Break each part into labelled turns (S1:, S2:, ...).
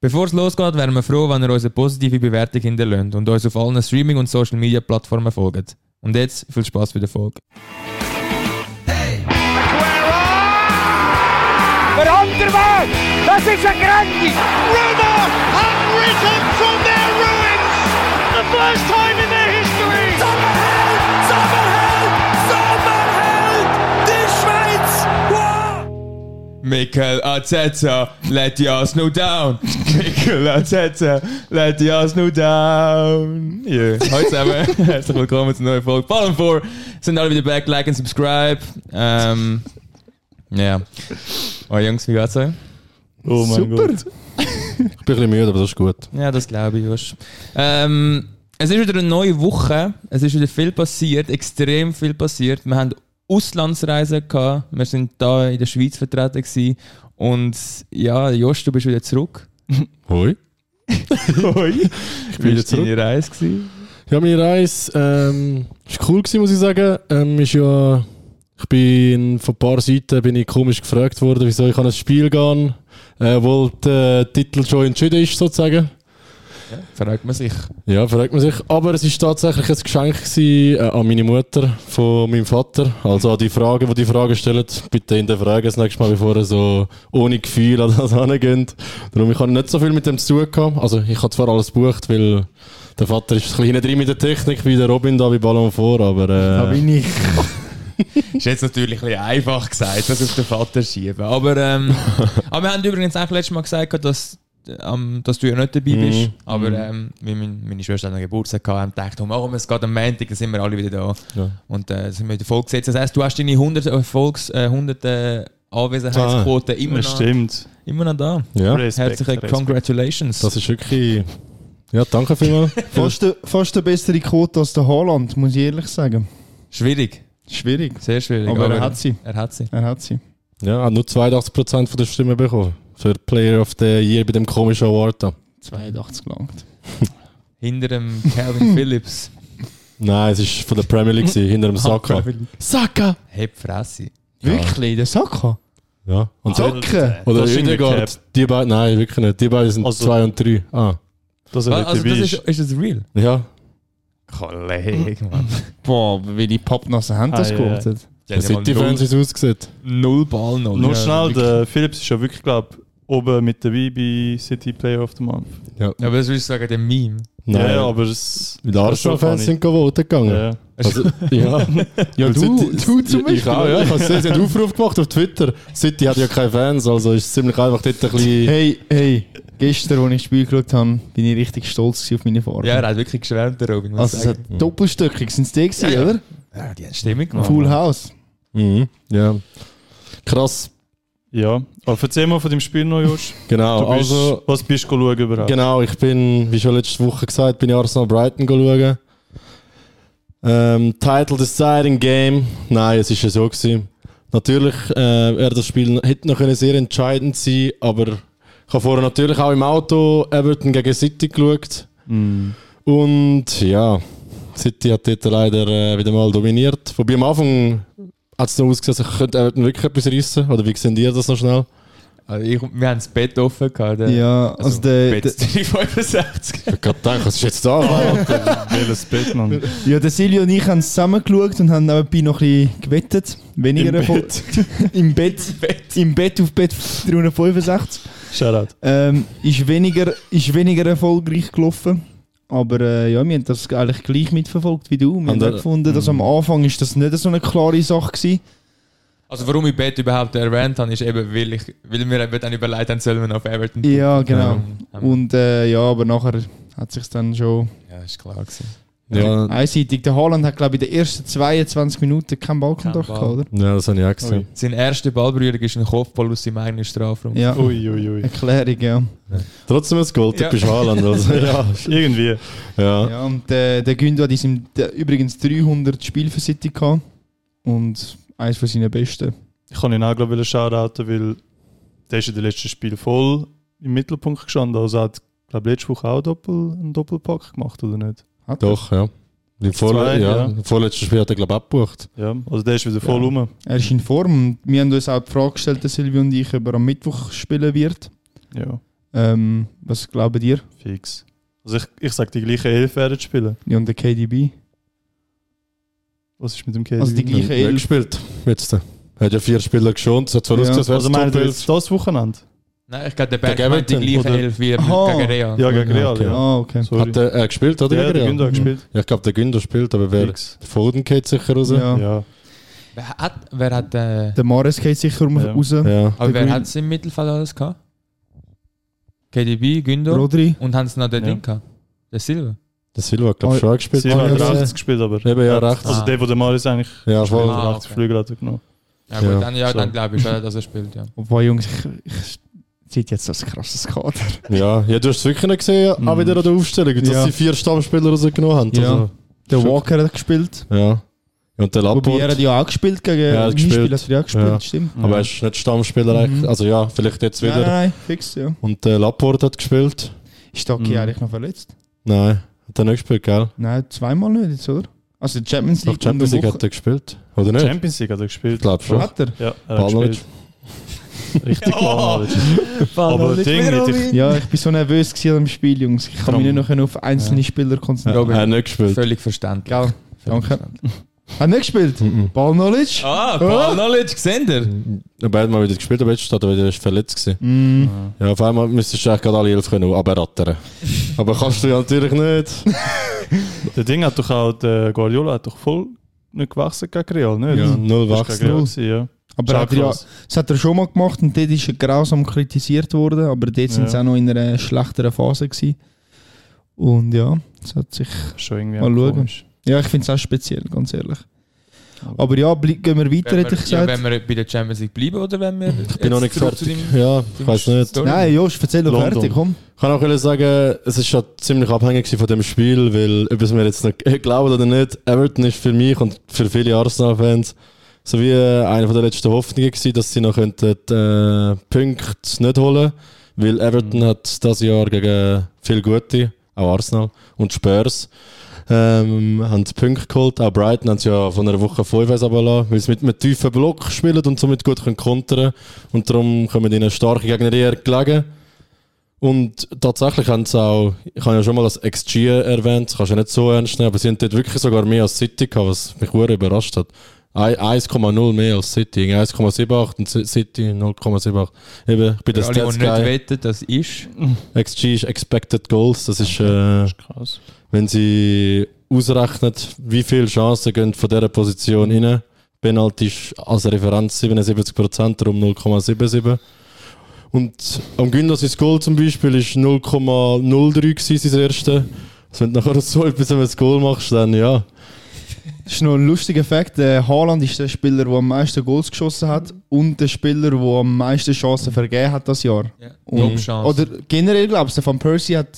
S1: Bevor es losgeht, wären wir froh, wenn ihr uns eine positive Bewertung hinterlässt und uns auf allen Streaming- und Social-Media-Plattformen folgt. Und jetzt viel Spaß bei der Folge.
S2: Der andere Mann, das ist ein Grandi.
S3: Roma have risen from their ruins. The first time in their history.
S4: Sommerheld, Sommerheld, Sommerheld, die Schweiz. Wow.
S1: Mikel Arteta, let the Arsenal down. Mikel Arteta, let the Arsenal down. Yeah. Hallo zusammen, herzlich willkommen zur neuen Folge. Fallen vor, sind alle wieder back, like und subscribe. Ähm, ja. Oh Jungs, wie geht's euch?
S5: Oh mein Super. Gott. ich bin ein bisschen müde, aber das ist gut.
S1: Ja, das glaube ich, Josh. Ähm, es ist wieder eine neue Woche. Es ist wieder viel passiert, extrem viel passiert. Wir haben Auslandsreisen gehabt. Wir sind da in der Schweiz vertreten gewesen. Und ja, Josh, du bist wieder zurück.
S5: Hoi.
S1: Hoi. Ich
S5: bin wieder zurück.
S1: deine Reise gewesen?
S5: Ja, meine Reise ähm, ist cool gewesen, muss ich sagen. Ähm, ist ja, ich bin von ein paar Seiten bin ich komisch gefragt worden, wieso ich an ein Spiel gehen, äh, wo der Titel schon entschieden ist sozusagen.
S1: Fragt man sich.
S5: Ja, fragt man sich. Aber es ist tatsächlich ein Geschenk gewesen, äh, an meine Mutter von meinem Vater. Also an die Fragen, die die Fragen stellen, bitte hinterfragen das nächste Mal, bevor ihr so ohne Gefühl an das rangeht. Darum, ich habe nicht so viel mit dem zu tun gehabt. Also ich habe zwar alles gebucht, weil der Vater ist ein bisschen hinten drin mit der Technik, wie der Robin da, wie Ballon vor, aber... Äh,
S1: bin ich. Ist jetzt natürlich ein bisschen einfach gesagt, das auf den Vater schieben. Aber, ähm, aber wir haben übrigens auch letztes Mal gesagt, dass, ähm, dass du ja nicht dabei bist. Aber ähm, wie mein, meine Schwester hat noch Geburtstag gehabt, haben gedacht, oh, machen wir es gerade am Montag, dann sind wir alle wieder da.
S5: Ja.
S1: Und äh, sind wir wieder voll gesetzt. Das heisst, du hast deine 100 Erfolgs, äh, 100 äh, Anwesenheitsquote immer,
S6: Das
S1: noch,
S6: stimmt.
S1: immer noch da.
S5: ja,
S6: Respekt,
S1: Herzlichen
S6: Respekt.
S1: Congratulations.
S5: das ist wirklich... Ja, danke vielmals.
S7: Fast, eine- fast eine bessere Quote als der Haaland, muss ich ehrlich sagen.
S1: schwierig,
S7: Schwierig.
S1: sehr schwierig.
S7: Aber er hat sie.
S1: Er hat sie.
S7: Er hat sie.
S5: ja, hat nur 82% von der Stimme bekommen. Für Player of the Year bei dem komischen Award da.
S7: 82 gelangt.
S1: Hinter dem Calvin Phillips.
S5: Nein, es ist von der Premier League, gewesen, hinter dem Saka.
S7: Saka!
S1: Heb Fresse.
S7: Wirklich? Der Saka?
S5: Ja. Und so,
S7: Saka!
S5: oder
S6: Das ist
S5: Ödegaard,
S6: umgekehrt.
S5: die beiden, nein, wirklich nicht. Die beiden sind
S6: Also-
S5: zwei und drei. Ah.
S6: Dass er nicht
S1: Also, das
S6: dabei
S1: ist,
S6: ist.
S1: ist das real?
S5: Ja.
S1: Kollege, Mann.
S7: Boah, welche Pappnassen haben das
S6: Ah, ja,
S7: gewartet?
S1: Ja, die haben
S5: Seit die
S1: null-
S5: Fans wie es ausgesehen.
S1: Null Ball noch.
S6: Nur
S1: Ja,
S6: schnell,
S1: wirklich.
S6: der Philips ist ja wirklich, glaube oben mit dabei bei City Player of the Month.
S1: Ja, aber das willst du sagen, der Meme.
S5: Nein.
S6: Ja, aber es.
S5: Weil die Arsenal-Fans sind gewotet gegangen.
S6: Ja.
S5: Also, ja. ja,
S7: du- du zum
S5: Ich auch, ja. Ich habe gesehen, sie haben einen Aufruf gemacht auf Twitter. City hat ja keine Fans, also ist es ziemlich einfach dort ein bisschen...
S7: Hey, hey, gestern, als ich das Spiel geschaut habe, bin ich richtig stolz gewesen auf meine Farbe.
S1: Ja, er hat wirklich geschwärmt, der Robin. muss
S7: also,
S1: ich
S7: es hat
S1: sagen.
S7: doppelstöckig, sind es die gewesen,
S1: Ja, Genau. ja.
S7: oder?
S1: ja, die hat Stimmung gemacht.
S7: Full House.
S5: Mhm. Ja. Krass.
S6: Ja. Aber erzähl mal von dem Spiel noch, Josh.
S5: Genau,
S6: Du bist,
S5: also...
S6: was bist du schauen überhaupt?
S5: Genau, ich bin, wie schon letzte Woche gesagt, bin ich Arsenal Brighton schauen. Ähm, Title Deciding Game. Nein, es ist ja so gewesen. Natürlich äh, wäre das Spiel hätte noch können sehr entscheidend sein, aber ich habe vorher natürlich auch im Auto Everton gegen City geschaut. Mm. Und ja, City hat dort leider äh, wieder mal dominiert. Wobei am Anfang hat es noch ausgesehen, als könnte Everton wirklich etwas reissen. Oder wie sehen ihr das noch schnell?
S1: Also ich, wir haben das Bett offen gehabt. Der,
S7: Ja, also, der, der,
S1: Bett 365.
S5: Ich habe gerade gedacht, was ist jetzt da?
S6: Welches Bett, Mann?
S7: ja, der Silvio und ich haben zusammen geschaut und haben nebenbei noch ein bisschen gewettet. Weniger
S6: Im
S7: Erfolg. Im Bett. Im Bett auf Bett 365.
S6: Shoutout.
S7: Ähm, ist, weniger, ist weniger erfolgreich gelaufen. Aber äh, ja, wir haben das eigentlich gleich mitverfolgt wie du. Wir
S5: Haben
S7: haben
S5: wir-
S7: auch gefunden, dass am Anfang ist das nicht so eine klare Sache war.
S1: Also warum ich Bett überhaupt erwähnt habe, ist eben, weil, ich, weil wir eben dann überlegt haben, sollen wir noch auf Everton tippen.
S7: Ja, genau.
S1: Ähm, ähm,
S7: Und äh, ja, aber nachher hat sich dann schon
S1: ja, ist klar gewesen.
S5: ja,
S7: einseitig. Der Haaland hat, glaube ich, in den ersten 22 Minuten keinen Ballkontakt
S1: Kein
S7: gehabt,
S1: Ball.
S7: oder?
S5: ja, das habe ich auch gesehen.
S1: Sein erste Ballberührung ist ein Kopfball aus seinem eigenen Strafraum.
S7: Ja,
S6: Ui, ui, ui.
S7: Erklärung, ja.
S5: Trotzdem ein Gold,
S1: Ja.
S5: ja. bist Haaland. Also, ja.
S6: Irgendwie.
S5: Ja.
S7: Ja, und äh, der Gündo hat in seinem, der, übrigens 300 Spiele für City gehabt. Und eines von seinen besten.
S6: Ich kann ihn auch, glaube ich, shoutouten, weil der ist in den letzten Spielen voll im Mittelpunkt gestanden. Also hat, glaube letzte Woche auch Doppel, einen Doppelpack gemacht, oder nicht?
S7: Hat er.
S5: Doch, ja. Die vorle
S6: Zwei,
S5: ja.
S6: ja.
S5: vorletzte Spiel hat er, glaube ich, abgebucht.
S6: Ja. Also der ist wieder voll rum.
S7: Er ist in Form. Wir haben uns auch die Frage gestellt, der Silvio und ich, ob er am Mittwoch spielen wird.
S6: Ja.
S7: Ähm, was glaubt ihr?
S6: Fix. Also ich, ich sage, die gleiche Elf werden spielen.
S7: Ja, und der KDB?
S6: Was ist mit dem KDB?
S7: Also die gleiche
S5: Nicht
S7: Elf.
S5: gespielt. Jetzt. Er hat ja vier Spieler geschont, es hat so
S7: Ja.
S5: ausgesehen, als wäre es
S6: also meint ihr
S5: Top-Elf.
S6: jetzt das Wochenende?
S8: Nein, ich glaube, der Berg
S5: Gegen
S8: meint die
S5: Everton,
S8: gleiche
S5: oder?
S8: Elf wie
S7: Aha.
S8: gegen Real.
S6: Ja, gegen
S5: Ja,
S6: Real,
S5: okay.
S6: ja.
S7: Ah, okay.
S6: Sorry.
S5: Hat der äh, gespielt, oder?
S6: ja,
S5: gegen
S6: der
S5: Real? Mhm.
S6: Günther hat gespielt.
S5: Ja, ich glaube, der Günther spielt, aber wer.
S6: Fix.
S5: Der Foden geht sicher raus.
S7: Ja.
S6: Ja.
S8: Wer hat, wer hat, äh,
S7: Der Mares geht sicher um,
S6: Ja.
S7: raus.
S5: Ja.
S8: aber wer
S7: Green-
S8: hat es im Mittelfeld alles gehabt? KDB, Gündo
S7: Rodri.
S8: und haben es noch den
S6: Ja.
S8: Ding gehabt? Der Silber.
S5: Der Silva, glaube
S7: Oh,
S5: ich, schon gespielt.
S6: Sie haben
S7: Ja.
S6: 80 gespielt, aber.
S5: Eben, ja,
S6: Er hat-
S5: rechts.
S6: Also
S8: Ah.
S6: der, wo der Marius eigentlich
S5: Ja,
S6: gespielt
S5: voll.
S6: hat,
S8: Ah,
S6: 80
S8: okay.
S6: Flügel hat er genommen.
S8: Ja, gut,
S5: Ja.
S8: dann, ja,
S6: So.
S8: dann glaube ich schon, dass er spielt, ja.
S7: Obwohl, Jungs, ich, ich seht jetzt das krasses Kader.
S5: Ja. ja, du hast es wirklich nicht gesehen, auch
S6: Mhm.
S5: wieder an der Aufstellung, dass
S7: Hm. Ja.
S5: sie vier Stammspieler rausgenommen haben.
S7: Ja.
S5: Also,
S7: Der
S5: Schon-
S7: Walker hat gespielt.
S5: ja. Und der
S7: Wobei er hat
S5: Lapport.
S7: ja auch gespielt gegen
S5: Ja, er hat
S7: Hinspiel
S5: gespielt.
S7: hat er ja auch gespielt,
S5: Ja.
S7: stimmt.
S5: Aber er ist nicht Stammspieler eigentlich.
S7: Mhm.
S5: Also ja, vielleicht jetzt wieder.
S7: Nein, nein, nein, fix, ja.
S5: Und der Lapport hat gespielt.
S7: Ist Taki
S6: Mhm.
S7: eigentlich noch verletzt?
S5: Nein, hat er nicht gespielt, gell?
S7: Nein, zweimal nicht jetzt, oder? Also die Champions
S5: Nach
S7: League
S5: Champions
S7: und
S5: League
S7: eine
S5: hat er gespielt. Oder nicht?
S6: Champions League hat er
S5: Ich
S6: gespielt.
S5: glaube
S7: Woche-
S5: schon.
S7: Hat er?
S6: Ja, er hat
S5: Palmer-
S6: gespielt. Richtig Palmer. Aber
S8: Palmer-
S6: Ding nicht. Ich,
S7: Ja, ich bin so nervös gewesen am Spiel, Jungs. Ich kann mich nicht noch auf einzelne Spieler konzentrieren.
S5: Er hat nicht gespielt.
S8: Völlig verständlich.
S7: Gell,
S8: Völlig
S7: danke.
S8: verständlich.
S7: Hat nicht gespielt?
S5: Mhm.
S7: Ball Knowledge?
S8: Ah, Paul Knowledge, gesehen ihr?
S5: Aber er hat mal wieder gespielt, aber jetzt hat er wieder verletzt gewesen.
S7: Mm.
S5: Ja, auf einmal müsstest du eigentlich gerade alle elf können abrattern. aber kannst du ja natürlich nicht.
S6: der Ding hat doch auch, der Guardiola hat doch voll nicht gewachsen gegen Real, nicht?
S5: Ja, null
S6: Das ist
S5: wachsen.
S6: gegen Real gewesen, ja.
S7: Aber hat er ja, das hat er schon mal gemacht und dort ist er grausam kritisiert worden, aber dort sind sie
S6: Ja.
S7: auch noch in einer schlechteren Phase gewesen. Und ja, es hat sich...
S6: Schon irgendwie
S7: Mal schauen.
S6: komisch.
S7: Ja, ich finde es auch speziell, ganz ehrlich. Aber ja, bli- gehen wir weiter,
S8: Wenn
S7: hätte ich
S8: wir, ja,
S7: gesagt.
S8: wenn wir bei der Champions League bleiben oder wenn wir.
S5: Ich bin noch nicht fertig. Ja, ich weiß nicht.
S7: Nein, Josh, erzähl doch
S6: London.
S7: fertig, komm.
S5: Ich kann auch wollen sagen, es ist ja ziemlich abhängig gewesen von dem Spiel, weil, ob es mir jetzt noch glaubt oder nicht, Everton ist für mich und für viele Arsenal-Fans sowie äh, eine von der letzten Hoffnungen gewesen, dass sie noch könnten, äh, Punkte nicht holen weil Everton hat das Jahr gegen viel Gute, auch Arsenal und Spurs, ähm, haben die Punkte geholt. Auch Brighton haben sie ja von einer Woche vorher runtergelassen, weil sie mit einem tiefen Block spielen und somit gut können kontern Und darum kommen ihnen starke Gegner eher gelegen. Und tatsächlich haben sie auch, ich habe ja schon mal das XG erwähnt, das kannst du ja nicht so ernst nehmen, aber sie haben dort wirklich sogar mehr als City gehabt, was mich sehr überrascht hat. Ein- 1,0 mehr als City, irgendwie 1,78 und C- City 0,78. Eben, ich bin
S8: Für
S5: das
S8: alle, die
S5: Stats
S8: nicht
S5: Guy.
S8: wetten, das ist.
S5: XG ist Expected Goals, das ist, äh,
S6: Krass.
S5: wenn sie ausrechnen, wie viele Chancen gehen von dieser Position rein. Penalty ist als Referenz 77%, darum 0,77. Und am Günther sein Goal zum Beispiel ist 0,03 gewesen, sein erste. Also wenn du nachher so etwas ein Goal machst, dann ja.
S7: Das ist noch ein lustiger Fakt. Der Haaland ist der Spieler, der am meisten Goals geschossen hat und der Spieler, der am meisten Chancen vergeben hat das Jahr.
S8: Ja.
S7: Und,
S8: Top-Chance.
S7: oder generell, glaubst du, Van Persie hat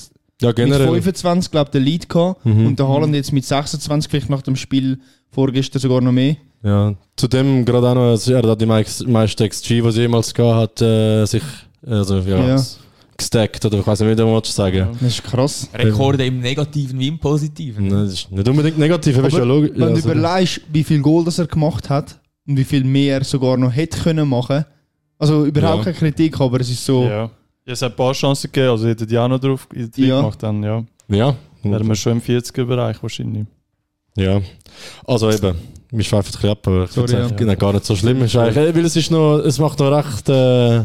S5: Ja,
S7: mit
S5: Also. generell.
S7: 25, glaube ich, den Lead gehabt
S5: Mhm.
S7: und der Haaland jetzt mit 26, vielleicht nach dem Spiel vorgestern sogar noch mehr.
S5: Ja. Zudem gerade auch noch, also er hat die meist- meisten XG, die sie jemals gehabt hat, äh, sich also, ja,
S7: Ja.
S5: gestackt. Oder ich weiß nicht, wie du das sagen willst.
S7: Das ist krass.
S8: Rekorde im Negativen wie im Positiven.
S5: Nein, das ist nicht unbedingt negativ, aber, ist ja
S7: Mhm.
S5: also,
S7: Aber
S5: logisch.
S7: Wenn du überlegst, wie viel Goal das er gemacht hat und wie viel mehr er sogar noch hätte können machen. Also überhaupt
S5: Ja.
S7: keine Kritik, aber es
S5: Oh.
S7: ist so.
S6: Ja. Ja, es hat ein paar Chancen gegeben, also hätte die auch noch drauf in die
S7: Ja.
S6: gemacht, dann ja.
S5: ja.
S6: Wären wir schon im 40er-Bereich wahrscheinlich.
S5: ja. Also eben, wir schweifen ein bisschen ab, aber ich
S7: Sorry,
S5: finde es
S7: ja.
S5: eigentlich gar nicht so schlimm. Ist eigentlich, äh, weil es, ist noch, es macht noch recht. Äh,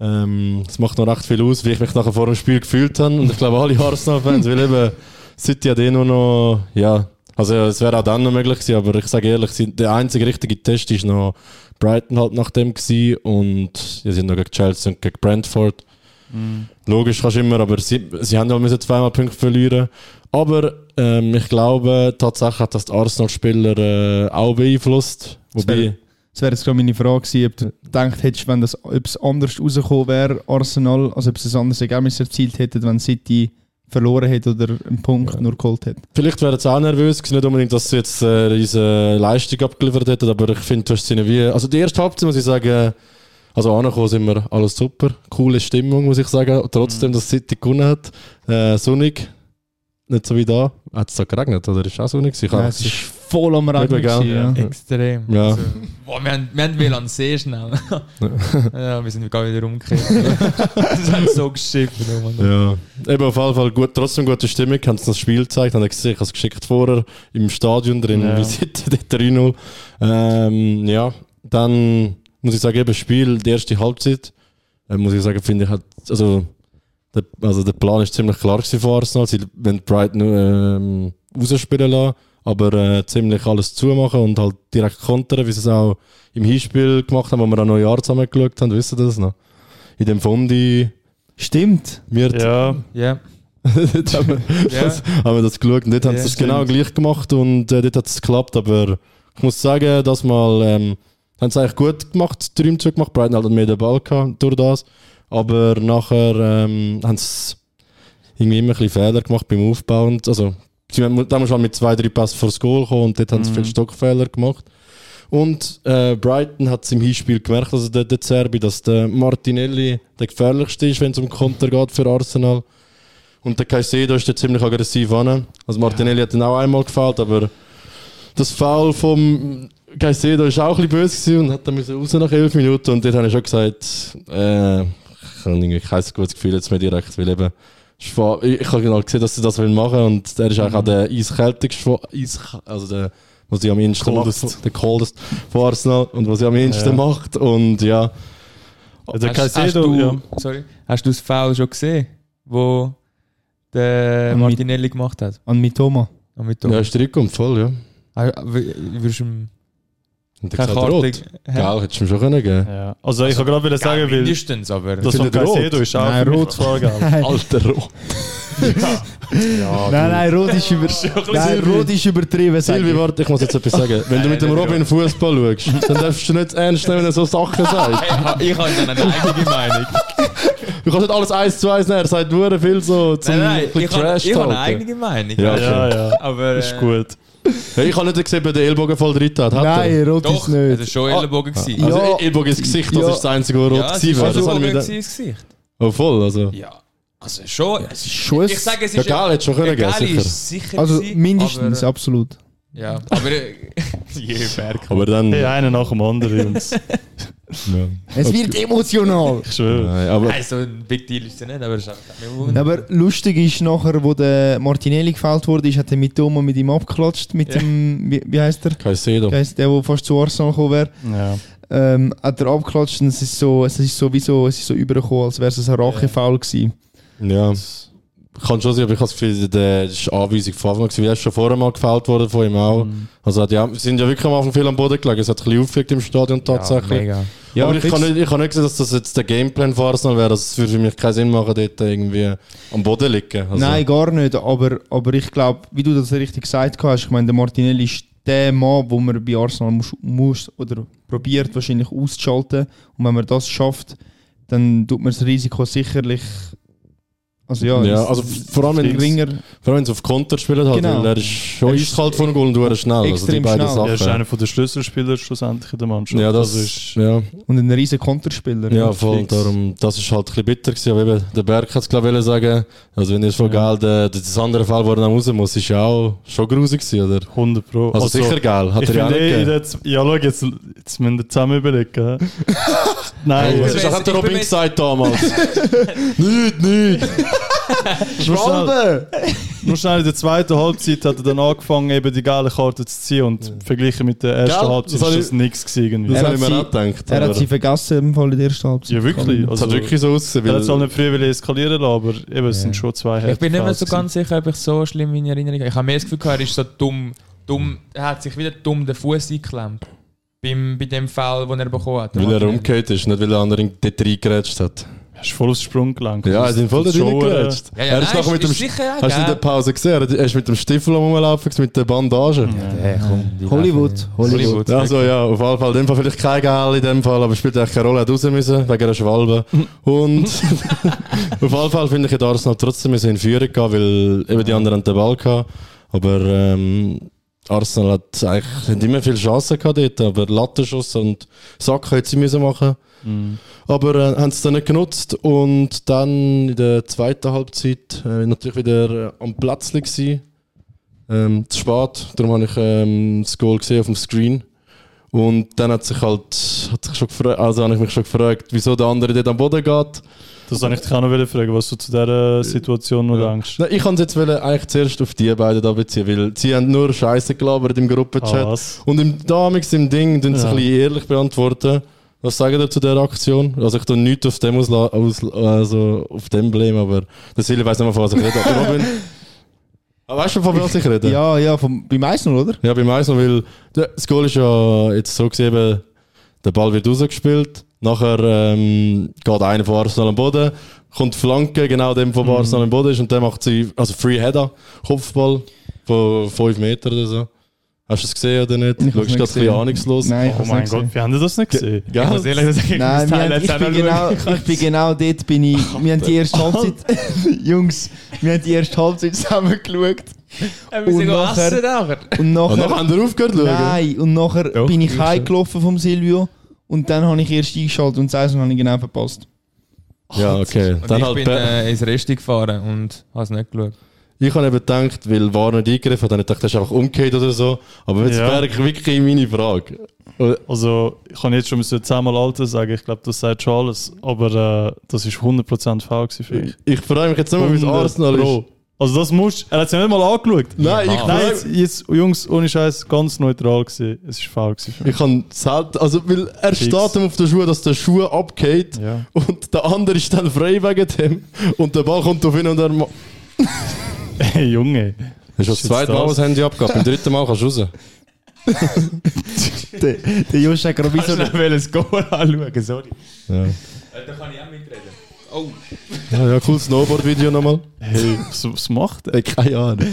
S5: ähm, es macht noch recht viel aus, wie ich mich nachher vor dem Spiel gefühlt habe. Und ich glaube, alle Arsenal-Fans, weil eben City hat eh nur noch. Ja, also ja, es wäre auch dann noch möglich gewesen, aber ich sage ehrlich, sie- der einzige richtige Test ist noch Brighton halt nach dem gewesen und ja, sie sind noch gegen Chelsea und gegen Brentford. Logisch kannst du immer, aber sie, sie haben ja müssen zweimal Punkte verlieren. Aber ähm, ich glaube tatsächlich hat das die Arsenal-Spieler äh, auch beeinflusst. Wobei,
S7: Das wäre jetzt gerade meine Frage gewesen, ob du gedacht hättest, wenn das, ob es anders rausgekommen wäre, Arsenal, also ob es ein anderes Ergebnis erzielt hätte, wenn City verloren hätte oder einen Punkt nur geholt hätte.
S5: vielleicht wären sie auch nervös gewesen, nicht unbedingt, dass sie jetzt äh, diese Leistung abgeliefert hätten, aber ich finde, du hast sie ihnen wie... Also die erste Halbzeit muss ich sagen, also angekommen sind wir, alles super, coole Stimmung, muss ich sagen,
S7: Mhm.
S5: trotzdem, dass City gewonnen hat, äh, sonnig, nicht so wie da. Hat es da geregnet oder ist auch sonnig? gewesen? Ich
S7: Nein,
S5: habe-
S7: es ist voll am Regen.
S5: Wirklich, gell?
S7: gewesen, Ja.
S8: Extrem.
S5: Mhm. Ja.
S8: Also, boah, wir haben, wir haben wollen sehr schnell. ja, wir sind gar wieder umgekehrt. das hat so geschickt. Oh Mann.
S5: Ja. Eben auf jeden Fall gut, trotzdem gute Stimmung. Haben sie das Spiel gezeigt, haben gesehen, ich habe es geschickt vorher im Stadion drin,
S6: Ja.
S5: wie sieht der 3-0. Ähm, ja, dann muss ich sagen, eben Spiel, die erste Halbzeit, äh, muss ich sagen, finde ich halt, also der, also der Plan ist ziemlich klar gewesen von Arsenal. Sie wollen Brighton ähm, rausspielen lassen, aber äh, ziemlich alles zumachen und halt direkt kontern, wie sie es auch im Hinspiel gemacht haben, wo wir auch Neujahr zusammen geschaut haben, wisst ihr das noch? In dem Fondi,
S7: Stimmt.
S5: wir
S6: Ja,
S8: Ja.
S5: dort haben, wir,
S8: Ja.
S5: das, haben wir das geschaut und dort haben
S8: Ja,
S5: sie es genau gleich gemacht und äh, dort hat es geklappt, aber ich muss sagen, dass mal ähm, haben sie eigentlich gut gemacht, den Raumzug gemacht, Brighton hat halt mehr den Ball gehabt durch das, aber nachher ähm, haben sie irgendwie immer ein bisschen Fehler gemacht beim Aufbau und also sie haben, da musst du halt mit zwei, drei Passen vor das Goal kommen und dort haben
S8: Mhm.
S5: sie viele Stockfehler gemacht. Und äh, Brighton hat es im Hinspiel gemerkt, also der, der Serbi, dass der Martinelli der gefährlichste ist, wenn es um Konter geht für Arsenal. Und der Caicedo ist da ziemlich aggressiv an. Also Martinelli hat ihn auch einmal gefällt, aber das Foul vom Caicedo ist auch ein bisschen böse gewesen und hat dann müssen raus nach 11 Minuten. Und dort habe ich schon gesagt, äh, ich habe irgendwie kein gutes Gefühl jetzt mehr direkt, weil eben es war- ich ich habe genau gesehen, dass sie das machen wollen und der ist eigentlich auch der eiskältigste, von- Eis, also der, was sie am ehesten macht, der coldest von Arsenal und was sie am ehesten
S6: Ja.
S5: macht und ja,
S6: der
S8: Hast- hast
S6: Also Caicedo,
S8: du,
S6: ja.
S8: Sorry. Hast du das Foul schon gesehen, wo der
S7: Am
S8: Martinelli gemacht hat?
S7: An Mitoma.
S8: Am Mittwoch?
S5: ja, ist der Rückkommt voll, ja.
S8: Ah, w- Würdest du ihm
S5: Und der
S8: keine
S5: hat
S8: Karte
S5: rot.
S8: geben? Ja,
S5: Geil, hättest du ihm schon können geben.
S6: ja. Also, ich habe gerade wieder sagen, weil
S8: mindestens, aber...
S6: das von
S5: Findet ihr rot?
S6: Caicedo ist auch
S7: Nein,
S6: für mich
S7: rot.
S6: klar, gell.
S5: Alter Rot.
S8: Ah,
S7: Nein, nein, Rot ist, über nein, Rot ist übertrieben. sag
S5: Silvi,
S7: ich.
S5: warte, ich muss jetzt etwas sagen. Wenn du mit dem Robin Fußball schaust, dann darfst du nicht ernst nehmen, wenn er so Sachen sagt.
S8: ich ha- ich habe dann eine eigene Meinung.
S5: Du kannst nicht alles eins zu eins nehmen, er sagt nur viel so zum
S8: Nein, nein,
S5: bisschen
S8: ich habe ich habe eine
S5: talken.
S8: eigene Meinung.
S5: Ja,
S8: weißt du.
S6: Ja, ja.
S8: Aber...
S6: Ist
S8: äh,
S6: gut.
S5: Ja, ich habe nicht gesehen, ob er den Ellbogen voll drin hat. hat er?
S7: Nein, Rot
S8: Doch,
S7: ist nicht.
S8: es war schon
S5: Ah.
S8: Ellenbogen. gewesen.
S5: Also
S7: Ja.
S5: Ellbogen ins Gesicht, das
S7: Ja.
S5: ist das einzige, wo rot
S8: Ja, es
S5: gewesen
S8: war
S5: wäre. Das habe ich mir
S8: Ellenbogen
S5: gedacht.
S8: gewesen ins Gesicht.
S5: Oh, voll, also.
S8: Ja, also schon. Es ist
S7: Schuss.
S8: Ich sage, es
S5: Ja,
S8: ist.
S5: geil, hätte schon können gehen,
S8: Gali
S5: sicher.
S8: ist sicher.
S7: Also
S8: gewesen,
S7: mindestens,
S8: Aber, äh,
S7: absolut.
S8: ja, aber. äh, Je Berg.
S5: Aber dann...
S6: Hey, einer nach dem anderen, Jungs.
S5: Ja.
S7: Es wird emotional.
S6: Ich schwöre.
S5: Nein, aber...
S8: Nein, so ein Big Deal ist es nicht, aber es ist einfach nicht
S7: Ja, Aber lustig ist nachher, wo der Martinelli gefällt wurde, ist, hat der Mitoma mit ihm abgeklatscht, mit
S8: Ja.
S7: dem, wie, wie heißt der?
S5: Caicedo.
S7: Der, der, der fast zu Arsenal gekommen wäre,
S6: Ja.
S7: ähm, hat er abgeklatscht und es ist so, es ist so wie so, es ist so übergekommen, als wäre es ein Rachefoul gewesen.
S5: Ja. Kann schon sein, aber ich habe das Gefühl, der das ist eine Anweisung von Anfang an. gewesen. Er ist schon vorher mal gefällt worden von ihm auch.
S7: Mhm.
S5: Also, hat ja, wir sind ja wirklich am Anfang viel am Boden gelegen. Es hat ein bisschen aufgeregt im Stadion tatsächlich.
S8: mega.
S5: Ja, aber ich
S7: fix.
S5: kann, nicht, ich kann nicht sehen, dass das jetzt der Gameplan von Arsenal wäre. Das würde für mich keinen Sinn machen, dort irgendwie am Boden liegen. Also,
S7: Nein, gar nicht, aber, aber ich glaube, wie du das richtig gesagt hast, ich meine, der Martinelli ist der Mann, wo man bei Arsenal muss, muss oder probiert wahrscheinlich auszuschalten und wenn man das schafft, dann tut man das Risiko sicherlich, also ja,
S5: Ja,
S7: es-
S5: also vor allem, wenn-
S7: geringer.
S5: Vor allem, wenn sie auf Konter spielen hat,
S7: Genau.
S5: weil er ist schon
S7: Er ist
S5: eiskalt von Goal und du schnell. Also, die
S7: extrem
S5: beiden
S7: schnell.
S6: Er ist
S5: Sachen.
S6: einer der Schlüsselspieler schlussendlich in der Mannschaft.
S5: Ja, das
S6: Also
S5: ist. Ja,
S7: Und ein riesen Konterspieler.
S5: ja voll.
S6: fix.
S5: Darum, das ist halt ein bisschen bitter gewesen. Aber eben, der Berg hat es, glaube ich, sagen. Also, wenn ihr es voll
S6: Ja.
S5: geil, der, der- das andere Fall, wo er dann raus muss, ist ja auch schon grusig gewesen, oder?
S6: 100 Pro.
S5: Also,
S6: Also,
S5: sicher geil. Hat
S6: ich
S5: er ja auch
S6: finde
S5: nicht
S6: eh, in
S5: gegeben.
S6: der Z- ja, schau, jetzt, jetzt müssen wir zusammen überlegen. hä? Nein,
S5: Hey,
S8: bin
S5: Was
S6: also,
S5: ist
S8: jetzt-
S5: das? Hat der
S8: ich bin
S5: Robin
S8: jetzt-
S5: gesagt damals? Nicht, nicht!
S6: nur, schnell, nur schnell in der zweiten Halbzeit hat er dann angefangen, eben die geile Karte zu ziehen und verglichen mit der ersten
S5: Gell?
S6: Halbzeit
S5: Das
S6: ist
S5: hab
S6: das
S5: ich-
S6: nichts gewesen.
S5: Das habe
S7: Er
S6: irgendwie.
S7: hat
S5: ich mir
S7: sie-
S5: auch gedacht.
S7: Er
S5: aber-
S7: hat sie vergessen im Fall in der ersten Halbzeit.
S6: Ja, wirklich.
S5: Das
S6: Also,
S5: hat wirklich so ausgesehen.
S6: er hat
S5: weil-
S6: es auch nicht freiwillig eskalieren lassen, aber eben, es sind schon zwei
S8: Ich bin nicht mehr
S6: Härtefälle
S8: so ganz sicher, ob ich so schlimm in Erinnerung habe. Ich habe mehr das Gefühl, gehabt, er ist so dumm. dumm er hat sich wieder dumm den Fuß eingeklemmt. Beim, bei dem Fall, den er bekommen hat.
S5: Weil er umgekehrt ist, nicht weil der andere ihn dort reingeratscht hat.
S6: Er ist voll aufs Sprung gelangt.
S5: Ja, er ist ihn voll dort
S6: Das ist schon,
S5: reingeratscht.
S8: Ja, ja,
S5: Er ist
S8: nein,
S5: nachher mit
S8: ist
S5: dem...
S8: sicher auch
S5: Hast du in der
S8: geil.
S5: Pause gesehen? Er er ist mit dem Stiefel am rumlaufen, mit der Bandage.
S7: Hollywood. Hollywood.
S8: Hollywood.
S5: Also ja, auf jeden Fall. In dem Fall vielleicht kein Gel in dem Fall, aber spielt eigentlich keine Rolle, hat raus müssen, wegen einer Schwalbe. Und auf jeden Fall finde ich, hat Arsenal trotzdem müssen in Führung gehen, weil eben die anderen den Ball gehabt. Aber ähm, Arsenal hat eigentlich nicht immer viele Chancen gehabt dort, aber Lattenschuss und Sack hätten sie müssen machen. Aber äh, haben es dann nicht genutzt und dann in der zweiten Halbzeit äh, natürlich wieder äh, am Platz gewesen. Ähm, zu spät, darum habe ich ähm, das Goal gesehen auf dem Screen. Und dann hat sich halt, hat sich schon gefragt, also habe ich mich schon gefragt, wieso der andere dort am Boden geht.
S6: Das wollte ich dich auch noch fragen, was du zu dieser Situation noch denkst.
S5: Nein, ich kann es jetzt wollen, eigentlich zuerst auf die beiden da beziehen, weil sie haben nur Scheiße gelabert im Gruppenchat.
S6: Ah, was?
S5: Und im Damix im Ding tun sie
S6: Ja.
S5: ein bisschen ehrlich beantworten. Was sagen ihr zu dieser Aktion? Also ich tue nichts auf dem ausla aus also auf dem Blame, aber der Silja weiß nicht mal, von was ich rede. Aber Robin, Ah, weißt du, von was ich rede?
S7: Ja, ja, vom, beim 1 oder?
S5: Ja, beim Eisen, weil der- das Goal ist ja jetzt so gesehen, eben, der Ball wird rausgespielt, nachher ähm, geht einer von Arsenal am Boden, kommt die Flanke, genau dem von Arsenal am Boden ist und der macht sie, also Free Header, Kopfball von 5 Meter oder so. Hast du es gesehen oder nicht?
S7: Ich
S5: Du
S7: hab's
S5: bist
S7: nicht
S5: gerade ein bisschen
S7: gesehen.
S5: ahnungslos.
S7: Nein, ich
S6: Oh
S7: hab's
S6: mein
S7: nicht gesehen.
S6: Gott, wir haben das nicht gesehen.
S5: Gell?
S8: Ich muss ehrlich sagen, ich
S7: Nein,
S8: muss das
S7: wir
S8: Teil
S7: haben,
S8: jetzt
S7: ich,
S8: auch noch
S7: bin
S8: schauen.
S7: genau, ich bin genau dort, bin ich. Wir haben die erste Halbzeit. Jungs, wir haben die erste Halbzeit zusammen geschaut.
S8: Wir müssen
S7: Und
S8: gehen
S7: nachher-
S8: essen nachher.
S7: Und
S5: Und nachher
S7: nachher.
S5: Ah, haben wir aufgehört zu schauen.
S7: Nein, und nachher
S8: Doch,
S7: bin ich
S8: ist so.
S7: heimgelaufen vom Silvio. Und dann habe ich erst eingeschaltet und das 1 habe ich genau verpasst.
S5: Ja, okay.
S8: Und
S5: Dann
S8: ich
S5: halt
S8: bin
S5: Pe-
S8: äh, ins Resti gefahren und habe es nicht geschaut.
S5: Ich habe eben gedacht, weil War nicht eingegriffen hat, dann dachte ich, das ist einfach umgekehrt oder so. Aber jetzt
S6: Ja.
S5: wäre ich wirklich meine Frage.
S6: Also, ich kann jetzt schon müssen zehnmal Alter sagen, ich glaube, das sagt schon alles, aber äh, das ist 100% faul gewesen für mich.
S5: Ich freue mich jetzt nicht mehr, wie es
S6: 100
S5: Arsenal
S6: Pro.
S5: ist.
S6: Also, das musst Er hat es ja nicht mal angeschaut.
S5: Nein, ich,
S6: Nein,
S5: freu-
S6: jetzt, jetzt, Jungs, ohne Scheiß, ganz neutral gewesen. Es ist faul gewesen für mich.
S5: ich kann selten, also weil er
S6: Fix.
S5: steht ihm auf den Schuh, dass der Schuh abgeht
S6: Ja.
S5: und der andere ist dann frei wegen dem und der Ball kommt auf ihn und er ma-
S6: Hey, Junge.
S5: Das ist schon
S6: Ist
S5: das zweite
S6: jetzt
S5: Mal,
S6: das?
S5: was das Handy abgab. Beim dritten Mal kannst du raus.
S7: Der, der Josh hat gerade wie so
S8: Ich
S7: eine-
S8: will das Goal anschauen, sorry.
S5: Ja,
S8: Da kann ich auch mitreden.
S5: ja, ja cool Snowboard-Video nochmal.
S6: Hey, was, was macht er?
S5: Ey, Äh, keine Ahnung.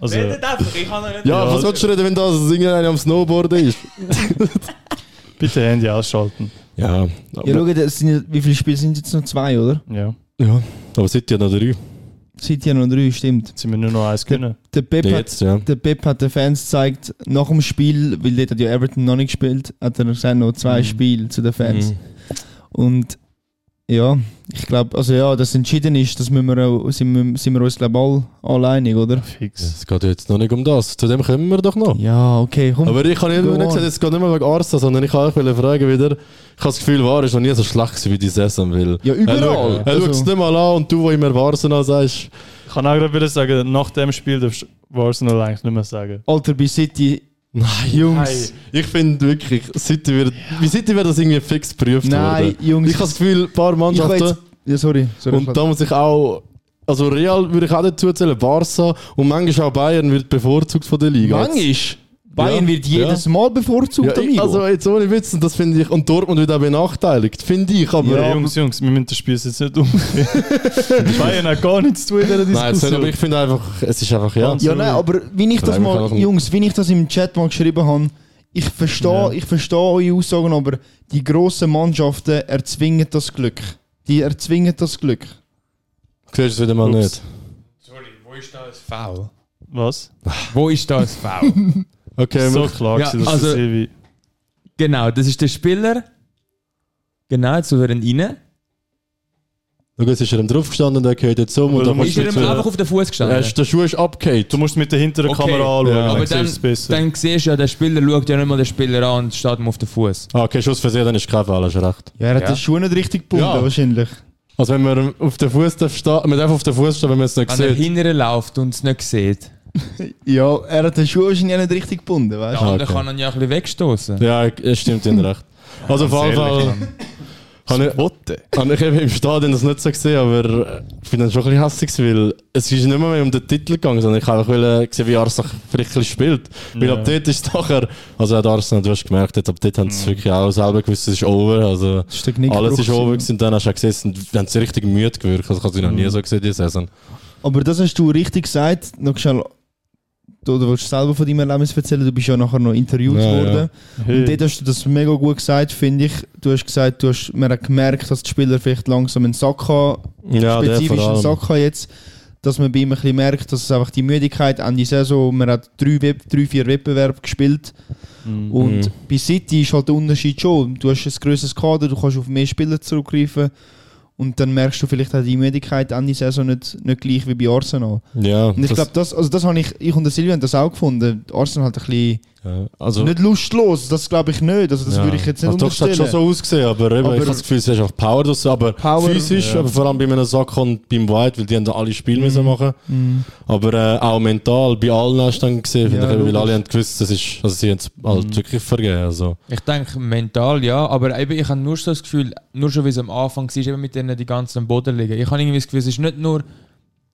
S6: Also,
S8: einfach, ich kann noch nicht.
S5: Ja,
S6: Ja.
S5: was willst du reden, wenn das irgendeiner am Snowboarden ist?
S6: bitte Handy ausschalten.
S5: Ja, aber, ja.
S7: Ja, schau, das sind, ja- wie viele Spiele sind jetzt noch? Zwei, oder?
S6: Ja,
S5: aber City hat noch drei.
S7: Seit ja noch drei, stimmt.
S6: jetzt sind wir nur noch eins gewinnen.
S7: Der Pep
S5: Ja,
S7: hat
S5: jetzt, ja.
S7: Der Pep hat den Fans gezeigt, nach dem Spiel, weil dort hat ja Everton noch nicht gespielt, hat er gesagt, noch zwei Spiele zu den Fans.
S5: Mhm.
S7: Und ja, ich glaube, also ja, dass entschieden ist, das müssen wir auch, sind, wir, sind wir uns glaube ich alle alleinig, oder?
S6: Fix.
S5: Es geht ja jetzt noch nicht um das. Zu dem kommen wir doch noch.
S7: Ja, okay, komm.
S5: Aber ich habe nicht,
S7: Go
S5: nur nicht
S7: on.
S5: gesagt, es geht nicht mehr wegen Arsenal, sondern ich wollte euch fragen wieder, ich habe das Gefühl, war ist noch nie so schlecht gewesen wie die Saison, weil...
S7: Ja, überall.
S5: Er, schaut- er
S7: Also-
S5: schaut es nicht mal an und du, wo immer Arsenal sagst,
S6: Ich kann auch gerade wieder sagen, nach dem Spiel darfst du Arsenal eigentlich nicht mehr sagen.
S7: Alter, bei City,
S5: nein,
S7: Jungs.
S5: ich finde wirklich, City wird, wie City wird das irgendwie fix geprüft
S7: Nein,
S5: worden.
S7: Jungs.
S5: Ich habe das Gefühl, ein paar
S7: Ich will
S5: Mannschaften...
S7: jetzt, ja, sorry. sorry
S5: Und da muss ich auch... Also Real würde ich auch dazu zählen, Barca und manchmal auch Bayern wird bevorzugt von der Liga.
S7: Manchmal. Bayern
S5: Ja,
S7: wird
S5: ja.
S7: jedes Mal bevorzugt,
S5: Ja, ich,
S7: amigo.
S5: also jetzt ohne Witz, und das finde ich, und Dortmund wird auch benachteiligt, finde ich, aber...
S6: Ja, Jungs, Jungs, wir müssen das Spiel jetzt nicht um. Bayern hat gar nichts zu tun in dieser
S5: Nein, es-
S6: Diskussion.
S5: aber ich finde einfach, es ist einfach, ja...
S7: Ja, nein, aber wenn ich das
S5: Nein, wir
S7: mal,
S5: können auch-
S7: Jungs, wenn ich das im Chat mal geschrieben habe, ich verstehe,
S6: Ja.
S7: ich verstehe eure Aussagen, aber die grossen Mannschaften erzwingen das Glück. Die erzwingen das Glück.
S5: Siehst du es wieder mal
S6: Ups.
S5: nicht?
S8: Sorry, wo ist da ein Foul?
S6: Was?
S8: Wo ist da ein Foul?
S5: Okay,
S6: so
S5: wir-
S6: klar,
S8: Ja,
S6: gewesen, dass
S8: also-
S6: das Silvi.
S8: Genau, das ist der Spieler. Genau, jetzt soll er ihn rein.
S5: Schau, jetzt ist er ihm drauf gestanden, der gehört jetzt um
S6: Aber
S5: und
S6: du
S5: dann
S6: musst
S5: kannst
S8: Ist
S5: du
S8: er ihm
S5: nicht mehr-
S8: einfach auf den Fuß
S5: Er
S8: gestanden?
S5: ist- Der Schuh ist abgehakt.
S6: Du musst mit der hinteren
S8: Okay.
S6: Kamera anschauen,
S5: Ja.
S8: Aber
S6: dann siehst du
S8: dann,
S6: es besser.
S8: dann siehst du ja, der Spieler schaut ja nicht mal den Spieler an und steht ihm auf den Fuß.
S5: Ah, okay, Schuss versehen, dann ist kein Fall, hast du recht.
S7: Ja, er hat
S8: Ja.
S7: den Schuh nicht richtig gebunden,
S5: Ja.
S7: wahrscheinlich.
S5: Also wenn man auf den Fuß darf stehen, man darf auf den Fuß stehen, wenn man es nicht
S8: Wenn er
S5: sieht.
S8: hinterher läuft und es nicht sieht.
S7: Ja, er hat den Schuh wahrscheinlich nicht richtig gebunden, weißt
S8: Der
S7: du?
S5: Ah,
S8: andere
S5: okay.
S8: kann ihn ja ein bisschen wegstoßen.
S5: Ja, es stimmt Ihnen recht. Also auf jeden Fall habe ich, habe ich eben im Stadion das nicht so gesehen, aber äh, ich bin dann schon ein bisschen hässlich, weil es ist nicht mehr um den Titel gegangen, sondern ich wollte einfach wollen sehen, wie Arsenal vielleicht ein bisschen spielt. Weil
S6: Ja.
S5: ab dort ist es nachher, also hat Arsenal, du hast gemerkt, jetzt ab dort haben sie es wirklich auch selber gewusst, es ist over, also...
S7: Das ist der Knickbruch
S5: Alles ist
S7: gewesen.
S5: over gewesen, und dann hast du auch gesehen, es sind- haben sie richtig müde gewirkt. Also, ich habe sie noch nie so gesehen, diese Saison.
S7: Aber das hast du richtig gesagt. Noch schnell, du, du willst selber von deinem Erlebnis erzählen, du bist ja nachher noch interviewt
S5: Ja, ja.
S7: worden.
S6: Hey.
S7: Und dort hast du das mega gut gesagt, finde ich. Du hast gesagt, du hast, man hat gemerkt, dass die Spieler vielleicht langsam einen Sack haben,
S5: Ja, der
S7: spezifisch
S5: vor
S7: einen
S5: allem.
S7: Sack haben jetzt, dass man bei ihm ein bisschen merkt, dass es einfach die Müdigkeit an die Saison, man hat drei, Web- drei vier Wettbewerbe gespielt
S6: Mhm.
S7: und
S5: Mhm.
S7: bei City ist halt der Unterschied schon, du hast ein grösseres Kader, du kannst auf mehr Spieler zurückgreifen Und dann merkst du vielleicht auch die Müdigkeit Ende Saison nicht, nicht gleich wie bei Arsenal.
S5: Ja,
S7: Und ich
S5: das-
S7: glaube, das, also das habe ich, ich und der Silvio haben das auch gefunden. Arsenal hat ein bisschen
S5: ja, also,
S7: nicht lustlos, das glaube ich nicht. Also das
S5: ja.
S7: würde ich jetzt nicht
S5: also, doch, es hat
S7: unterstellen.
S5: schon so ausgesehen, aber, eben,
S7: Aber-
S5: ich habe das Gefühl, es ist einfach Power draus, aber
S7: Power,
S5: physisch,
S7: ja. Mhm.
S5: aber vor allem bei einem Sack und beim White, weil die haben da alle Spiele müssen machen. Aber äh, auch mental, bei allen hast du dann gesehen, finde
S7: Ja,
S5: ich, eben, weil
S7: logisch. Mhm.
S5: alle haben gewusst, das ist, also sie haben es halt wirklich vergeben. Also.
S1: Ich denke mental ja, aber eben, ich habe nur so das Gefühl, nur schon wie es am Anfang war, eben mit denen die ganzen am Boden liegen. Ich habe irgendwie das Gefühl, es ist nicht nur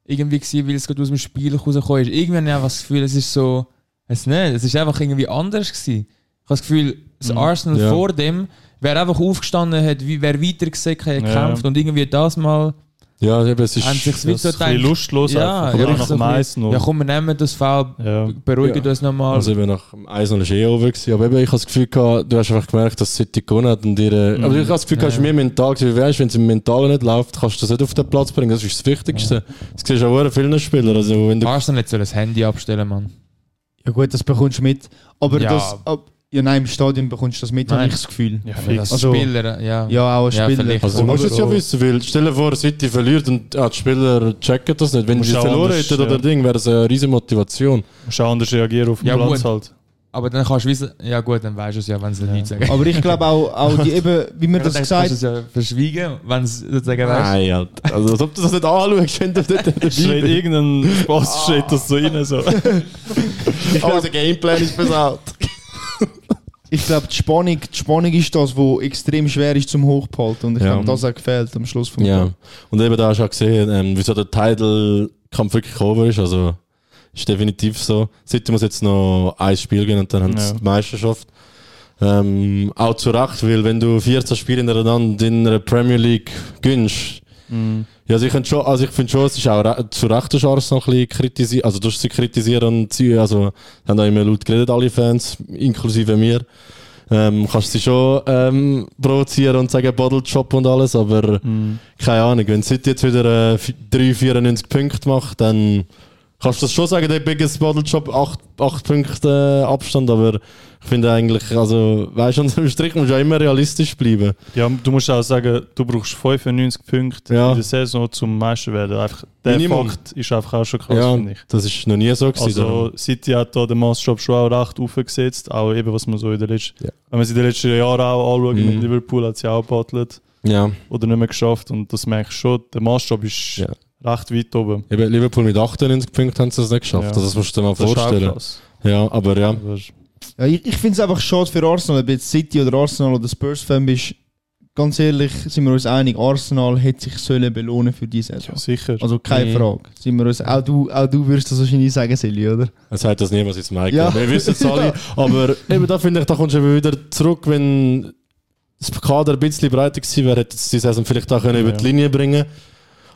S1: irgendwie gewesen, weil es gerade aus dem Spiel rausgekommen ist. Irgendwie habe ich einfach das Gefühl, es ist so, es nicht, es ist einfach irgendwie anders gewesen. Ich habe das Gefühl, das
S6: Mhm.
S1: Arsenal
S5: Ja.
S1: vor dem, wer einfach aufgestanden hat, wie- wer weiter gesehen hat, gekämpft und irgendwie das mal
S5: Ja, eben, es ist.
S1: haben sich
S6: Das ist
S1: so
S6: ein bisschen
S1: gedacht,
S6: lustlos
S1: ja,
S6: einfach.
S1: ja,
S6: Aber
S1: so
S6: nach
S1: ein
S6: dem 1
S1: ja komm, wir nehmen das Foul,
S6: Ja.
S1: beruhigen uns nochmal.
S5: Also eben nach dem 1 war eh over. Gewesen. Aber eben, ich habe das Gefühl, gehabt, du hast einfach gemerkt, dass City gewonnen hat. Und
S7: Mhm.
S5: ihre, Aber ich habe das Gefühl, ja. es ist mehr mental. gewesen. Weißt, wenn es im Mentalen nicht läuft, kannst du das nicht auf den Platz bringen. Das ist das Wichtigste. Das siehst du auch an vielen Spielern. Also, wenn du,
S1: Arsenal hat so ein Handy abstellen, Mann.
S7: Ja gut, das bekommst du mit. Aber
S1: Ja.
S7: das. Ab, ja, nein, im Stadion bekommst du das mit, habe
S1: Nein.
S7: ich das Gefühl. Ja,
S1: Aber das
S7: Also-
S1: Spieler, ja.
S7: auch als
S1: Ja,
S7: Spieler.
S1: vielleicht.
S5: also, du
S7: Aber
S5: musst es ja
S7: so-
S5: wissen, weil stell dir vor, City verliert und ah, die Spieler checken das nicht. Wenn
S6: Musst
S5: sie
S6: auch
S5: verloren
S6: anders,
S5: hätten oder
S6: ja.
S5: Ding, wäre das eine riesige Motivation.
S6: Musst auch anders reagieren auf den
S1: Ja,
S6: Platz
S1: gut.
S6: halt.
S1: Aber dann kannst du wissen, ja gut, dann weißt du es ja, wenn sie ja. nichts sagen.
S7: Aber ich glaube auch, auch die, eben, wie mir
S1: Aber
S7: das
S1: dann kannst du
S7: gesagt
S1: es ja verschwiegen, wenn es sozusagen weißt.
S5: Nein, Alter. Also, als ob du das nicht anschaust, wenn du dort dabei bist.
S6: Schreit irgendein
S1: Ah.
S6: Spaß, schreit das so rein. So.
S5: Aber der Gameplan ist besaut.
S7: ich glaube, die Spannung, die Spannung ist das, was extrem schwer ist zum Hochbehalten. Und ich
S5: Ja.
S7: glaube, das hat gefehlt am Schluss vom
S5: Ja,
S7: Tag.
S5: und eben da hast du auch gesehen, ähm, wieso der Titelkampf wirklich over ist. Also ist definitiv so. City muss jetzt noch ein Spiel gehen und dann haben sie
S6: Ja.
S5: die Meisterschaft. Ähm, auch zu Recht, weil wenn du 14 Spiele hintereinander in einer Premier League gewinnst, ja, also ich, könnte schon, also ich finde schon, es ist auch re zu Recht ist Arsenal ein bisschen kritisiert, also du hast sie kritisieren und sie, also haben auch immer laut geredet, alle Fans, inklusive mir. Ähm, kannst sie schon ähm, provozieren und sagen Bottle Chop und alles, aber keine Ahnung, wenn City jetzt wieder äh, 3, 94 Punkte macht, dann kannst du das schon sagen, der Biggest Bottle Chop, 8, acht Punkte äh, Abstand, aber ich finde eigentlich, also weißt du, unterm Strich musst du ja immer realistisch bleiben.
S6: Ja, du musst auch sagen, du brauchst 95 Punkte
S5: Ja.
S6: in der Saison zum Meister werden. Einfach, der
S5: Minimum.
S6: Fakt ist einfach auch schon krass,
S5: ja,
S6: finde ich.
S5: das ist noch nie so gewesen. darum.
S6: Also City hat da den Maßstab schon auch recht aufgesetzt, auch eben was man so in den letzten,
S5: Ja. Mhm.
S6: wenn man sie in den letzten Jahren auch anschaut, mit Liverpool hat sie auch gebattelt
S5: ja.
S6: oder nicht mehr geschafft und das merkst du schon, der Maßstab ist
S5: Ja.
S6: recht weit oben.
S5: Eben, Liverpool mit 98 Punkten haben sie das nicht geschafft.
S6: Ja.
S5: Also das musst du dir mal
S6: Das ist auch
S5: vorstellen.
S6: krass.
S5: Ja, aber ja.
S6: Aber
S7: Ja, ich ich finde es einfach schade für Arsenal, ob jetzt City oder Arsenal oder Spurs-Fan bist. Ganz ehrlich, sind wir uns einig, Arsenal hätte sich sollen belohnen für diese Saison.
S6: ja, sicher.
S7: Also keine
S1: Mhm.
S7: Frage. Sind wir uns, auch, du, auch du würdest das wahrscheinlich sagen, Silvio, oder?
S5: Es sagt das niemand ins Mike.
S7: Ja.
S5: Wir wissen es alle.
S7: Ja.
S5: Aber eben da finde ich, da kommst du eben wieder zurück, wenn das Kader ein bisschen breiter gewesen wäre, hätte es die Saison vielleicht auch können über die Linie bringen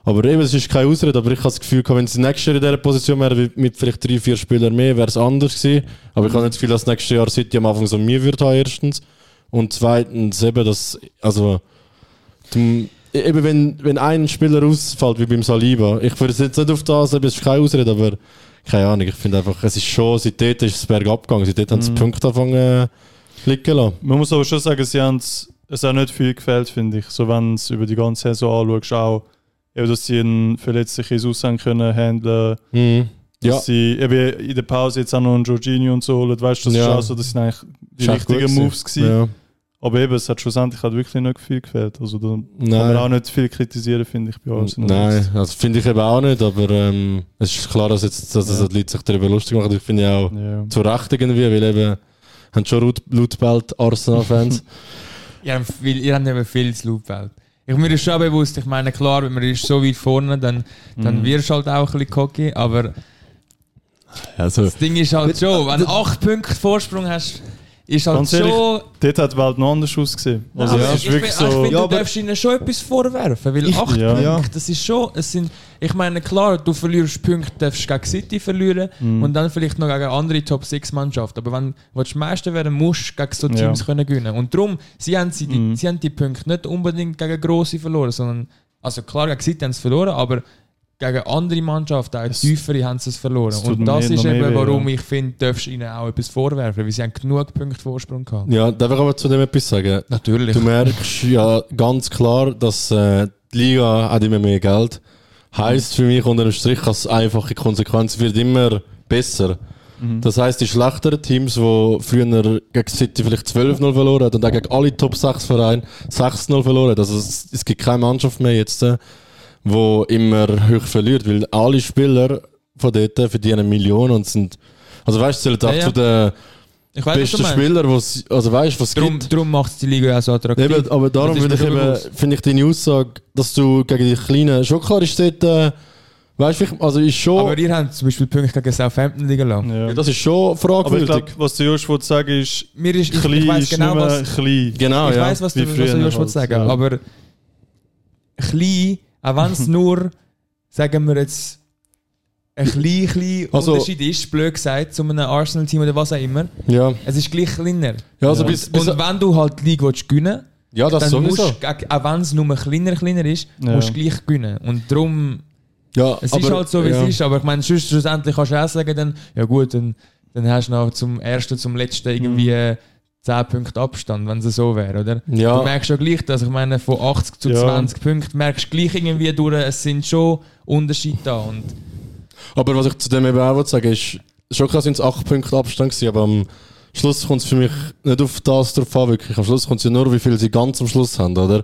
S5: Aber eben, es ist keine Ausrede, aber ich habe das Gefühl, gehabt, wenn sie nächstes Jahr in dieser Position wäre, wie- mit vielleicht drei, vier Spielern mehr, wäre es anders gewesen. Aber ich habe nicht das Gefühl, dass nächstes Jahr City am Anfang so Mühe wird haben, erstens. Und zweitens eben, dass, also, zum, eben wenn, wenn ein Spieler ausfällt, wie beim Saliba, ich würde es jetzt nicht auf das, eben, es ist keine Ausrede, aber keine Ahnung, ich finde einfach, es ist schon, seitdem ist es bergab gegangen, seitdem haben sie Punkte angefangen äh, liegen lassen.
S6: Man muss aber schon sagen, sie haben es auch nicht viel gefällt, finde ich. So, wenn du es über die ganze Saison anschaust, auch, eben, dass sie ein verletzliches Aussehen können handeln
S5: Mhm.
S6: dass
S5: Ja,
S6: sie eben in der Pause jetzt auch noch einen Jorginho und so holen. Weißt du, das
S5: Ja.
S6: ist auch so, das sind eigentlich die
S5: ist echt gut
S6: richtigen
S5: gewesen.
S6: Moves gewesen.
S5: Ja.
S6: Aber eben, es hat schlussendlich halt wirklich nicht viel gefällt. Also da kann
S5: Nein.
S6: man auch nicht viel kritisieren, finde ich, bei Arsenal.
S5: Nein, also finde ich eben auch nicht, aber ähm, es ist klar, dass, jetzt, dass
S6: Ja.
S5: die Leute sich darüber lustig machen. Ich finde ja auch
S6: Ja.
S5: zu Recht irgendwie, weil eben haben schon laut, laut bellt Arsenal-Fans.
S1: Ihr habt, viel, ihr habt eben viel zu laut gewählt. Ich mir ist schon bewusst, ich meine, klar, wenn man ist so weit vorne, dann,
S6: Mhm.
S1: dann wirst du halt auch ein bisschen cocky, aber
S5: also,
S1: das Ding ist halt schon, wenn du 8 Punkte Vorsprung hast, ist halt
S6: Ganz
S1: schon...
S6: ehrlich, Dort hat die Welt noch anders ausgesehen. Also
S1: Aber
S6: es
S1: ich
S6: ist wirklich
S1: bin- ah,
S6: so...
S1: Ich finde,
S7: Ja,
S1: du
S7: aber-
S1: darfst ihnen schon etwas vorwerfen, weil
S7: Ich-
S1: 8
S6: Ja.
S7: Ja.
S1: Punkte, das ist schon, es sind, ich meine, klar, du verlierst Punkte, darfst gegen City verlieren
S6: Mhm.
S1: und dann vielleicht noch gegen andere Top 6 Mannschaften, aber wenn willst du Meister werden musst, du gegen so
S6: Ja. Mhm.
S1: Teams können gewinnen und darum, sie haben, sie, die, sie haben die Punkte nicht unbedingt gegen grosse verloren, sondern, also klar, gegen City haben sie verloren, aber gegen andere Mannschaften, auch tiefere, haben sie es verloren.
S6: es tut
S1: Und
S6: mir
S1: das
S6: noch
S1: ist
S6: mehr
S1: eben,
S6: weh,
S1: warum
S6: ja.
S1: ich finde, darfst ihnen auch etwas vorwerfen, weil sie haben genug Punkte Vorsprung gehabt.
S5: ja, darf ich aber zu dem etwas sagen?
S1: Natürlich.
S5: Du merkst ja ganz klar, dass äh, die Liga hat immer mehr Geld. Heißt für mich unter dem Strich als einfache Konsequenz wird immer besser.
S1: Mhm.
S5: Das heißt, die schlechteren Teams, die früher gegen City vielleicht 12-0 verloren haben und dann gegen alle Top 6 Vereine 6-0 verloren haben, also es, es gibt keine Mannschaft mehr jetzt, äh, wo immer hoch verliert, weil alle Spieler von dort verdienen Millionen und sind, also weißt du, zählt auch
S1: Ja, ja.
S5: zu den
S1: Ich weiß, was du
S5: besten
S1: meinst.
S5: Spielern, wo's- also weißt du, was es
S1: Darum,
S5: gibt.
S1: darum macht es die Liga auch so attraktiv.
S5: Eben, aber darum
S1: Das ist
S5: finde ich,
S1: mir
S5: eben,
S1: bewusst.
S5: finde ich deine Aussage, dass du gegen die Kleinen, schon klar ist dort, äh, weißt du, also ist schon,
S1: Aber ihr habt zum Beispiel Punkte gegen Southampton liegen lassen.
S6: Ja.
S5: ja, das ist schon
S6: Aber ich
S5: fragwürdig.
S6: glaube, was der Josh wollte sagen ist,
S1: Mir ist, ich,
S6: klein
S1: ich weiß
S6: ist
S1: genau,
S6: nicht mehr
S1: was,
S6: klein.
S5: genau,
S1: ich
S5: ja.
S1: weiß, was
S6: wie
S1: du was du
S6: früher
S1: Josh
S6: halt,
S1: willst sagen,
S6: ja.
S1: aber klein, auch wenn es nur, sagen wir jetzt, ein klein, klein
S5: Also-
S1: Unterschied ist, blöd gesagt, zu einem Arsenal-Team oder was auch immer.
S5: ja.
S1: Es ist gleich kleiner.
S5: ja, also bis, bis,
S1: Und wenn du halt die Liga willst gewinnen
S5: ja, das
S1: dann musst
S5: sowieso.
S1: du, geg- auch wenn es nur kleiner, kleiner ist,
S6: Ja.
S1: musst du gleich gewinnen. Und darum,
S5: Ja,
S1: es
S5: aber,
S1: ist halt so, wie
S5: ja.
S1: es ist, aber ich meine, sonst schlussendlich kannst du auch sagen, dann, ja gut, dann, dann hast du noch zum ersten, zum letzten irgendwie äh, 10 Punkte Abstand, wenn es so wäre, oder? Du
S5: Mhm. Ja,
S1: merkst ja gleich, dass ich meine, von 80 zu
S6: Ja.
S1: 20 Punkten merkst du gleich irgendwie durch, es sind schon Unterschiede da. Und
S5: aber was ich zu dem eben auch wollte sagen ist, schon klar sind es 8 Punkte Abstand gewesen, aber am Schluss kommt es für mich nicht auf das drauf an, wirklich. Am Schluss kommt es ja nur, wie viel sie ganz am Schluss haben, oder?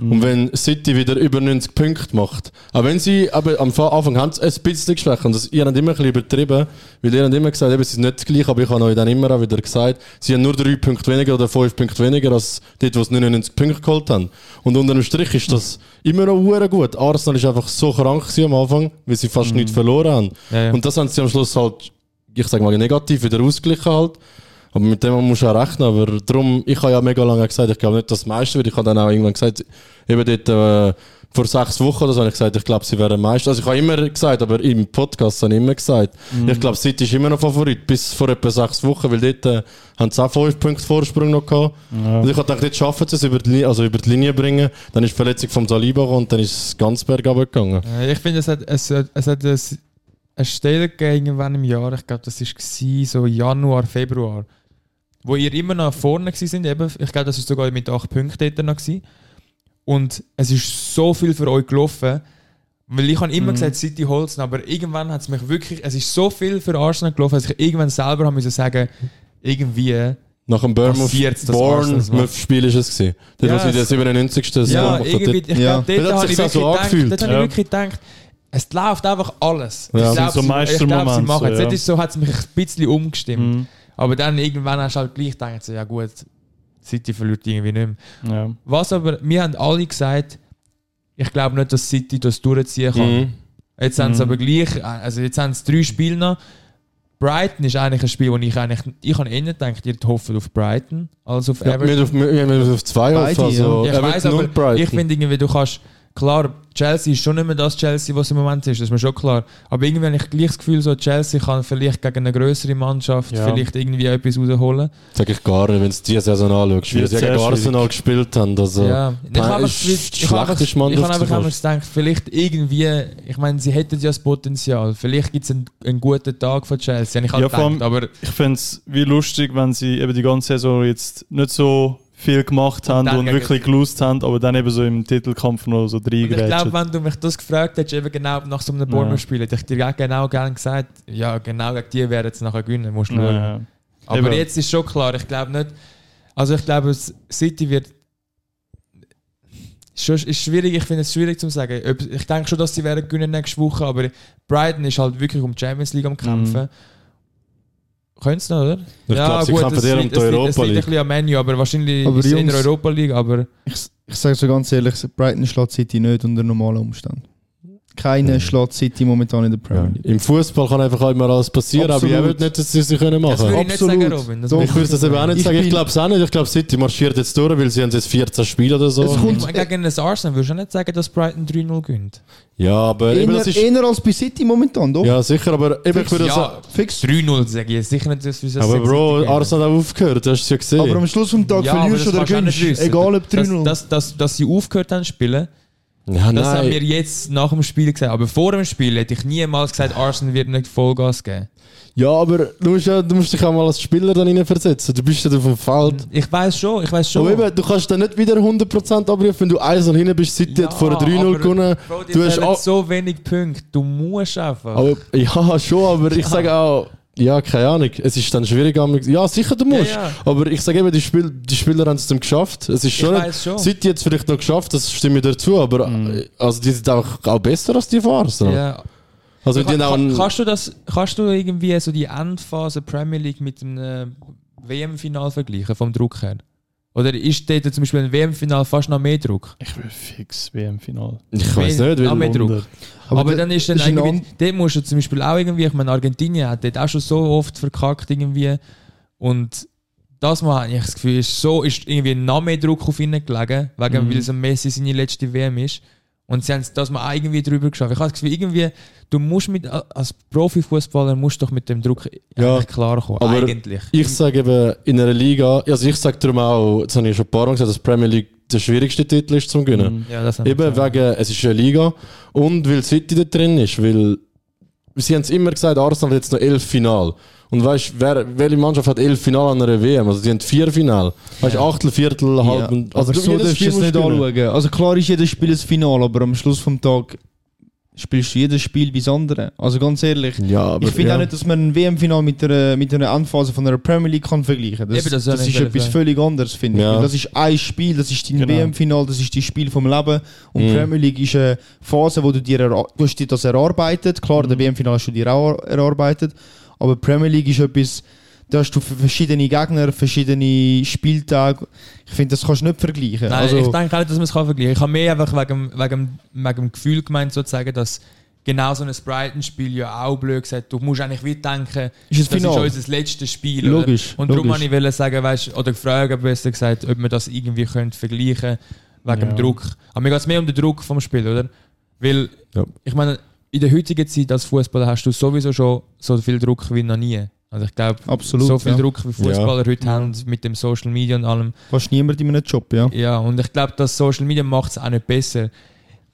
S5: Und wenn City wieder über 90 Punkte macht, auch wenn sie aber am Fa- Anfang haben sie ein bisschen geschwächt und das, ihr habt immer ein bisschen übertrieben, weil ihr habt immer gesagt, eben, es ist nicht gleich, aber ich habe euch dann immer auch wieder gesagt, sie haben nur drei Punkte weniger oder fünf Punkte weniger als dort, wo sie 99 Punkte geholt haben. Und unter dem Strich ist das immer noch hure gut. Arsenal ist einfach so krank gewesen am Anfang, weil sie fast nichts verloren haben.
S1: Ja, ja.
S5: Und das haben sie am Schluss halt, ich sage mal, negativ wieder ausgeglichen halt. Aber mit dem muss man auch rechnen. Aber darum, ich habe ja mega lange gesagt, ich glaube nicht, dass es Meister wird. Ich habe dann auch irgendwann gesagt, eben dort äh, vor sechs Wochen oder so, habe ich gesagt, ich glaube, sie wären Meister. Also ich habe immer gesagt, aber im Podcast habe ich immer gesagt,
S1: Mhm.
S5: ich glaube, City ist immer noch Favorit, bis vor etwa sechs Wochen, weil dort äh, haben sie auch fünf Punkte Vorsprung noch gehabt. Und ich habe gedacht, jetzt schaffen sie es über die, Linie, also über die Linie bringen. Dann ist die Verletzung vom Saliba gekommen und dann ist es ganz bergab gegangen.
S1: äh, ich finde, es hat, es, hat- es hat ein, eine Stelle gegeben irgendwann im Jahr, ich glaube, das war so Januar, Februar, wo ihr immer noch vorne gsi sind. Eben, ich glaube, das war sogar mit 8 Punkten dort noch. Gewesen. Und es ist so viel für euch gelaufen. Weil ich habe immer gesagt, City holzen, aber irgendwann hat es mich wirklich, es ist so viel für Arsenal gelaufen, dass ich irgendwann selber haben müssen sagen, irgendwie
S5: Nach dem Bournemouth-
S1: Passiert's, dass Arsenal es macht.
S5: Bournemouth-Spiel ist es gewesen. Dort,
S1: Ja,
S5: wo sie den
S1: es-
S5: 97. Saison
S1: Ja,
S5: gemacht haben.
S1: irgendwie, ich
S7: Ja.
S1: glaube, dort,
S5: Das hat
S1: habe
S5: sich
S1: ich,
S5: auch
S1: wirklich
S5: so angefühlt.
S1: gedacht, dort habe
S6: Ja.
S1: ich wirklich gedacht, es läuft einfach alles.
S5: Ja.
S1: ich
S6: Das
S1: glaube, sie- ich
S6: sind so
S1: glaube, sie
S6: Meistermomente,
S1: machen es.
S6: ja.
S1: Das ist So hat es mich ein bisschen umgestimmt.
S6: Mhm.
S1: Aber dann irgendwann hast du halt gleich gedacht, so, ja gut, City verliert irgendwie nicht mehr.
S6: Ja.
S1: Was aber, wir haben alle gesagt, ich glaube nicht, dass City das durchziehen kann.
S5: Mhm.
S1: Jetzt haben sie aber gleich, also jetzt haben sie drei Spiele noch. Brighton ist eigentlich ein Spiel, wo ich eigentlich, ich habe eh nicht gedacht, ihr hofft auf Brighton, als auf
S5: Ja,
S1: Everton.
S5: wir, wir, wir müssen auf zwei
S7: Beide,
S5: hoffen. Also,
S1: Ja, ich
S5: Everton
S1: weiß,
S5: und
S1: aber
S5: Brighton.
S1: ich finde irgendwie, du kannst, klar, Chelsea ist schon nicht mehr das Chelsea, was im Moment ist, das ist mir schon klar. Aber irgendwie habe ich gleich das Gefühl, so Chelsea kann vielleicht gegen eine größere Mannschaft
S6: Ja.
S1: vielleicht irgendwie etwas rausholen.
S5: Sag ich gar nicht, wenn du diese Saison anschaust, wie
S6: Wird
S5: sie gegen
S6: sehr schwierig.
S5: Arsenal gespielt haben. Also,
S1: ja. Ich habe
S5: Nein,
S1: einfach,
S5: ist
S1: ich
S5: die
S1: habe einfach, ich habe
S5: schlechteste Mannschaft
S1: einfach
S5: der
S1: immer
S5: Welt.
S1: gedacht, vielleicht irgendwie, ich meine, sie hätten ja das Potenzial, vielleicht gibt es einen, einen guten Tag von Chelsea, habe ich halt
S6: Ja, vor
S1: gedacht,
S6: allem-
S1: aber
S6: Ich fände es wie lustig, wenn sie eben die ganze Saison jetzt nicht so viel gemacht haben
S1: dann
S6: und,
S1: gegen-
S6: wirklich gelost haben, aber dann eben so im Titelkampf noch so
S1: Und ich glaube,
S6: reingrätscht.
S1: wenn du mich das gefragt hättest, eben genau nach so einem Bournemouth-Spiel, hätte ich dir auch genau gerne gesagt, ja, genau gegen die werden sie nachher gewinnen, musst du schauen.
S6: Ja.
S1: Aber
S6: Eben.
S1: jetzt ist schon klar, ich glaube nicht. Also ich glaube, es- City wird. Schon- Ist schwierig, ich finde es schwierig zu sagen. Ob- Ich denke schon, dass sie werden gewinnen nächste Woche, aber Brighton ist halt wirklich um die Champions League am Kämpfen. Können sie noch, oder?
S5: Mhm. Ich glaub, sie kämpfen
S1: es
S5: eher um
S1: liegt-
S5: die
S1: es liegt-
S5: Europa
S1: Es liegt
S5: League.
S1: ein bisschen am Menu, aber wahrscheinlich
S7: Aber
S1: ist es eher in der
S7: Jungs-
S1: Europa League, aber
S7: Ich, ich sage so ganz ehrlich, Brighton schlägt City nicht unter normalen Umständen. Keiner schlägt City momentan in der Premier League.
S5: Im Fußball kann einfach auch immer alles passieren,
S7: Absolut.
S5: aber ich will nicht, dass sie es
S1: das
S5: können machen
S1: würde ich
S5: können.
S1: nicht
S7: Absolut.
S1: sagen, Robin. Das
S7: Doch.
S5: Ich würde das eben auch nicht
S7: Ich
S5: sagen. Ich
S7: bin-
S5: glaube es auch nicht. Ich glaube, City marschiert jetzt durch, weil sie haben jetzt 14 Spiele oder so.
S7: Es
S1: Ich
S7: kommt-
S1: meine, gegen das Arsenal würdest du nicht sagen, dass Brighton 3-0 gewinnt.
S5: Ja, aber eben, das
S7: Eher,
S5: ist...
S7: eher als bei City momentan, doch?
S5: Ja, sicher, aber eben, ich würde
S1: Ja.
S5: sagen...
S7: Fix.
S1: 3-0 sage ich jetzt sicher nicht, dass wir das
S5: Aber
S1: City
S5: Bro,
S1: gewinnen.
S5: Arsenal hat aufgehört, hast du es ja gesehen.
S7: Aber am Schluss vom Tag
S1: aber
S7: verlierst
S1: das
S7: oder
S1: kannst du auch
S7: gewinnst.
S1: nicht wissen.
S7: Egal ob 3-0.
S1: Dass, dass, dass, dass sie aufgehört haben zu spielen,
S5: Ja,
S1: Das haben wir
S5: nein.
S1: jetzt nach dem Spiel gesagt. Aber vor dem Spiel hätte ich niemals gesagt, Arsenal wird nicht Vollgas geben.
S5: Ja, aber du musst, ja, du musst dich auch mal als Spieler dann reinversetzen. Du bist ja auf dem Feld.
S1: Ich weiß schon, ich weiß schon.
S5: Aber eben, du kannst dann nicht wieder 100% abrufen, wenn du 1-0 hinten bist, City hat vor 3-0
S1: aber,
S5: gewonnen.
S1: Bro, dir
S5: Du hast
S1: fehlen
S5: auch,
S1: so wenig Punkte. Du musst einfach.
S5: aber, ja, schon, aber ich
S1: Ja.
S5: sage auch, ja, keine Ahnung, es ist dann schwierig. am- Ja, sicher, du musst.
S1: ja.
S5: Aber ich sage eben, die, Spiel, die Spieler haben es dann geschafft. Es ist schon, nicht-
S1: weiss schon. Mhm.
S5: City hat es vielleicht noch geschafft, das stimme ich dazu, aber äh, also, die sind auch, auch besser als die von Arsenal.
S1: ja.
S5: Also, die haben auch
S1: Kann,
S5: einen,
S1: kannst, du das, kannst du irgendwie so die Endphase Premier League mit einem WM-Final vergleichen, vom Druck her? Oder ist dort zum Beispiel ein WM-Final fast noch mehr Druck?
S6: Ich will fix WM-Final.
S5: ich weiß nicht,
S1: Noch mehr
S5: weil,
S1: Druck. Aber, dann ist dann
S7: ist ein
S1: irgendwie, dort musst du zum Beispiel auch irgendwie, ich meine, Argentinien hat dort auch schon so oft verkackt irgendwie. Und das Mal habe ich das Gefühl, ist so ist irgendwie noch mehr Druck auf ihn gelegen, wegen,
S5: Mhm.
S1: weil es am Messi seine letzte WM ist. Und sie haben es das mal auch irgendwie drüber geschafft. Ich habe das Gefühl, irgendwie, du musst mit, als Profifußballer musst du doch mit dem Druck
S5: Ja.
S1: eigentlich klarkommen.
S5: Aber
S1: eigentlich.
S5: ich sage eben, in einer Liga, also ich sage darum auch, das habe ich schon ein paar Mal gesagt, dass Premier League der schwierigste Titel ist zum Gewinnen.
S1: Mhm. ja, das haben wir
S5: Eben
S1: gesagt.
S5: wegen, es ist eine Liga und weil City da drin ist, weil sie haben es immer gesagt, Arsenal hat jetzt noch elf Final. Und weißt du, welche Mannschaft hat elf Final an einer WM? Also die haben vier Final. Weißt du, Achtel, Viertel,
S7: Ja,
S5: Halb und. Also
S7: aber so
S5: jedes
S7: darfst du
S5: Spiel
S7: es
S5: musst
S7: nicht
S5: gewinnen.
S7: anschauen. Also klar ist jedes Spiel ein Finale, aber am Schluss vom Tag spielst du jedes Spiel bis andere. Also ganz ehrlich,
S5: Ja, aber
S7: ich finde
S5: ja.
S7: auch nicht, dass man ein WM-Final mit einer, mit einer Endphase von einer Premier League kann vergleichen. Das,
S1: Eben, das
S7: das,
S1: soll ich
S7: ist
S1: gerade
S7: etwas
S1: sagen.
S7: völlig anderes, finde
S5: Ja.
S7: ich. Weil Das ist ein Spiel, das ist dein
S6: Genau.
S7: WM-Final, das ist dein Spiel vom Leben. Und
S5: Mhm.
S7: Premier League ist eine Phase, wo du dir, erar- du hast dir das erarbeitet. Klar,
S1: Mhm.
S7: der WM-Final hast du dir auch erarbeitet. Aber Premier League ist etwas, da hast du verschiedene Gegner, verschiedene Spieltage. Ich finde, das kannst du nicht vergleichen.
S1: Nein,
S7: also,
S1: ich denke auch nicht, dass man es kann vergleichen kann. Ich habe mehr einfach wegen, dem- wegen, dem- wegen dem Gefühl gemeint, sozusagen, dass genau so ein Brighton-Spiel ja auch blöd gesagt Du musst eigentlich wie denken,
S7: Ist es
S1: das
S7: Finale?
S1: ist unser letztes Spiel.
S7: Logisch,
S1: Oder? Und darum
S7: logisch.
S1: wollte ich wollte sagen, weißt, oder fragen, besser gesagt, ob man das irgendwie könnte vergleichen wegen dem Druck. Aber mir geht es mehr um den Druck vom Spiel, oder? Weil,
S5: Ja.
S1: ich meine, in der heutigen Zeit als Fußballer hast du sowieso schon so viel Druck wie noch nie. Also ich glaube,
S7: absolut.
S1: so viel
S7: ja.
S1: Druck wie Fußballer heute haben mit dem Social Media und allem.
S7: Fast niemand in einem Job, ja.
S1: Ja, und ich glaube, das Social Media macht es auch nicht besser.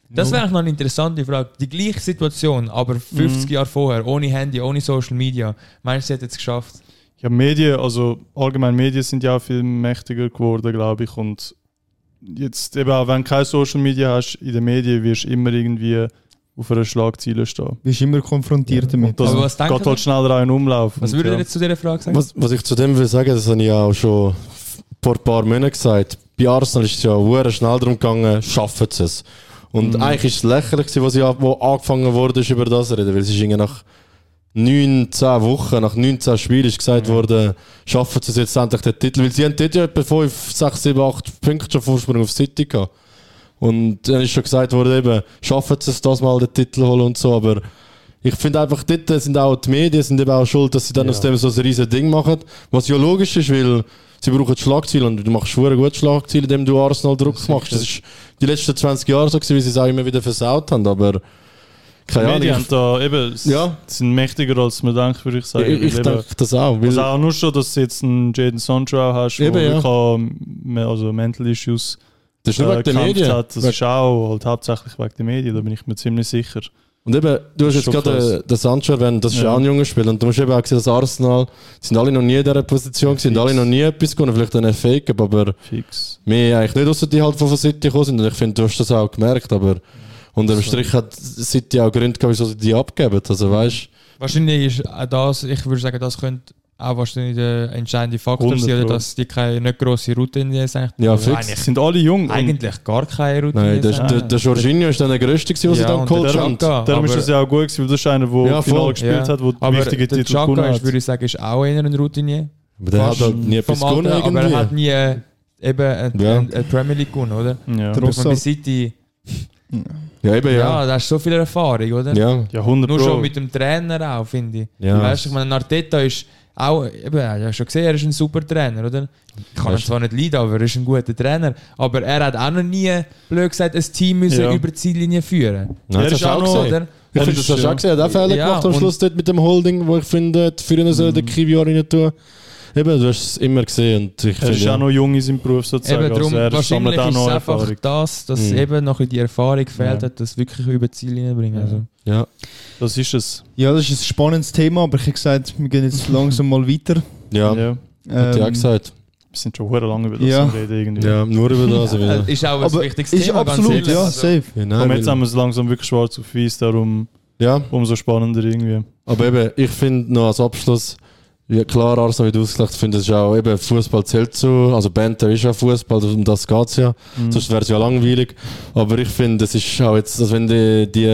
S1: Das wäre eigentlich noch eine interessante Frage. Die gleiche Situation, aber 50 Jahre vorher, ohne Handy, ohne Social Media. Meinst du, sie hat es geschafft?
S6: Ja, Medien, also allgemein Medien sind ja auch viel mächtiger geworden, glaube ich. Und jetzt eben auch, wenn du kein Social Media hast, in den Medien wirst du immer irgendwie auf einer Schlagzeile stehen.
S7: Bist immer konfrontiert damit.
S6: Und das
S1: Aber was denkt
S6: geht
S1: ihr?
S6: halt schneller auch in Umlauf.
S1: Was
S6: Und
S1: würdet
S6: ja.
S1: ihr jetzt zu dieser Frage sagen?
S5: Was, was ich zu dem will sagen, das habe ich auch schon vor ein paar Monaten gesagt. Bei Arsenal ist es ja hure schnell darum gegangen, schaffen sie es. Und eigentlich ist es lächerlich, gewesen, was ich, an- wo angefangen wurde, ist über das zu reden, weil es ist irgendwie nach 9, 10 Wochen, nach 9, 10 Spielen ist gesagt worden, schaffen sie es jetzt endlich den Titel, weil sie haben dort ja etwa 5, 6, 7, 8 Punkte schon Vorsprung auf City gehabt. Und dann ist schon gesagt worden, eben, schaffen sie es das mal, den Titel holen und so, aber ich finde einfach, dort sind auch die Medien sind eben auch schuld, dass sie dann aus dem so ein riesiges Ding machen. Was ja logisch ist, weil sie brauchen Schlagzeilen und du machst schwere gute Schlagzeilen, indem du Arsenal Druck machst. Das ist die letzten 20 Jahre so gewesen, wie sie es auch immer wieder versaut haben, aber keine
S6: Die Medien
S5: Ahnung.
S6: haben da eben, s-
S5: Ja.
S6: sind mächtiger als man denkt, würde ich
S5: Ich,
S6: sagen.
S5: ich, ich
S6: Weil eben,
S5: denke das auch. Weil,
S6: also auch nur schon, dass du jetzt einen Jaden Sancho auch hast,
S5: Eben,
S6: wo
S5: ja.
S6: wirklich auch, m- also Mental Issues
S5: das ist nur
S6: äh,
S5: wegen den
S6: gekämpft
S5: Medien.
S6: hat. Das
S5: Wegen-
S6: ist auch halt hauptsächlich wegen den Medien, da bin ich mir ziemlich sicher.
S5: Und eben, du hast
S6: ist
S5: jetzt
S6: schon
S5: gerade
S6: krass.
S5: äh, den Sancho erwähnt, das ist
S6: Ja.
S5: auch ein junger Spieler. Und du musst eben auch sehen, dass Arsenal, sind alle noch nie in dieser Position, sind alle noch nie etwas gewonnen, vielleicht einen Fake, aber
S6: Fix.
S5: mehr eigentlich nicht, außer die halt von City gekommen sind. Und ich finde, du hast das auch gemerkt, aber unterm Strich hat City auch Gründe gehabt, wieso sie die abgeben. Also weißt
S1: Wahrscheinlich ist auch das, ich würde sagen, das könnte auch wahrscheinlich der entscheidende Faktor
S6: 100
S1: sein, oder
S6: Pro.
S1: dass die keine nicht grosse Route in die sind.
S5: Ja,
S1: Also
S5: fix.
S1: Eigentlich,
S6: Sind alle jung. und
S1: eigentlich gar keine Route
S5: nein,
S1: in
S5: der,
S1: die
S5: der, der Jorginho ist dann der Größte, gewesen, was sie dann geholt haben.
S6: Darum ist das ja auch gut gewesen, weil das ist einer, der
S5: Ja, voll.
S6: Final gespielt
S1: Ja.
S6: hat, der
S1: Aber
S6: wichtige
S1: der
S6: Titel
S1: Chaka
S6: gewonnen
S1: ist, würde
S6: hat.
S1: ich sagen, ist auch eher ein Routinier.
S5: Aber der hat
S1: Fast
S5: halt nie etwas
S1: vom
S5: gewonnen
S1: Alter, aber er hat
S5: irgendwie.
S1: nie äh, eben eine,
S5: Ja.
S1: eine, eine Premier League gewonnen, oder?
S6: Ja.
S7: Der
S1: Muss man bei
S7: Russell.
S1: City.
S5: Ja, eben,
S1: Ja,
S5: ja.
S1: da hast du so viel Erfahrung, oder?
S5: Ja,
S6: Ja, 100
S1: Nur
S6: Pro.
S1: schon mit dem Trainer auch, finde ich.
S5: Ja.
S1: Weißt du, ich meine, Arteta ist auch, eben, ja, ich habe schon gesehen, er ist ein super Trainer, oder? Ich kann ihn
S5: Weißt du.
S1: zwar nicht leiden, aber er ist ein guter Trainer. Aber er hat auch noch nie, blöd gesagt, ein Team müssen
S6: Ja.
S1: über die Ziellinie führen.
S5: Nein,
S6: Er
S5: das hast
S6: ist
S5: du
S6: auch
S5: auch
S6: noch-
S5: gesehen.
S1: Oder?
S5: Ich
S6: Er
S5: finde,
S6: ist,
S5: das hast du
S6: äh, ja. Mhm.
S5: auch gesehen. Er hat auch Fehler
S1: Ja,
S5: gemacht am
S1: und-
S5: Schluss dort mit dem Holding, wo ich finde, die Führer sollen den Kiwi auch rein tun. Eben, du hast es immer gesehen und ich
S6: Er ist auch
S5: finde,
S6: noch jung in seinem Beruf sozusagen.
S1: Eben darum,
S6: also er
S1: wahrscheinlich
S6: sammelt auch
S1: ist es
S6: noch
S1: einfach
S6: Erfahrung.
S1: das, dass
S5: Mhm.
S1: eben noch ein bisschen die Erfahrung gefehlt
S6: Ja.
S1: hat, das wirklich über die Ziele hinbringen. Also.
S5: ja,
S6: Das ist es.
S7: Ja, das ist ein spannendes Thema, aber ich habe gesagt, wir gehen jetzt langsam mal weiter.
S5: ja, ja.
S6: Ja.
S5: hat ja
S7: Ähm,
S5: gesagt.
S6: Wir sind schon verdammt lange über das
S7: Ja.
S6: am reden irgendwie.
S5: Ja, nur über das.
S1: Äh,
S5: wieder.
S1: Ist auch ein
S7: aber
S1: wichtiges
S7: ist
S1: Thema. ganz
S7: absolut,
S1: ehrlich.
S7: ja,
S1: Also,
S7: safe.
S5: Ja, nein,
S6: Aber
S5: weil-
S6: jetzt haben wir es langsam wirklich schwarz auf weiß, darum
S5: ja,
S6: umso spannender irgendwie.
S5: aber eben, ich finde noch als Abschluss, ja, klar, Arsenal, wie du ausgesagt hast, finde ich auch eben, Fußball zählt zu. Also, Banter ist ja Fußball, um das geht es ja. Sonst wäre es ja langweilig. Aber ich finde, es ist auch jetzt, dass wenn die, die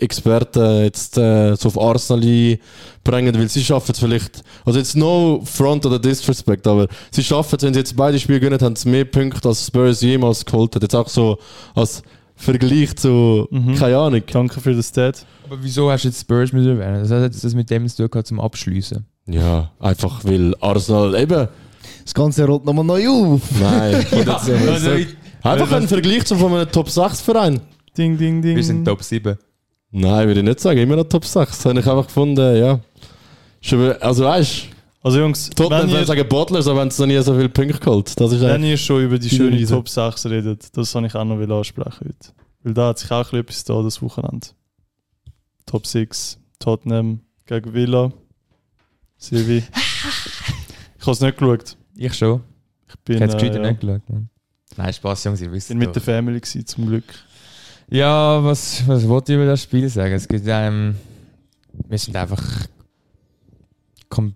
S5: Experten jetzt äh, so auf Arsenal bringen, weil sie schaffen es vielleicht, also jetzt no front oder disrespect, aber sie schaffen es, wenn sie jetzt beide Spiele gewinnen, haben sie mehr Punkte, als Spurs jemals geholt hat. Jetzt auch so als Vergleich zu, keine Ahnung.
S6: Danke für das Dad.
S1: Aber wieso hast du jetzt Spurs müssen werden? Das hat jetzt das mit dem zu tun gehabt, zum Abschliessen.
S5: Ja, einfach weil Arsenal eben.
S7: Das Ganze rollt nochmal neu auf.
S5: Nein.
S1: Also, ich-
S5: einfach ein Vergleich zu von einem Top 6 Verein.
S6: Ding, ding, ding.
S1: wir sind Top 7.
S5: Nein, würde ich nicht sagen. Immer noch Top 6. Habe ich einfach gefunden, ja. Schon be- Also weißt
S6: Also Jungs,
S5: du, Tottenham
S6: wenn
S5: würde
S6: ihr,
S5: sagen Bottlers, aber wenn es noch nie so viele Punkte geholt. Das ist
S6: wenn
S5: eigentlich.
S6: ihr schon über die
S5: Die
S6: schöne
S5: Riesen.
S6: Top 6 redet, das habe ich auch noch will ansprechen heute. Weil da hat sich auch ein bisschen etwas da das Wochenende. Top 6, Tottenham gegen Villa. Silvi. ich habe es nicht geschaut.
S1: Ich schon.
S6: Ich
S1: Ich
S6: bin,
S1: hätte es
S6: äh,
S1: gescheit
S6: ja,
S1: nicht geschaut. ne? Nein, Spaß, Jungs, ihr wisst
S6: bin mit
S1: doch.
S6: der Family gewesen, zum Glück.
S1: Ja, was, was wollte ich über das Spiel sagen? Es gibt einem. Wir sind einfach. Com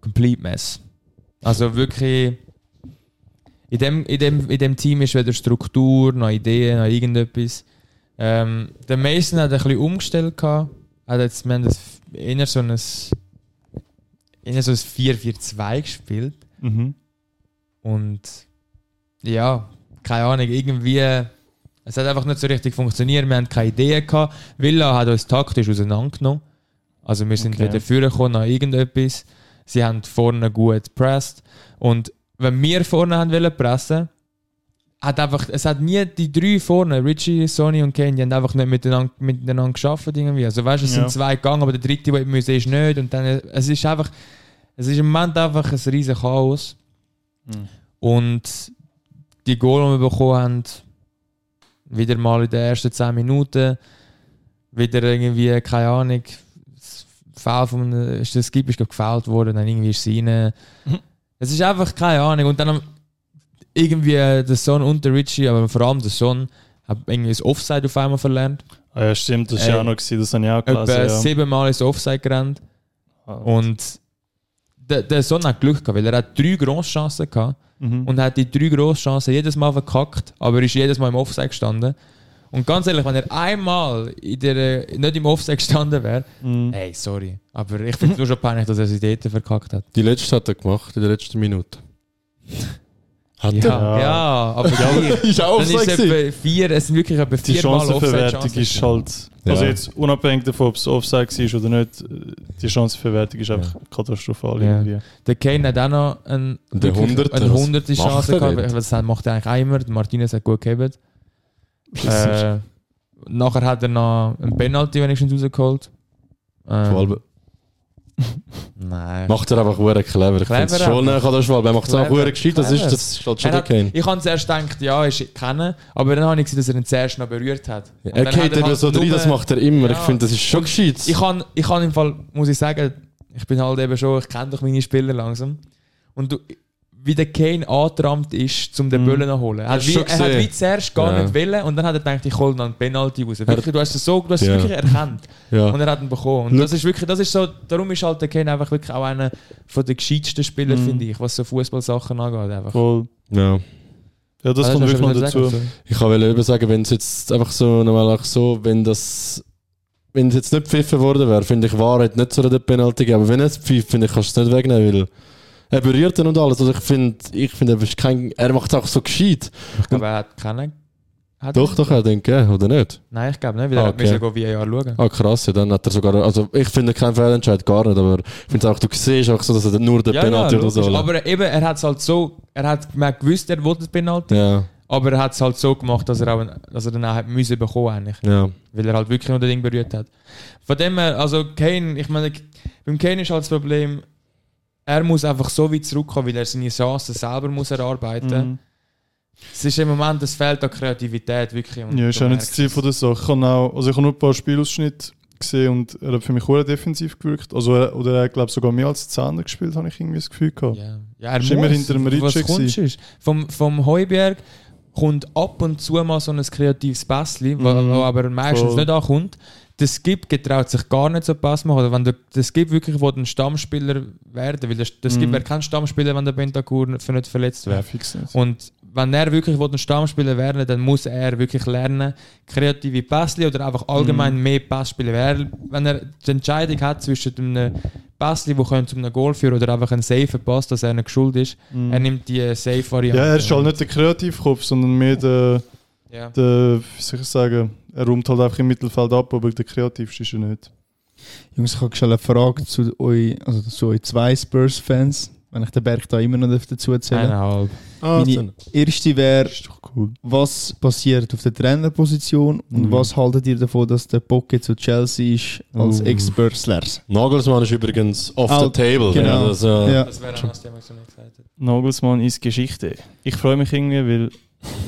S1: complete mess. Also wirklich. In dem, in, dem, in dem Team ist weder Struktur, noch Ideen, noch irgendetwas. Ähm, der Mason hat ein bisschen umgestellt. Gehabt. Hat jetzt, wir haben das eher so ein, eher so ein 4-4-2 gespielt.
S6: Mhm.
S1: Und ja, keine Ahnung, irgendwie. Es hat einfach nicht so richtig funktioniert. Wir haben keine Ideen gehabt. Villa hat uns taktisch auseinandergenommen. Also wir sind
S6: Okay.
S1: weder führen gekommen noch irgendetwas. Sie haben vorne gut gepresst. Und wenn wir vorne haben wollen pressen, hat einfach, es hat nie die drei vorne, Richie, Sonny und Kane, die haben einfach nicht miteinander, miteinander geschafft irgendwie. Also weißt du, es
S6: Ja.
S1: sind zwei gegangen, aber der dritte, der müssen, ist nicht. Und dann, es ist einfach, es ist im Moment einfach ein riesen Chaos. Und die Goal, die wir bekommen haben, wieder mal in den ersten 10 Minuten, wieder irgendwie, keine Ahnung, das Foul vom, ist der Skip ist gerade gefällt worden, dann irgendwie ist sie rein. Es ist einfach keine Ahnung. Und dann am- irgendwie äh, der Son und der Richie, aber vor allem der Son, hat irgendwie das Offside auf einmal verlernt.
S6: Ah, ja, stimmt, das
S1: Ey.
S6: war ja auch noch, gewesen, das habe ich auch
S1: Etwa
S6: gelesen. Ja. Ah.
S1: siebenmal ins Offside gerannt. Und der, der Son hat Glück gehabt, weil er hat drei grosse Chancen gehabt.
S6: Mhm.
S1: und hat die drei grossen Chancen jedes Mal verkackt, aber ist jedes Mal im Offside gestanden. Und ganz ehrlich, wenn er einmal in der, äh, nicht im Offside gestanden wäre,
S6: Mhm.
S1: ey, sorry, aber ich finde es nur schon peinlich, dass er sie dort verkackt hat.
S5: Die letzte hat er gemacht, in der letzten Minute. Hat
S1: Ja,
S5: er?
S1: ja.
S6: Ja.
S1: aber gleich.
S5: Ist auch
S1: Dann ist es
S5: sexy.
S1: etwa vier, es sind wirklich etwa
S6: Die
S1: vier Mal
S6: Chancenverwertung ist
S1: Offside-Chancen.
S6: halt, also
S5: Ja.
S6: jetzt unabhängig davon, ob es Offside war oder nicht, äh, die Chancenverwertung ist einfach katastrophal
S1: Ja.
S6: irgendwie.
S1: Der Kane hat auch noch ein,
S5: Der
S1: wirklich
S5: Hunderter,
S1: eine
S5: was
S1: hunderte
S5: macht
S1: Chance
S5: er
S1: gehabt,
S5: dort?
S1: weil das macht er eigentlich auch immer, der Martinez hat gut gegeben. Äh, nachher hat er noch einen Penalty wenigstens rausgeholt. Ähm,
S5: Schwalbe.
S1: Nein.
S5: Macht er einfach hure clever. Ich finde es
S1: Clever
S5: schon
S1: einfach.
S5: nah an der Schwalbe. Er macht es auch
S1: Clever.
S5: hure gescheit. Das ist,
S1: Clever.
S5: das ist halt schon
S1: Er
S5: der
S1: hat,
S5: Kane.
S1: ich habe zuerst gedacht, ja, ist kennen, aber dann habe ich gesehen, dass er ihn zuerst noch berührt hat. Und
S5: Er
S1: dann
S5: geht
S1: hat
S5: eben
S1: halt
S5: so
S1: nur-
S5: drin, das macht er immer. Ich
S1: Ja.
S5: finde, das ist schon gescheit.
S1: Ich kann, ich kann im Fall, muss ich sagen, ich bin halt eben schon, ich kenne doch meine Spieler langsam. Und du, wie der Kane angetrammt ist, um den Böllen zu holen. Er hat,
S5: Hast
S1: wie,
S5: du Mhm. schon
S1: er hat
S5: gesehen?
S1: wie zuerst gar
S5: Ja.
S1: nicht wollen und dann hat er gedacht, ich hole noch einen Penalty raus. Wirklich, du hast es so, du hast es
S5: Ja.
S1: wirklich erkannt.
S5: Ja.
S1: Und er hat ihn bekommen. Und das ist wirklich, das ist so, darum ist halt der Kane einfach wirklich auch einer von den gescheitsten
S5: Mhm.
S1: Spielern, finde ich, was so Fußballsachen angeht. Einfach.
S5: Oh,
S6: Voll.
S5: ja.
S6: Ja, das
S1: Ah,
S6: kommt
S1: hast du
S6: wirklich noch
S1: schon
S6: dazu.
S1: gesagt, oder?
S5: Ich kann eben sagen, wenn es jetzt einfach so nochmal auch so, wenn das wenn es jetzt nicht pfiffen worden wäre, finde ich Wahrheit nicht so eine Penalty gegeben. Aber wenn es pfifft, finde ich, kannst du es nicht wegnehmen, weil er berührt ihn und alles. Also ich finde, ich finde, er ist kein, er macht es auch so gescheit.
S1: Aber er hat keinen. Hat
S5: Doch,
S1: er?
S5: doch, er denkt, ja, oder nicht?
S1: Nein, ich glaube nicht, weil er
S5: Okay.
S1: okay. müssen gehen VAR schauen.
S5: Ah, krass, ja, dann hat er sogar, also ich finde keinen Fehlentscheid, gar nicht, aber ich finde es auch, du siehst auch so, dass er nur den Penalty oder so.
S1: logisch. aber eben, er hat es halt so, er hat man hat gewusst, er wollte den Penalty,
S5: ja,
S1: aber er hat es halt so gemacht, dass er, auch, dass er danach hat müssen bekommen eigentlich,
S5: ja.
S1: weil er halt wirklich nur das Ding berührt hat. Von dem her, also Kane, ich meine, beim Kane ist halt das Problem, er muss einfach so weit zurückkommen, weil er seine Chancen selber muss erarbeiten
S6: Mhm.
S1: Es ist im Moment, es fehlt an Kreativität wirklich. und
S6: Ja, ist
S1: du
S6: auch nicht das
S1: merkst
S6: Ziel
S1: es.
S6: von der Sache. Ich habe auch, also ich habe nur ein paar Spielausschnitte gesehen und er hat für mich sehr defensiv gewirkt. Also er, oder er hat, glaube ich, sogar mehr als Zehner gespielt, habe ich irgendwie das Gefühl gehabt.
S1: Ja, ja er
S6: Ist
S1: muss.
S6: immer hinter dem
S1: Was
S6: Ritschek
S1: kommt sonst? Vom, vom Heuberg kommt ab und zu mal so ein kreatives Pässchen, wo,
S6: Mhm.
S1: wo aber meistens
S6: Voll.
S1: nicht ankommt. Der Skip getraut sich gar nicht so Pass machen. Oder wenn der, der Skip wirklich will, ein Stammspieler werden will, der, der Skip
S6: Mhm.
S1: wäre kein Stammspieler, wenn der Bentakur nicht nicht verletzt wäre.
S6: Ja, fix nicht.
S1: Und wenn er wirklich will, ein Stammspieler werden will, dann muss er wirklich lernen, kreative Pässe oder einfach allgemein mehr Pässe spielen. Weil er- Wenn er die Entscheidung hat zwischen einem Pässe, der könnte zu einem Goal führen oder einfach einen safe Pass, dass er nicht schuld ist,
S6: Mhm.
S1: er nimmt die safe Variante.
S6: ja, er ist halt nicht der Kreativkopf, sondern mehr der,
S1: Ja.
S6: der wie soll ich sagen, er räumt halt einfach im Mittelfeld ab, aber der Kreativste ist er nicht.
S7: Jungs, ich habe schon eine Frage zu euch, also zu euch zwei Spurs-Fans, wenn ich den Berg da immer noch dazu erzählen darf.
S1: Eineinhalb.
S5: Ah,
S7: Meine erste wäre,
S6: Ist doch cool.
S7: was passiert auf der Trainerposition und
S6: Mhm.
S7: was haltet ihr davon, dass der Pocket zu Chelsea ist als
S5: Uh.
S7: Ex-Börslers?
S5: Nagelsmann ist übrigens off
S7: Ah,
S5: the table.
S7: genau.
S5: Ja, das, äh,
S7: Ja.
S1: Das wäre auch noch das Thema, was du nicht gesagt hast.
S6: Nagelsmann ist Geschichte. Ich freue mich irgendwie, weil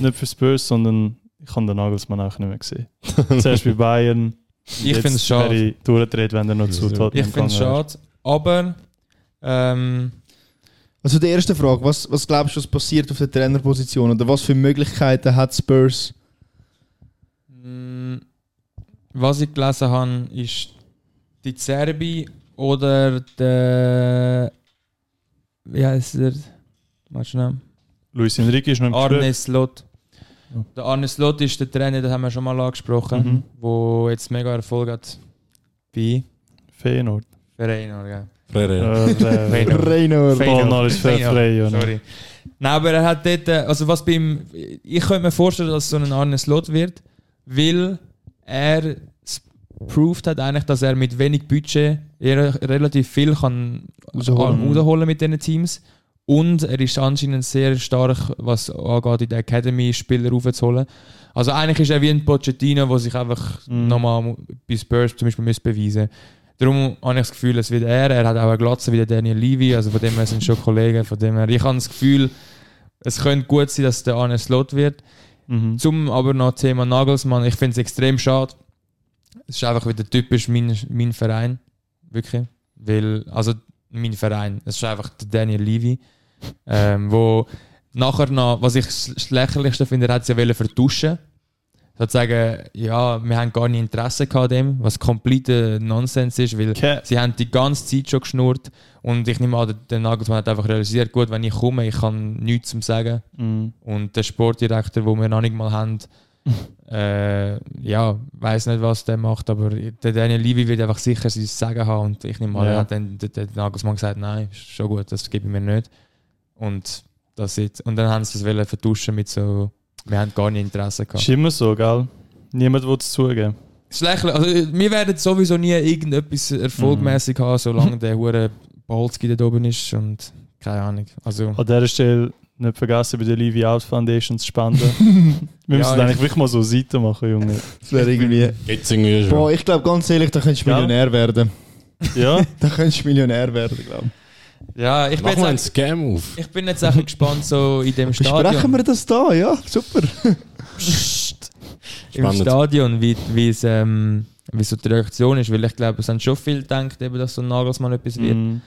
S6: nicht für Spurs, sondern ich habe den Nagelsmann auch nicht mehr gesehen. Zuerst bei Bayern.
S1: Ich finde es schade.
S6: durchdreht, wenn er noch
S5: zu
S6: zu
S5: Tottenham
S1: Ich finde es schade. Aber ähm,
S7: Also die erste Frage, was, was glaubst du, was passiert auf der Trainerposition oder was für Möglichkeiten hat Spurs?
S1: Mm, Was ich gelesen habe, ist die Zerbi oder der. Wie heißt er? Weißt du den Namen?
S6: Luis Enrique ist noch im
S1: Arne Slot.
S6: Ja.
S1: Der Arne Slot ist der Trainer, den haben wir schon mal angesprochen,
S6: Mhm.
S1: wo jetzt mega Erfolg hat bei
S6: Feyenoord.
S1: Verein. Ja.
S5: Freire, ja.
S6: Äh, der-
S1: Feyenoord.
S7: Reiner.
S6: Ballnall ist fair
S1: Feyenoord.
S6: frei, ja.
S1: Sorry. Nein, aber er hat dort, äh, also was beim, ich könnte mir vorstellen, dass es so ein Arne Slot wird, weil er s- proved hat eigentlich, dass er mit wenig Budget eher relativ viel kann
S7: Rausholen.
S1: rausholen, rausholen mit diesen Teams und er ist anscheinend sehr stark, was angeht, in der Academy Spieler raufzuholen. Also eigentlich ist er wie ein Pochettino, der sich einfach
S6: Mhm.
S1: nochmal mu- bei Spurs zum Beispiel muss beweisen muss. Darum habe ich das Gefühl, es wird er. Er hat auch eine Glatze wie der Daniel Levy, also von dem her sind schon Kollegen. Von dem her, ich habe das Gefühl, es könnte gut sein, dass der Arne Slot wird.
S6: Mhm.
S1: Zum aber noch Thema Nagelsmann, ich finde es extrem schade. Es ist einfach wieder typisch mein, mein Verein. Wirklich. Weil, also mein Verein, es ist einfach der Daniel Levy, ähm, wo nachher noch, was ich das Sch- lächerlichste finde, er hat es ja wollen vertuschen. Sozusagen, ja, wir haben gar nicht Interesse an dem, was kompletter Nonsens ist, weil
S6: Okay.
S1: sie haben die ganze Zeit schon geschnurrt und ich nehme an, der- der Nagelsmann hat einfach realisiert, gut, wenn ich komme, ich kann nichts zum sagen.
S6: Mhm.
S1: Und der Sportdirektor, den wir noch nicht mal haben, äh, ja, weiß nicht, was der macht, aber der Daniel Levy wird einfach sicher sein Sagen haben. Und ich nehme mal,
S6: Ja.
S1: er hat dann der, der Nagelsmann gesagt, nein, ist schon gut, das gebe ich mir nicht. Und das jetzt. Und dann haben sie das wollen vertuschen mit so, wir haben gar nicht Interesse
S6: Ist
S1: gehabt.
S6: immer so, gell? Niemand will es zugeben.
S1: Schlecht, also wir werden sowieso nie irgendetwas erfolgmäßig haben, solange der hure Bolzki da oben ist und keine Ahnung. Also
S6: An dieser Stelle nicht vergessen, bei der Levi Out Foundation zu spenden.
S1: Ja,
S6: Wir müssen
S1: ich-
S6: eigentlich wirklich mal so Seiten machen, Junge.
S7: Das wäre irgendwie.
S5: Jetzt irgendwie schon.
S7: Boah, ich glaube ganz ehrlich, da könntest du
S6: Ja.
S7: Millionär werden.
S6: Ja?
S7: Da könntest du Millionär werden, glaube
S1: ja, ich bin,
S5: Mach
S1: jetzt,
S5: mal einen
S1: auch-
S5: Scam auf.
S1: ich bin jetzt auch gespannt, so in dem
S7: ich. Besprechen
S1: Stadion.
S7: wir das da, ja, super.
S1: im
S5: Spannend.
S1: Stadion, wie, wie, es, ähm, wie so die Reaktion ist, weil ich glaube, es haben schon viele gedacht, eben, dass so ein Nagelsmann etwas wird.
S6: Mhm.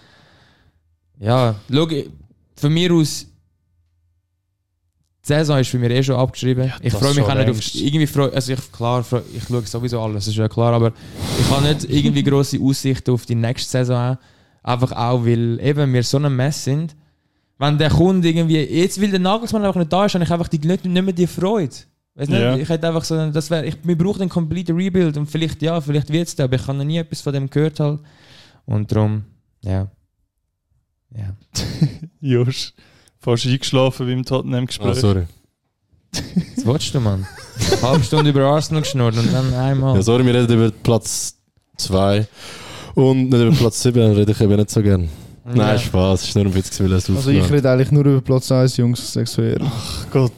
S1: Ja, schau, ich- von mir aus, die Saison ist für mich eh schon abgeschrieben. ich
S5: das
S1: freue mich
S5: schon
S1: auch nicht auf.
S5: längst.
S1: Irgendwie freu, also ich, klar, freu, ich schaue sowieso alles, ist ja klar, aber ich habe nicht irgendwie grosse Aussichten auf die nächste Saison. auch. Einfach auch, weil eben wir so ein Mess sind. Wenn der Kunde irgendwie. Jetzt, weil der Nagelsmann einfach nicht da ist, habe ich einfach die, nicht, nicht mehr die Freude. Weißt du,
S6: Ja.
S1: nicht? ich hätte einfach so, das wäre, ich, wir brauchen einen complete Rebuild und vielleicht ja, vielleicht wird es da, aber ich habe noch nie etwas von dem gehört halt. Und darum, ja. Ja.
S6: Josh, fast eingeschlafen beim Tottenham-Gespräch.
S1: Also,
S5: Ah, sorry.
S1: Was willst du, Mann? Eine halbe Stunde über Arsenal geschnurrt und dann einmal.
S5: Ja, sorry, wir reden über Platz 2 und nicht über Platz 7, rede ich eben nicht so gern. Nein, Spaß, ist nur ein Witz, weil es
S7: Also ich rede eigentlich nur über Platz 1, Jungs, sechs Jahre.
S6: Ach Gott.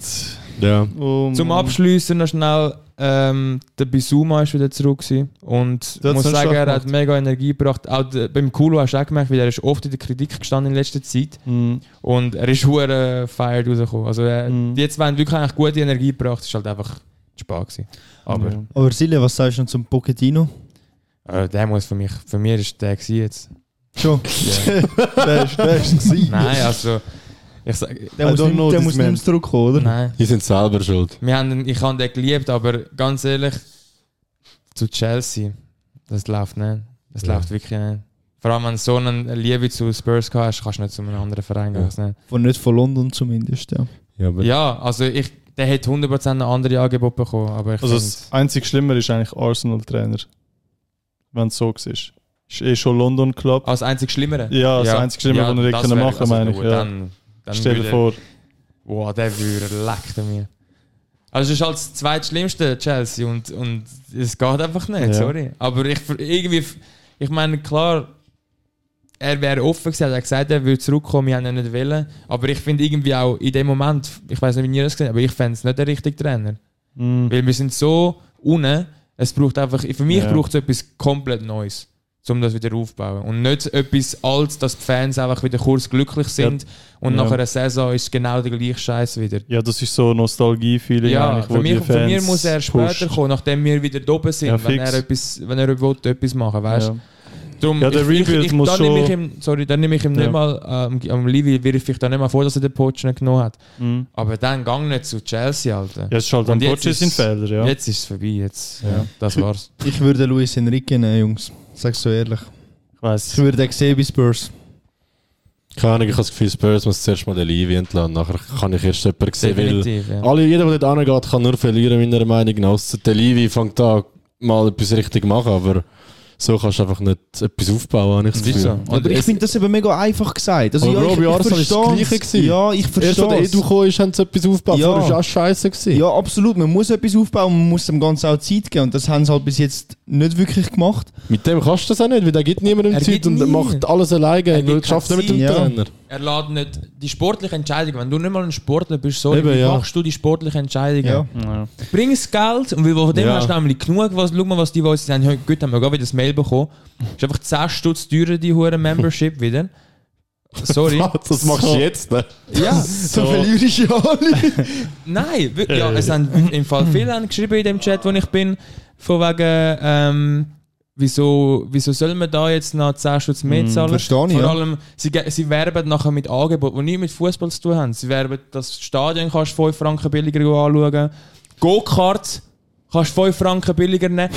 S5: Ja.
S6: Oh,
S1: Zum
S6: Mann.
S1: Abschließen noch schnell Ähm, der Bisuma ist wieder zurück gewesen. und
S6: Der
S1: ich
S6: hat's
S1: muss
S6: nicht
S1: sagen,
S6: schlecht
S1: er hat
S6: gemacht.
S1: mega Energie gebracht. Auch der, beim Kulo hast du auch gemerkt, weil er ist oft in der Kritik gestanden in letzter Zeit
S6: Mhm.
S1: und er ist hure fired rausgekommen. Also er,
S6: Mhm.
S1: die zwei haben wirklich eigentlich gute Energie gebracht, es ist halt einfach Spaß gewesen. Aber
S6: Ja.
S7: Aber Silja, was sagst du noch zum Pochettino?
S1: äh, der muss für mich, für mich ist der gewesen jetzt.
S7: Schon.
S5: Der ist gewesen.
S1: Nein, also ich sag,
S7: Der
S5: I
S7: muss
S5: don't
S7: nicht
S5: know
S7: der
S5: this
S7: muss nicht
S5: man.
S7: mehr zurückkommen, oder?
S1: nein.
S5: Die sind selber schuld.
S1: Wir haben, den- ich habe den geliebt, aber ganz ehrlich, zu Chelsea, das läuft nicht. Das
S5: Ja.
S1: läuft wirklich nicht. Vor allem, wenn du so eine Liebe zu Spurs gehabt hast, kannst du nicht zu einem anderen Verein gehen.
S5: Ja.
S1: das Nicht.
S7: Von nicht von London zumindest, ja.
S5: Ja, aber
S1: Ja, also ich, der hätte 100% ein anderes Angebot bekommen, aber ich
S6: Also
S1: find,
S6: das einzig Schlimme ist eigentlich Arsenal-Trainer. Wenn es so war. Ist eh schon London Club.
S1: als einzig Schlimmere.
S6: Ja, das einzige Schlimme, was er hätte
S1: das
S6: können
S1: wär-
S6: machen, meine ich,
S1: du,
S6: ja.
S1: Dann, dann
S6: Stell dir
S1: würde-
S6: vor.
S1: Wow, der würde leckte mir. Also es ist halt das zweitschlimmste Chelsea und, und es geht einfach nicht,
S6: Ja.
S1: sorry. Aber ich ver- irgendwie, f- ich meine, klar, er wäre offen gewesen, er hat gesagt, er würde zurückkommen, wir haben ihn nicht wollen. Aber ich finde irgendwie auch in dem Moment, ich weiß nicht, wie ihr das gesehen habt, aber ich fände es nicht der richtige Trainer.
S6: Mhm.
S1: Weil wir sind so unten, es braucht einfach, für mich
S6: Ja.
S1: braucht es etwas komplett Neues, um das wieder aufzubauen. Und nicht etwas Altes, dass die Fans einfach wieder kurz glücklich sind und
S6: Ja.
S1: nach einer Saison ist es genau der gleiche Scheiß wieder.
S6: Ja, das ist so Nostalgie-Feeling
S1: Ja,
S6: eigentlich, wo
S1: für mich,
S6: die Fans
S1: für mich muss er später
S6: pusht.
S1: kommen, nachdem wir wieder oben sind,
S6: Ja,
S1: wenn
S6: fix.
S1: er etwas, wenn er will, etwas machen, weißt
S6: Ja.
S1: Drum,
S6: Ja, der Rebuild muss
S1: da nehme ich
S6: schon-
S1: ihm, sorry, da nehme ich ihm
S6: Ja.
S1: nicht mal, ähm, am Levi wirf ich da nicht mal vor, dass er den Poach nicht genommen hat.
S6: Mhm.
S1: Aber dann gang nicht zu Chelsea, Alter.
S6: Ja, es ist halt
S1: Und
S6: ein
S1: jetzt
S6: Poche
S1: ist-
S6: sein Fehler, ja.
S1: Jetzt ist es vorbei, jetzt,
S6: Ja.
S1: das war's.
S7: Ich würde Luis Enrique nehmen, Jungs. Sag's so ehrlich.
S6: Ich
S7: Ich
S6: weiss.
S7: würde den sehen bei Spurs.
S5: keine Ahnung, ich habe das Gefühl, Spurs muss zuerst mal den Levi entladen. Nachher kann ich erst jemanden sehen, weil
S1: Definitiv, ja.
S5: alle, jeder, der dort angeht, kann nur verlieren, meiner Meinung nach. Ausser der Levi fängt an, mal etwas richtig machen, aber so kannst du einfach nicht etwas aufbauen, habe ich das
S1: Das ist
S5: Gefühl.
S1: so. Und
S7: Aber ich
S1: es-
S7: finde das eben mega einfach gesagt. Also,
S5: Aber
S7: ja,
S5: Bro,
S7: ich,
S5: bei
S7: ich
S5: Arsenal ist das
S7: versteh's.
S5: Gleiche gewesen.
S7: Ja, ich
S5: Erst als der Edu
S7: verstehe
S5: gekommen ist, haben sie etwas aufgebaut.
S7: Ja.
S5: Ja. Vorher war es auch scheiße. gewesen.
S7: Ja, absolut. Man muss etwas aufbauen, man muss dem Ganzen auch Zeit geben. Und das haben sie halt bis jetzt nicht wirklich gemacht.
S5: Mit dem kannst du das auch nicht, weil der gibt niemandem
S1: Er
S5: Zeit
S1: gibt
S5: und
S1: nie.
S5: macht alles alleine.
S1: Er
S5: Er
S1: gibt
S5: schafft
S1: keine
S5: nicht mit dem
S7: Zeit. Ja.
S5: Trainer.
S1: Er lädt nicht die sportliche Entscheidung, wenn du nicht mal ein Sportler bist, sorry,
S5: Eben,
S1: wie
S5: ja.
S1: machst du die sportliche Entscheidung?
S7: Ja.
S6: Ja.
S1: bring das Geld und weil von dem
S5: Ja.
S1: hast du nämlich genug, was, schau mal, was die, die uns haben, heute haben wir gerade wieder das Mail bekommen. Ist einfach 10 Stutz teurer, die hure Membership wieder. Sorry.
S5: Das machst du jetzt, ne?
S1: ja,
S7: So verlierst du ja alle.
S1: nein, wir- ja, es haben im Fall viele haben geschrieben in dem Chat, wo ich bin, von wegen, ähm, wieso, wieso sollen wir da jetzt noch 10 Stutz mehr zahlen?
S7: verstehe ich,
S1: Vor
S7: ja.
S1: allem, sie, ge- sie werben nachher mit Angeboten, die nichts mit Fußball zu tun haben. Sie werben, das Stadion kannst du 5 Franken billiger anschauen. Go-Karts kannst du 5 Franken billiger nehmen.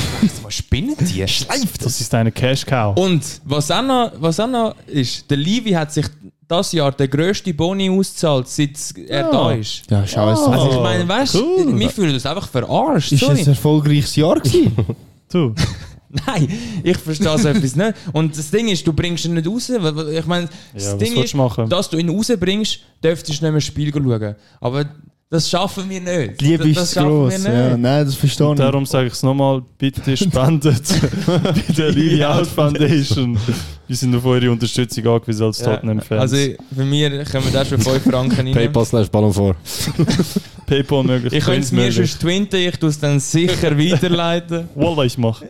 S1: Was spinnen die? Schleift
S6: Das ist eine Cash-Cow.
S1: und was auch, noch, was auch noch ist, der Levi hat sich das Jahr den grössten Boni ausgezahlt, seit er da ist.
S7: Ja, schau es
S5: Ah.
S1: Also ich meine, weißt du, wir fühlen uns einfach verarscht.
S7: Oh, Ist
S1: sorry.
S7: es ein erfolgreiches Jahr gewesen?
S6: Du,
S1: Nein, ich verstehe so etwas nicht. Und das Ding ist, du bringst ihn nicht raus. weil- weil- Ich meine, das
S6: Ja, was
S1: Ding
S6: willst
S1: ist,
S6: du machen?
S1: dass du ihn rausbringst, dürftest du nicht mehr Spiel schauen. Aber das schaffen wir nicht.
S7: Die Liebe
S1: das, das
S7: ist zu
S1: schaffen
S7: gross.
S1: wir
S7: Ja,
S1: nicht.
S7: nein, das verstehe ich.
S6: darum sage ich es nochmal, bitte spendet bei der Lili Out Foundation. Wir sind auf eure Unterstützung angewiesen als Tottenham-Fans.
S1: also für mich können wir da schon 5 Franken rein.
S5: Paypal slash Ballon vor.
S6: Paypal möglich.
S1: Ich könnte es mir schon
S6: möglich.
S1: twinten, ich tue es dann sicher weiterleiten.
S6: Wallah, ich mache.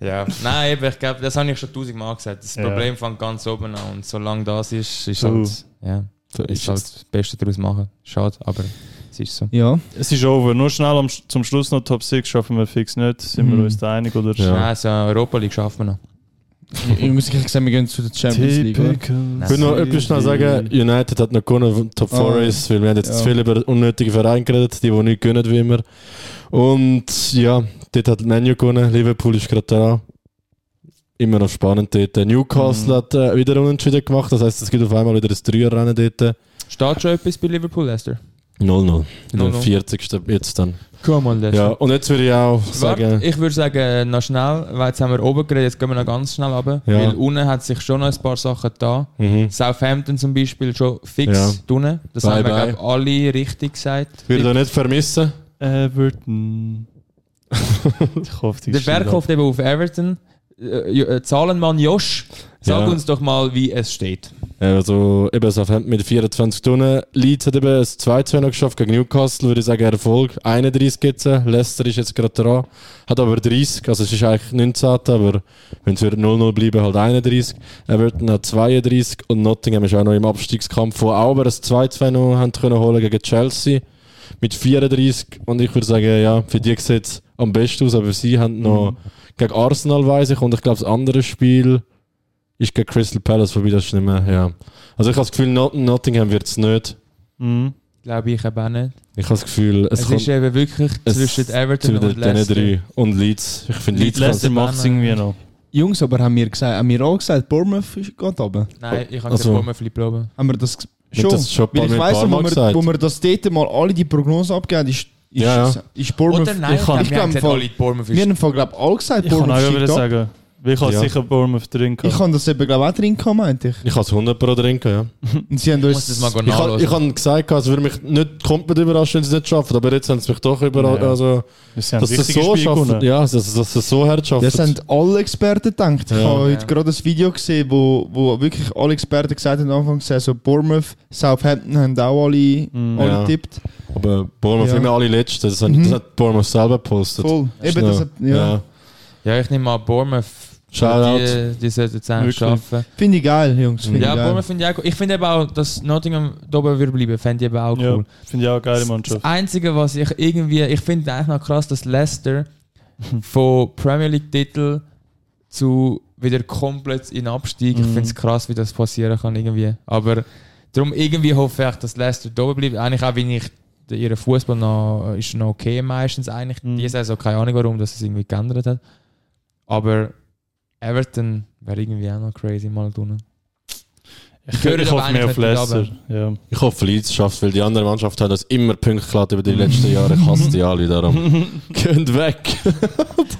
S1: Ja. Nein, eben, ich glaube, das habe ich schon tausendmal gesagt. Das
S6: Ja.
S1: Problem fängt ganz oben an und solange das ist, ist
S6: Uh.
S1: halt, ja,
S5: So
S1: ist
S5: ist
S1: halt
S5: es.
S1: das Beste daraus machen. Schade, aber es ist so.
S7: Ja.
S6: Es ist over. Nur schnell am, Sch- zum Schluss noch Top 6 schaffen wir fix nicht. Sind wir
S7: Mhm.
S6: uns da einig? Oder?
S5: Ja.
S1: Nein, so eine Europa League schaffen wir noch.
S7: Jungs, ich habe gesagt, wir gehen zu der Champions League. oder?
S6: Typical.
S1: Nein.
S5: Ich will noch etwas schnell sagen, United hat noch gewonnen vom Top 4
S7: Ah,
S5: Race, weil wir haben jetzt
S7: ja.
S5: zu viel über unnötige Vereine geredet, die, die nicht gewinnen, wie immer. Und ja, dort hat Manu gewonnen, Liverpool ist gerade da. Immer noch spannend dort. Newcastle hat äh, wieder unentschieden gemacht, das heisst, es gibt auf einmal wieder ein Dreierrennen dort.
S1: Steht schon etwas bei Liverpool, Lester?
S5: 0-0. In der
S1: 0-0.
S5: 40. jetzt dann.
S1: Komm mal, Lester.
S5: Ja, äh, und jetzt würde ich auch
S1: Warte,
S5: sagen,
S1: ich würde sagen, noch schnell, weil jetzt haben wir oben geredet, jetzt gehen wir noch ganz schnell runter.
S5: Ja.
S1: Weil unten hat sich schon noch ein paar Sachen da.
S5: mhm.
S1: Southampton zum Beispiel schon fix
S5: Ja.
S1: drinnen. Das
S5: Bye,
S1: haben wir,
S5: bye.
S1: glaube alle richtig gesagt.
S5: würde ich da nicht vermissen.
S6: Everton. ich hoffe, die
S1: Der Berg
S6: stimmt.
S1: hofft eben auf Everton. Äh, J- äh, Zahlenmann Josh, sag
S5: Ja.
S1: uns doch mal, wie es steht.
S5: Also eben Southampton mit 24 Tonnen. Leeds hat eben ein 2-2 noch geschafft gegen Newcastle, würde ich sagen Erfolg. 31 jetzt, Leicester ist jetzt gerade dran, hat aber 30, also es ist eigentlich 19, aber wenn es 0-0 bleiben, halt 31. Everton hat 32 und Nottingham ist auch noch im Abstiegskampf, wo auch aber ein 2-2 noch haben können holen gegen Chelsea mit 34 und ich würde sagen, ja, für die sieht es am besten aus, aber sie haben noch gegen Arsenal, weiss ich, und ich glaube das andere Spiel ist gegen Crystal Palace, wobei das ist nicht mehr, ja. Also ich habe das Gefühl, Not Nottingham wird es nicht.
S6: Mhm.
S5: Hmm.
S1: Glaube ich eben auch nicht.
S5: Ich habe das Gefühl, es,
S1: Es,
S5: kommt
S1: ist eben wirklich
S5: es-
S1: zwischen Everton
S5: zu
S1: und
S5: den-
S1: Leicester.
S5: diesen drei. Und Leeds. Ich finde Leeds,
S6: Leicester
S5: kann
S6: macht es irgendwie noch.
S7: Jungs, aber haben wir, gesagt, haben wir auch gesagt, Bournemouth ist- geht runter?
S1: Nein, ich habe
S5: Also-
S1: also. den Flip oben.
S7: Haben wir das ges-
S5: Nicht,
S7: schon?
S5: dass es schon ein
S7: Weil
S5: paar-
S7: ich
S5: ein
S7: weiss,
S5: paar
S7: noch,
S5: Mal
S7: wo wir,
S5: gesagt.
S7: wo wir das dort mal alle die Prognosen abgeben, ist, ist,
S5: Ja, ja.
S7: ist Bournemouth...
S1: Oder nein,
S7: ich hab- ich
S1: wir
S7: glaub,
S1: haben
S7: im
S1: gesagt,
S7: Fall-
S1: alle die Bournemouth
S7: wir
S1: ist-
S7: haben im Fall, glaube alle gesagt,
S6: Ich kann auch
S7: Bournemouth
S6: wieder
S7: steigt ab.
S6: sagen, weil ich habe
S5: Ja.
S6: sicher Bournemouth drin gehabt.
S7: Ich kann das eben, glaube ich, auch drin gehabt, meinte ich.
S5: Ich kann es 100 Pro trinken, ja.
S7: Und sie haben
S1: Ich
S7: uns...
S1: muss das mal
S5: Ich habe
S1: nachhören.
S5: ich hab gesagt, es würde mich nicht komplett überraschen, wenn sie es nicht schaffen, aber jetzt haben sie mich doch überall,
S6: Ja.
S5: also,
S6: Sie haben
S5: dass sie es
S6: wichtige
S5: so
S6: Spiele
S5: schaffen.
S6: gewonnen.
S5: Ja, dass, dass sie es so hart schaffen.
S7: Das haben alle Experten gedacht. Ich
S5: Ja.
S7: habe heute
S1: Ja.
S7: gerade ein Video gesehen, wo, wo wirklich alle Experten gesagt haben, am Anfang gesehen, so Bournemouth, Southampton haben auch alle,
S1: Mm.
S7: alle
S5: Ja.
S7: getippt.
S5: aber Bournemouth
S7: Ja.
S5: immer alle Letzten, das,
S7: Mhm.
S5: haben, das hat Bournemouth selber gepostet.
S7: Voll.
S5: Ist
S7: Eben, das
S5: noch-
S7: hat, ja.
S1: Ja, ich nehme mal Bournemouth.
S5: Shoutout.
S1: Die, eh, die sollten es eigentlich
S6: Wirklich.
S1: schaffen.
S7: Finde ich geil, Jungs. Finde
S1: Ja,
S7: ich geil.
S1: Bournemouth finde ich auch cool. Ich finde eben auch, dass Nottingham da oben würde bleiben, fände ich eben auch
S6: Ja,
S1: cool.
S6: finde ich auch eine geile
S1: Das
S6: Mannschaft.
S1: Einzige, was ich irgendwie, ich finde eigentlich noch krass, dass Leicester von Premier League-Titel zu wieder komplett in Abstieg. Ich
S6: Mhm.
S1: finde es krass, wie das passieren kann irgendwie. Aber darum irgendwie hoffe ich, dass Leicester da oben bleibt. Eigentlich auch, wenn ich ihren Fußball noch, ist noch okay meistens eigentlich.
S6: Mhm.
S1: Die Saison, keine Ahnung warum, dass es irgendwie geändert hat. Aber Everton wäre irgendwie auch noch crazy mal drinnen.
S6: Ich,
S1: höre
S6: ich
S1: aber
S6: hoffe mehr auf
S1: eigentlich nicht
S6: Leicester. Ja.
S5: Ich hoffe, Leeds schafft es, weil die andere Mannschaft hat das immer pünktlich über die letzten Jahre. Ich hasse die alle darum. Geht weg.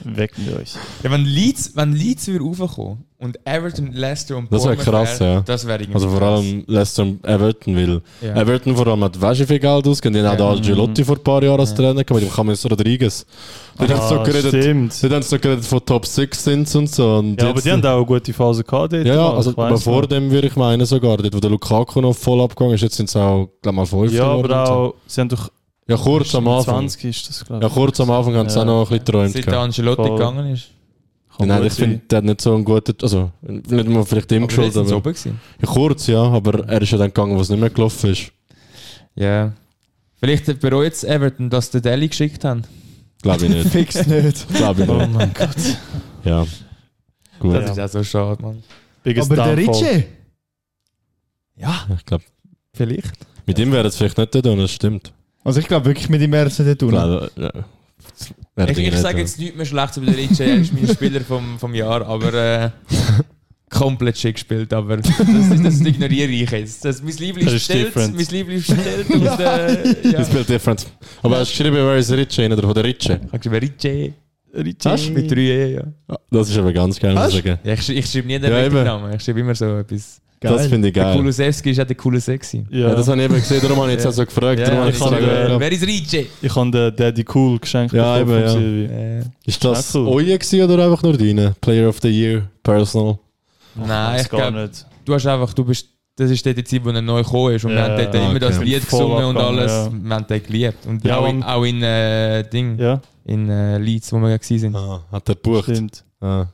S6: Weg mit euch.
S1: Ja, wenn Leeds, wenn Leeds würde raufkommen und Everton, Leicester und
S5: Das wär
S1: Bournemouth
S5: krass,
S1: wär,
S5: ja.
S1: Das wäre irgendwie
S5: Also vor
S1: krass.
S5: allem Leicester und Everton, weil
S1: Ja.
S5: Everton vor allem hat wahnsinnig viel Geld ausgegeben. Die haben
S1: Ja.
S5: auch den Angelotti vor ein paar Jahren als
S1: Ja.
S5: Trainer gehabt, mit dem James Rodriguez. Die haben so geredet,
S6: Ah, Stimmt.
S5: die haben so geredet von Top 6 sind und so. Und
S6: Ja, aber
S5: jetzt-
S6: die haben auch eine gute Phase gehabt. Dort,
S5: ja, ja,
S6: Mann,
S5: also
S6: ich weiss
S5: aber vor
S6: noch.
S5: dem würde ich meinen sogar, dort wo der Lukaku noch voll abgegangen ist, jetzt sind es auch, glaube mal 5
S6: Ja, aber auch, sie haben doch
S5: Ja, kurz am Anfang.
S6: 20 ist das, glaube
S5: Ja, kurz am Anfang haben sie
S6: Ja.
S5: auch noch ein bisschen geträumt.
S1: Seit
S5: gehabt.
S1: der Ancelotti
S6: Voll.
S1: gegangen ist.
S6: Kann
S5: Nein,
S6: gut
S5: ich finde,
S6: sein.
S5: der hat nicht so einen guten, also nicht mal vielleicht ihm
S1: Aber jetzt
S5: geschuldet,
S1: sind sie
S5: aber
S1: oben gewesen.
S5: ja, kurz, ja, aber er ist ja dann gegangen, wo es nicht mehr gelaufen ist,
S1: Ja. Vielleicht bereut es Everton, dass sie den Deli geschickt haben.
S5: glaube ich nicht,
S7: Fix nicht.
S5: glaube ich
S6: Oh
S5: nicht,
S6: mein Gott.
S5: ja, gut,
S1: Das ist auch so schade, Mann.
S6: Biggest
S7: Aber der
S6: Downfall.
S7: Ricci,
S5: ich glaube,
S1: Vielleicht.
S5: mit ihm wäre es vielleicht nicht da tun, das stimmt,
S7: also ich glaube wirklich mit dem Herzen nicht
S5: Ich
S7: tun.
S5: glaube, ja. Wäre
S1: Ich,
S5: Dinge
S1: ich
S5: nicht
S1: sage
S5: da.
S1: jetzt nichts mehr schlecht über den Ritchie, er ist mein Spieler vom, vom Jahr, aber äh, komplett schick gespielt, aber das, ist, das ignoriere ich jetzt. Das, mein Liebling
S6: Das ist
S1: stellt, mein
S6: different.
S1: Liebling stellt und äh, ja.
S5: Das Bild different. Aber hast du geschrieben, wer ist Ricci, einer von der Ricci?
S1: Hast du Ritchie?
S6: Ricci.
S1: Mit 3 E, ja.
S5: Das ist aber ganz geil, muss ich sagen.
S1: ja ich, schrei- ich schreibe nie den
S5: Ja,
S1: richtigen
S5: eben.
S1: Namen, ich schreibe immer so etwas.
S5: Das finde ich
S1: Der
S5: geil.
S1: Kulusewski ist auch der Kulusewski.
S6: Ja,
S5: Ja, das habe ich eben gesehen, darum habe ich jetzt auch so gefragt.
S1: Ja,
S5: darum habe
S1: ich
S5: ich
S6: kann
S5: gesagt,
S6: den-
S5: ja.
S1: Wer ist Ritchie?
S6: Ich habe den Daddy Cool geschenkt
S5: Ja,
S6: bekommen
S5: eben,
S6: von
S5: ja.
S6: Silvi.
S1: Äh,
S5: Ist das
S6: Ja, cool.
S5: euer gewesen oder einfach nur deine? Player of the Year, Personal?
S1: nein,
S6: Das
S1: ich
S6: gar
S1: glaube,
S6: nicht.
S1: du hast einfach, du bist, das ist dort die Zeit, wo er neu gekommen ist. Und wir
S6: Ja,
S1: haben dort
S5: ja,
S1: immer das
S5: okay.
S1: Lied
S6: Voll
S1: gesungen und
S6: abgegangen,
S1: alles.
S6: ja.
S1: Wir haben den geliebt. Und
S6: Ja,
S1: auch in,
S6: und-
S1: auch in äh, Ding,
S6: Ja,
S1: in äh, Leeds, wo wir ja gewesen sind.
S5: Ah, hat er gebucht?
S6: stimmt.
S5: Ah.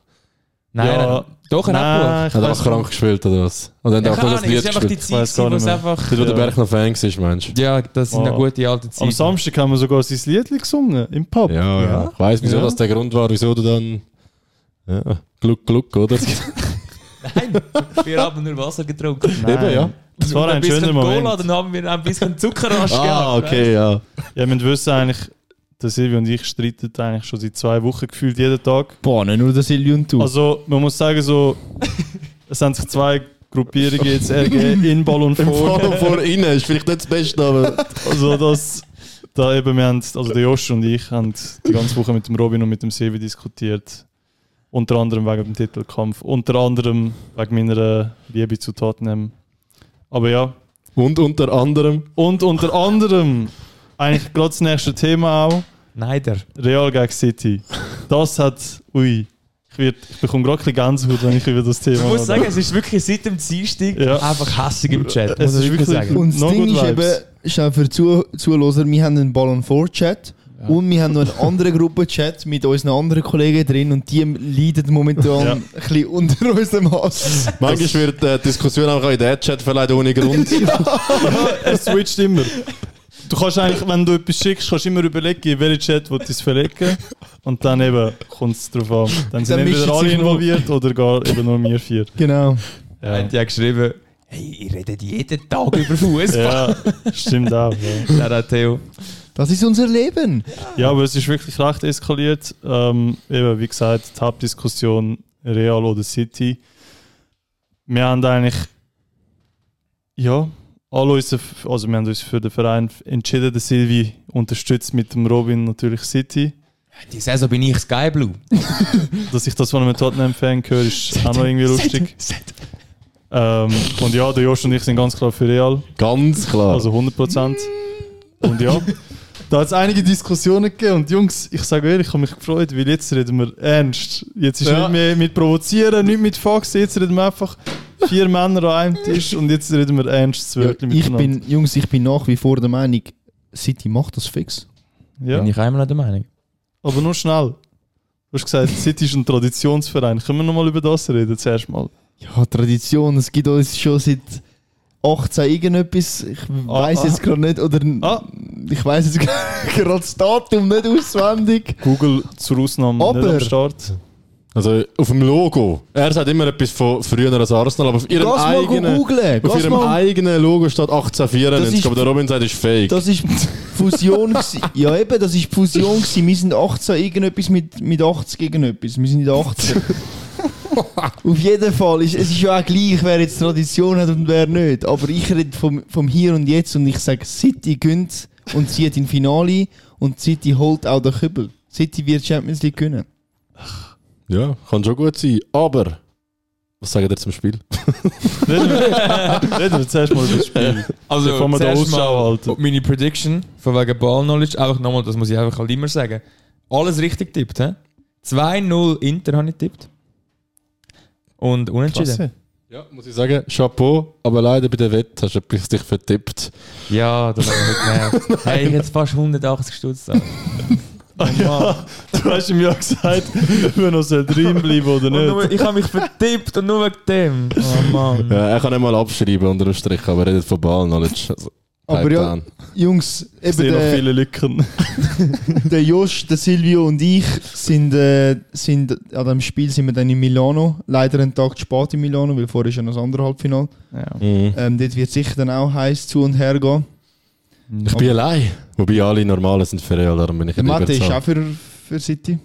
S1: Nein,
S6: Ja.
S1: doch, er hat gebucht.
S6: Nein, ich
S5: Hat er
S6: weiss
S5: auch krank gespielt oder was? Und dann
S1: Ja,
S5: auch
S1: keine
S5: noch das
S1: Ahnung,
S5: Lied
S1: es war einfach die
S5: gespielt.
S6: Ich
S1: Zeit,
S6: weiß
S1: gewesen,
S6: gar
S1: wo es
S6: nicht mehr.
S1: einfach...
S5: Dort, wo der
S6: Ja.
S5: Berg noch Fan war, meinst du?
S1: Ja, das sind
S6: Oh.
S1: eine gute alte
S6: Am
S1: Zeit.
S6: Samstag haben wir sogar sein Lied gesungen, im Pub.
S5: Ja, ja. Ich weiss, wieso
S6: Ja.
S5: das der Grund war, wieso du dann. Ja, Glück, Glück, oder?
S1: Nein, wir haben nur Wasser getrunken.
S5: Eben, ja.
S6: Das war
S1: Und
S6: ein schöner
S1: bisschen Cola,
S6: Moment.
S1: dann haben wir ein bisschen Zuckerrasch
S5: Ah,
S1: gehabt.
S5: okay, ja.
S6: Ja, wir wissen eigentlich, dass Silvi und ich streiten eigentlich schon seit zwei Wochen gefühlt jeden Tag.
S7: Boah, nicht nur der Silvio und du.
S6: Also, man muss sagen, so, es haben sich zwei Gruppierungen jetzt ergeben, in Ball und
S5: Im
S6: vor.
S5: Fall vor innen ist vielleicht nicht das Beste, aber.
S6: Also, das, da eben, wir haben, also der Josh und ich haben die ganze Woche mit dem Robin und mit dem Sevi diskutiert. Unter anderem wegen dem Titelkampf, unter anderem wegen meiner Liebe zu Tottenham. Aber ja,
S5: Und unter anderem.
S6: und unter anderem, eigentlich gerade das nächste Thema auch,
S1: Nein, der.
S6: Real gegen City. Das hat, ui, ich wird, ich bekomme gerade ein bisschen Gänsehaut, wenn ich über das Thema
S1: Ich muss sagen,
S6: rede.
S1: es ist wirklich seit dem Dienstag
S6: Ja.
S1: einfach hässig im Chat.
S6: Es
S1: Muss ich
S6: ist
S1: wirklich
S6: wirklich-
S1: sagen.
S7: Und das
S6: No
S7: Ding
S6: good
S7: ist eben,
S6: vibes.
S7: schnell für Zu Zuhörer, wir haben einen Ballon 4 Chat und wir haben noch einen anderen Gruppenchat mit unseren anderen Kollegen drin und die leiden momentan
S6: Ja.
S7: ein bisschen unter unserem Hass.
S5: Manchmal wird äh, die Diskussion einfach auch in den Chat verleiht ohne Grund.
S6: Es switcht immer. Du kannst eigentlich, wenn du etwas schickst, kannst du immer überlegen, in welchen Chat willst du es verlegen. Und dann eben kommt es darauf an. Dann sind
S7: Dann mischen
S6: entweder alle
S7: sich nur-
S6: involviert oder gar eben nur wir vier.
S7: Genau.
S1: Er hat ja geschrieben, hey, ihr redet jeden Tag über Fußball.
S6: Ja, stimmt auch. Ja.
S1: ja. Der Theo.
S7: Das ist unser Leben.
S6: ja, aber es ist wirklich recht eskaliert. Ähm, eben, wie gesagt, die Hauptdiskussion Real oder City. Wir haben eigentlich, ja, alle unsere, also wir haben uns für den Verein entschieden. Der Silvi unterstützt mit dem Robin natürlich City.
S1: Die Saison bin ich Sky Blue.
S6: dass ich das von einem Tottenham-Fan höre, ist auch noch irgendwie lustig. Ähm, und ja, der Josh und ich sind ganz klar für Real,
S5: Ganz klar.
S6: also 100%. Und ja, da hat es einige Diskussionen gegeben und Jungs, ich sage ehrlich, ich habe mich gefreut, weil jetzt reden wir ernst. Jetzt ist nicht mehr mit Provozieren, nicht mit Fax, jetzt reden wir einfach vier Männer an einem Tisch und jetzt reden wir ernst,
S7: Ja,
S6: wirklich
S7: ich bin, Jungs, ich bin nach wie vor der Meinung, City macht das fix.
S6: ja.
S1: Bin ich einmal an der Meinung.
S6: Aber nur schnell. Du hast gesagt, City ist ein Traditionsverein. Können wir nochmal über das reden, zuerst mal?
S7: Ja, Tradition, es gibt uns schon seit 18 irgendetwas. Ich
S6: Ah,
S7: weiß
S6: ah.
S7: jetzt gerade nicht, oder
S6: Ah.
S7: ich weiß jetzt gerade das Datum nicht auswendig.
S6: Google zur Ausnahme nicht
S7: Aber-
S6: am Start.
S5: Also auf dem Logo. Er sagt immer etwas von früher als Arsenal, aber auf
S7: Geh
S5: ihrem
S7: mal
S5: eigenen,
S7: googlen.
S5: auf
S7: Geh's
S5: ihrem
S7: mal.
S5: eigenen Logo steht
S7: Das
S5: 1894.
S7: ist-
S5: Aber der Robin sagt, ist fake.
S7: Das ist die Fusion. gsi. ja, eben, das ist die Fusion. gsi. Wir sind 18 irgendetwas mit, mit 80 irgendetwas. Wir sind in der 18. Auf jeden Fall, ist, es ist ja auch gleich, wer jetzt Tradition hat und wer nicht. Aber ich rede vom, vom Hier und Jetzt und ich sage, City gönnt und zieht in Finale und City holt auch den Kübel. City wird Champions League gewinnen.
S5: ja, kann schon gut sein. Aber was sagt ihr zum Spiel?
S6: Reden wir, reden wir zuerst mal über das Spiel.
S1: Also,
S6: Bevor wir da
S1: zuerst
S6: Ausschau halten.
S1: meine Prediction von wegen Ball-Knowledge, einfach nochmal, das muss ich einfach halt immer sagen. Alles richtig tippt, hä? 2-0 Inter habe ich tippt. Und unentschieden.
S6: Klasse.
S5: Ja, muss ich sagen, Chapeau, aber leider bei der Wett hast du etwas dich vertippt.
S1: Ja, das hat mich genervt. hey, ich hätte fast 180 Stutz da.
S6: Oh Ja, du hast ihm ja gesagt, wir noch so drin bleiben oder
S1: Und
S6: nicht.
S1: nur, ich habe mich vertippt und nur wegen dem. Oh Mann.
S5: Ja, er kann nicht mal abschreiben unter dem Strich, aber er redet von Ball-Knowledge. Also,
S7: Aber
S5: bleibt
S7: ja,
S5: an.
S7: Jungs,
S6: Ich
S7: eben
S6: sehe noch
S7: der,
S6: viele Lücken.
S7: der Josh, der Silvio und ich sind, äh, sind an dem Spiel sind wir dann in Milano. Leider einen Tag zu spät in Milano, weil vorher ist ja noch das andere Halbfinale.
S5: Mhm.
S7: Ähm, dort wird sicher dann auch heiß zu und her gehen.
S5: Ich bin allein. Wobei alle Normalen sind für Real, darum bin ich
S7: Der Mathe ist auch
S5: überzeugt.
S7: für, für City.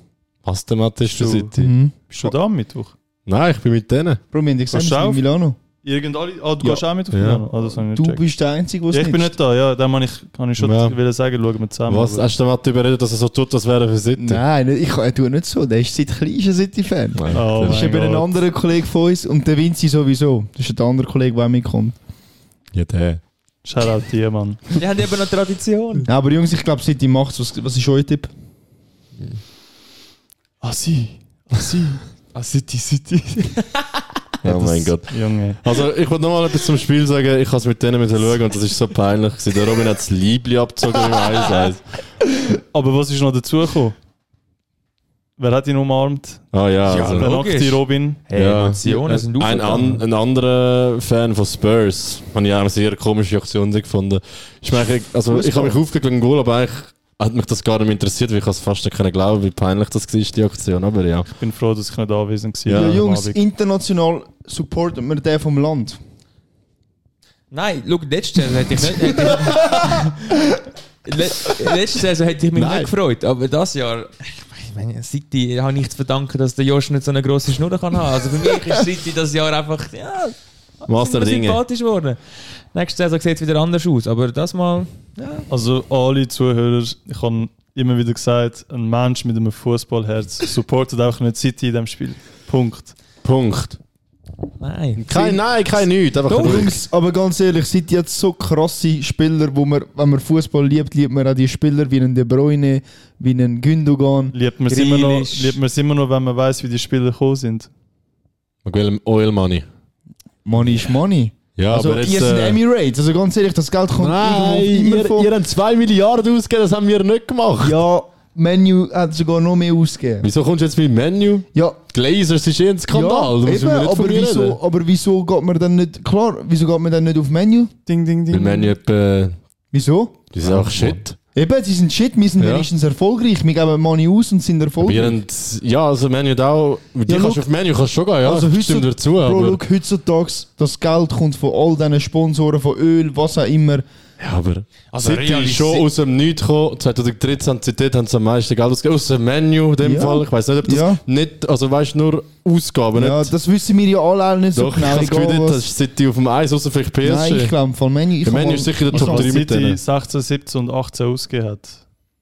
S5: Was der Mathe ist für
S6: Du.
S5: City?
S7: Mhm.
S6: Bist du da am Mittwoch?
S5: Nein, ich bin mit denen.
S7: Bro, wir haben gesagt,
S6: Hast
S7: wir sind
S6: du
S7: in
S6: auf?
S7: Milano.
S6: Irgend alle, ah, du
S7: Ja.
S6: gehst auch mit auf
S5: Ja.
S6: Milano? Ah, das habe ich nicht
S7: Du
S6: gecheckt.
S7: bist der Einzige, der
S6: ja,
S7: es
S6: ich bin
S7: nicht
S6: nicht da, ja. Dann kann ich, kann ich schon
S5: Ja.
S6: wieder sagen, schauen wir zusammen.
S5: Was?
S6: Aber-
S5: Hast du den Mathe überredet, dass er so tut, als wäre er für City?
S7: Nein, nicht- ich kann- er tut nicht so. Der ist seit klein ist ein City-Fan.
S5: Nein.
S6: Oh
S7: Das ist
S6: mein
S7: eben ein
S6: Gott.
S7: anderer Kollege von uns und der Vinci sowieso. Das ist der andere Kollege, der auch mitkommt.
S5: Ja, der.
S6: Shoutout dir, Mann.
S5: Oh
S1: Die haben eben eine Tradition.
S7: Ja, aber Jungs, ich glaube, City macht was. Was ist euer Tipp?
S6: Ah, sie. Ah, sie. Ah, City, City.
S5: oh mein Gott.
S6: Junge.
S5: Also, ich wollte nochmal etwas zum Spiel sagen. Ich habe es mit denen müssen schauen und das ist so peinlich. gewesen. Der Robin hat das Liebli abgezogen im Einsatz.
S6: Aber was ist noch dazugekommen? Wer hat ihn umarmt?
S5: Ah ja,
S1: Ja,
S5: also.
S6: Der
S1: Logisch.
S6: nackte Robin.
S1: Hey,
S5: Ja. Äh,
S1: Emotionen sind
S5: ein,
S1: aufgegangen.
S5: an, ein anderer Fan von Spurs habe ich auch eine sehr komische Aktion gefunden. Ich, meine, ich- also, ich habe mich aufgeregt wegen dem Goal, aber eigentlich hat mich das gar nicht mehr interessiert, weil ich es fast nicht können glauben wie peinlich das war, die Aktion. Aber ja.
S6: Ich bin froh, dass ich nicht anwesend war.
S5: Ja,
S7: Ja,
S6: am
S7: Jungs,
S6: Abend.
S7: international supporten wir den vom Land.
S1: Nein, schau, letzte Saison hätte ich nicht. Hätte ich, Le letzte Saison hätte ich mich
S5: Nein.
S1: nicht gefreut, aber das Jahr. Ich meine, City habe ich zu verdanken, dass der Josh nicht so eine grosse Schnur kann haben. Also für mich ist City das Jahr einfach ja,
S5: Master Dinge.
S1: sympathisch geworden. Nächste Saison sieht es wieder anders aus, aber das mal.
S6: Also alle Zuhörer, ich habe immer wieder gesagt, ein Mensch mit einem Fußballherz supportet auch nicht City in diesem Spiel. Punkt.
S5: Punkt.
S1: Nein.
S5: Kein Nein, kein Nichts. Einfach ruhig.
S7: Jungs, aber ganz ehrlich, sind jetzt so krasse Spieler, wo man, wenn man Fußball liebt, liebt man auch die Spieler wie einen De Bruyne, wie einen Gündogan.
S6: Liebt man es immer, noch-
S1: Grealish.
S6: liebt man es immer noch, wenn man weiß, wie die Spieler gekommen sind.
S5: Miguel Oil Money.
S7: Money ist Money.
S5: Ja,
S7: also
S5: aber jetzt. äh,
S7: ihr seid Emirates, also ganz ehrlich, das Geld kommt
S5: nein,
S7: irgendwo immer
S5: ihr,
S7: von.
S5: ihr habt 2 Milliarden ausgegeben, das haben wir nicht gemacht.
S7: ja, Menu hat sogar noch mehr ausgegeben.
S5: Wieso kommst du jetzt mit dem Menü?
S7: Ja,
S5: Glazers ist eh ein Skandal. da
S7: ja
S5: müssen
S7: eben,
S5: wir nicht von
S7: aber,
S5: mir reden.
S7: wieso, aber wieso geht man dann nicht, klar, wieso geht man dann nicht auf Menu?
S6: Ding, ding,
S5: Weil
S6: ding.
S5: Menü etwa.
S7: Wieso?
S5: Das ist auch shit.
S7: Eben, sie sind shit, wir sind
S5: Ja.
S7: wenigstens erfolgreich, wir geben Money aus und sind erfolgreich.
S5: Wir haben, ja, also Menü hat auch. Mit dir
S7: Ja,
S5: kannst du
S7: look.
S5: auf Menü kannst schon gehen, ja.
S7: Also
S5: Also stimmt
S7: heutzutage-
S5: dazu.
S7: Bro,
S5: Aber,
S7: look, heutzutage, das Geld kommt von all diesen Sponsoren, von Öl, was auch immer.
S5: ja, aber
S1: Also
S5: City ist
S1: realisi-
S5: schon aus dem Nichts gekommen. 2013 haben sie dort haben sie am meisten Geld ausgegeben. Aus dem Menü in dem
S7: Ja.
S5: Fall. Ich weiß nicht, ob das
S7: Ja.
S5: nicht. Also weißt du, nur Ausgaben,
S7: Ja,
S5: nicht.
S7: das wissen wir ja alle auch nicht so
S5: Doch, ich
S7: genau.
S5: habe das
S7: egal
S5: Gefühl, dort
S7: was.
S5: ist City auf dem Eis, außer vielleicht PSG.
S7: Nein, ich glaube, von Menu. Ich Also,
S5: Der
S7: hab
S5: Menu
S7: mal-
S5: ist sicher der
S7: ich
S5: Top
S7: hab-
S6: Was
S5: drei mit
S6: City
S5: denen.
S6: 16, 17 und 18 ausgegeben hat.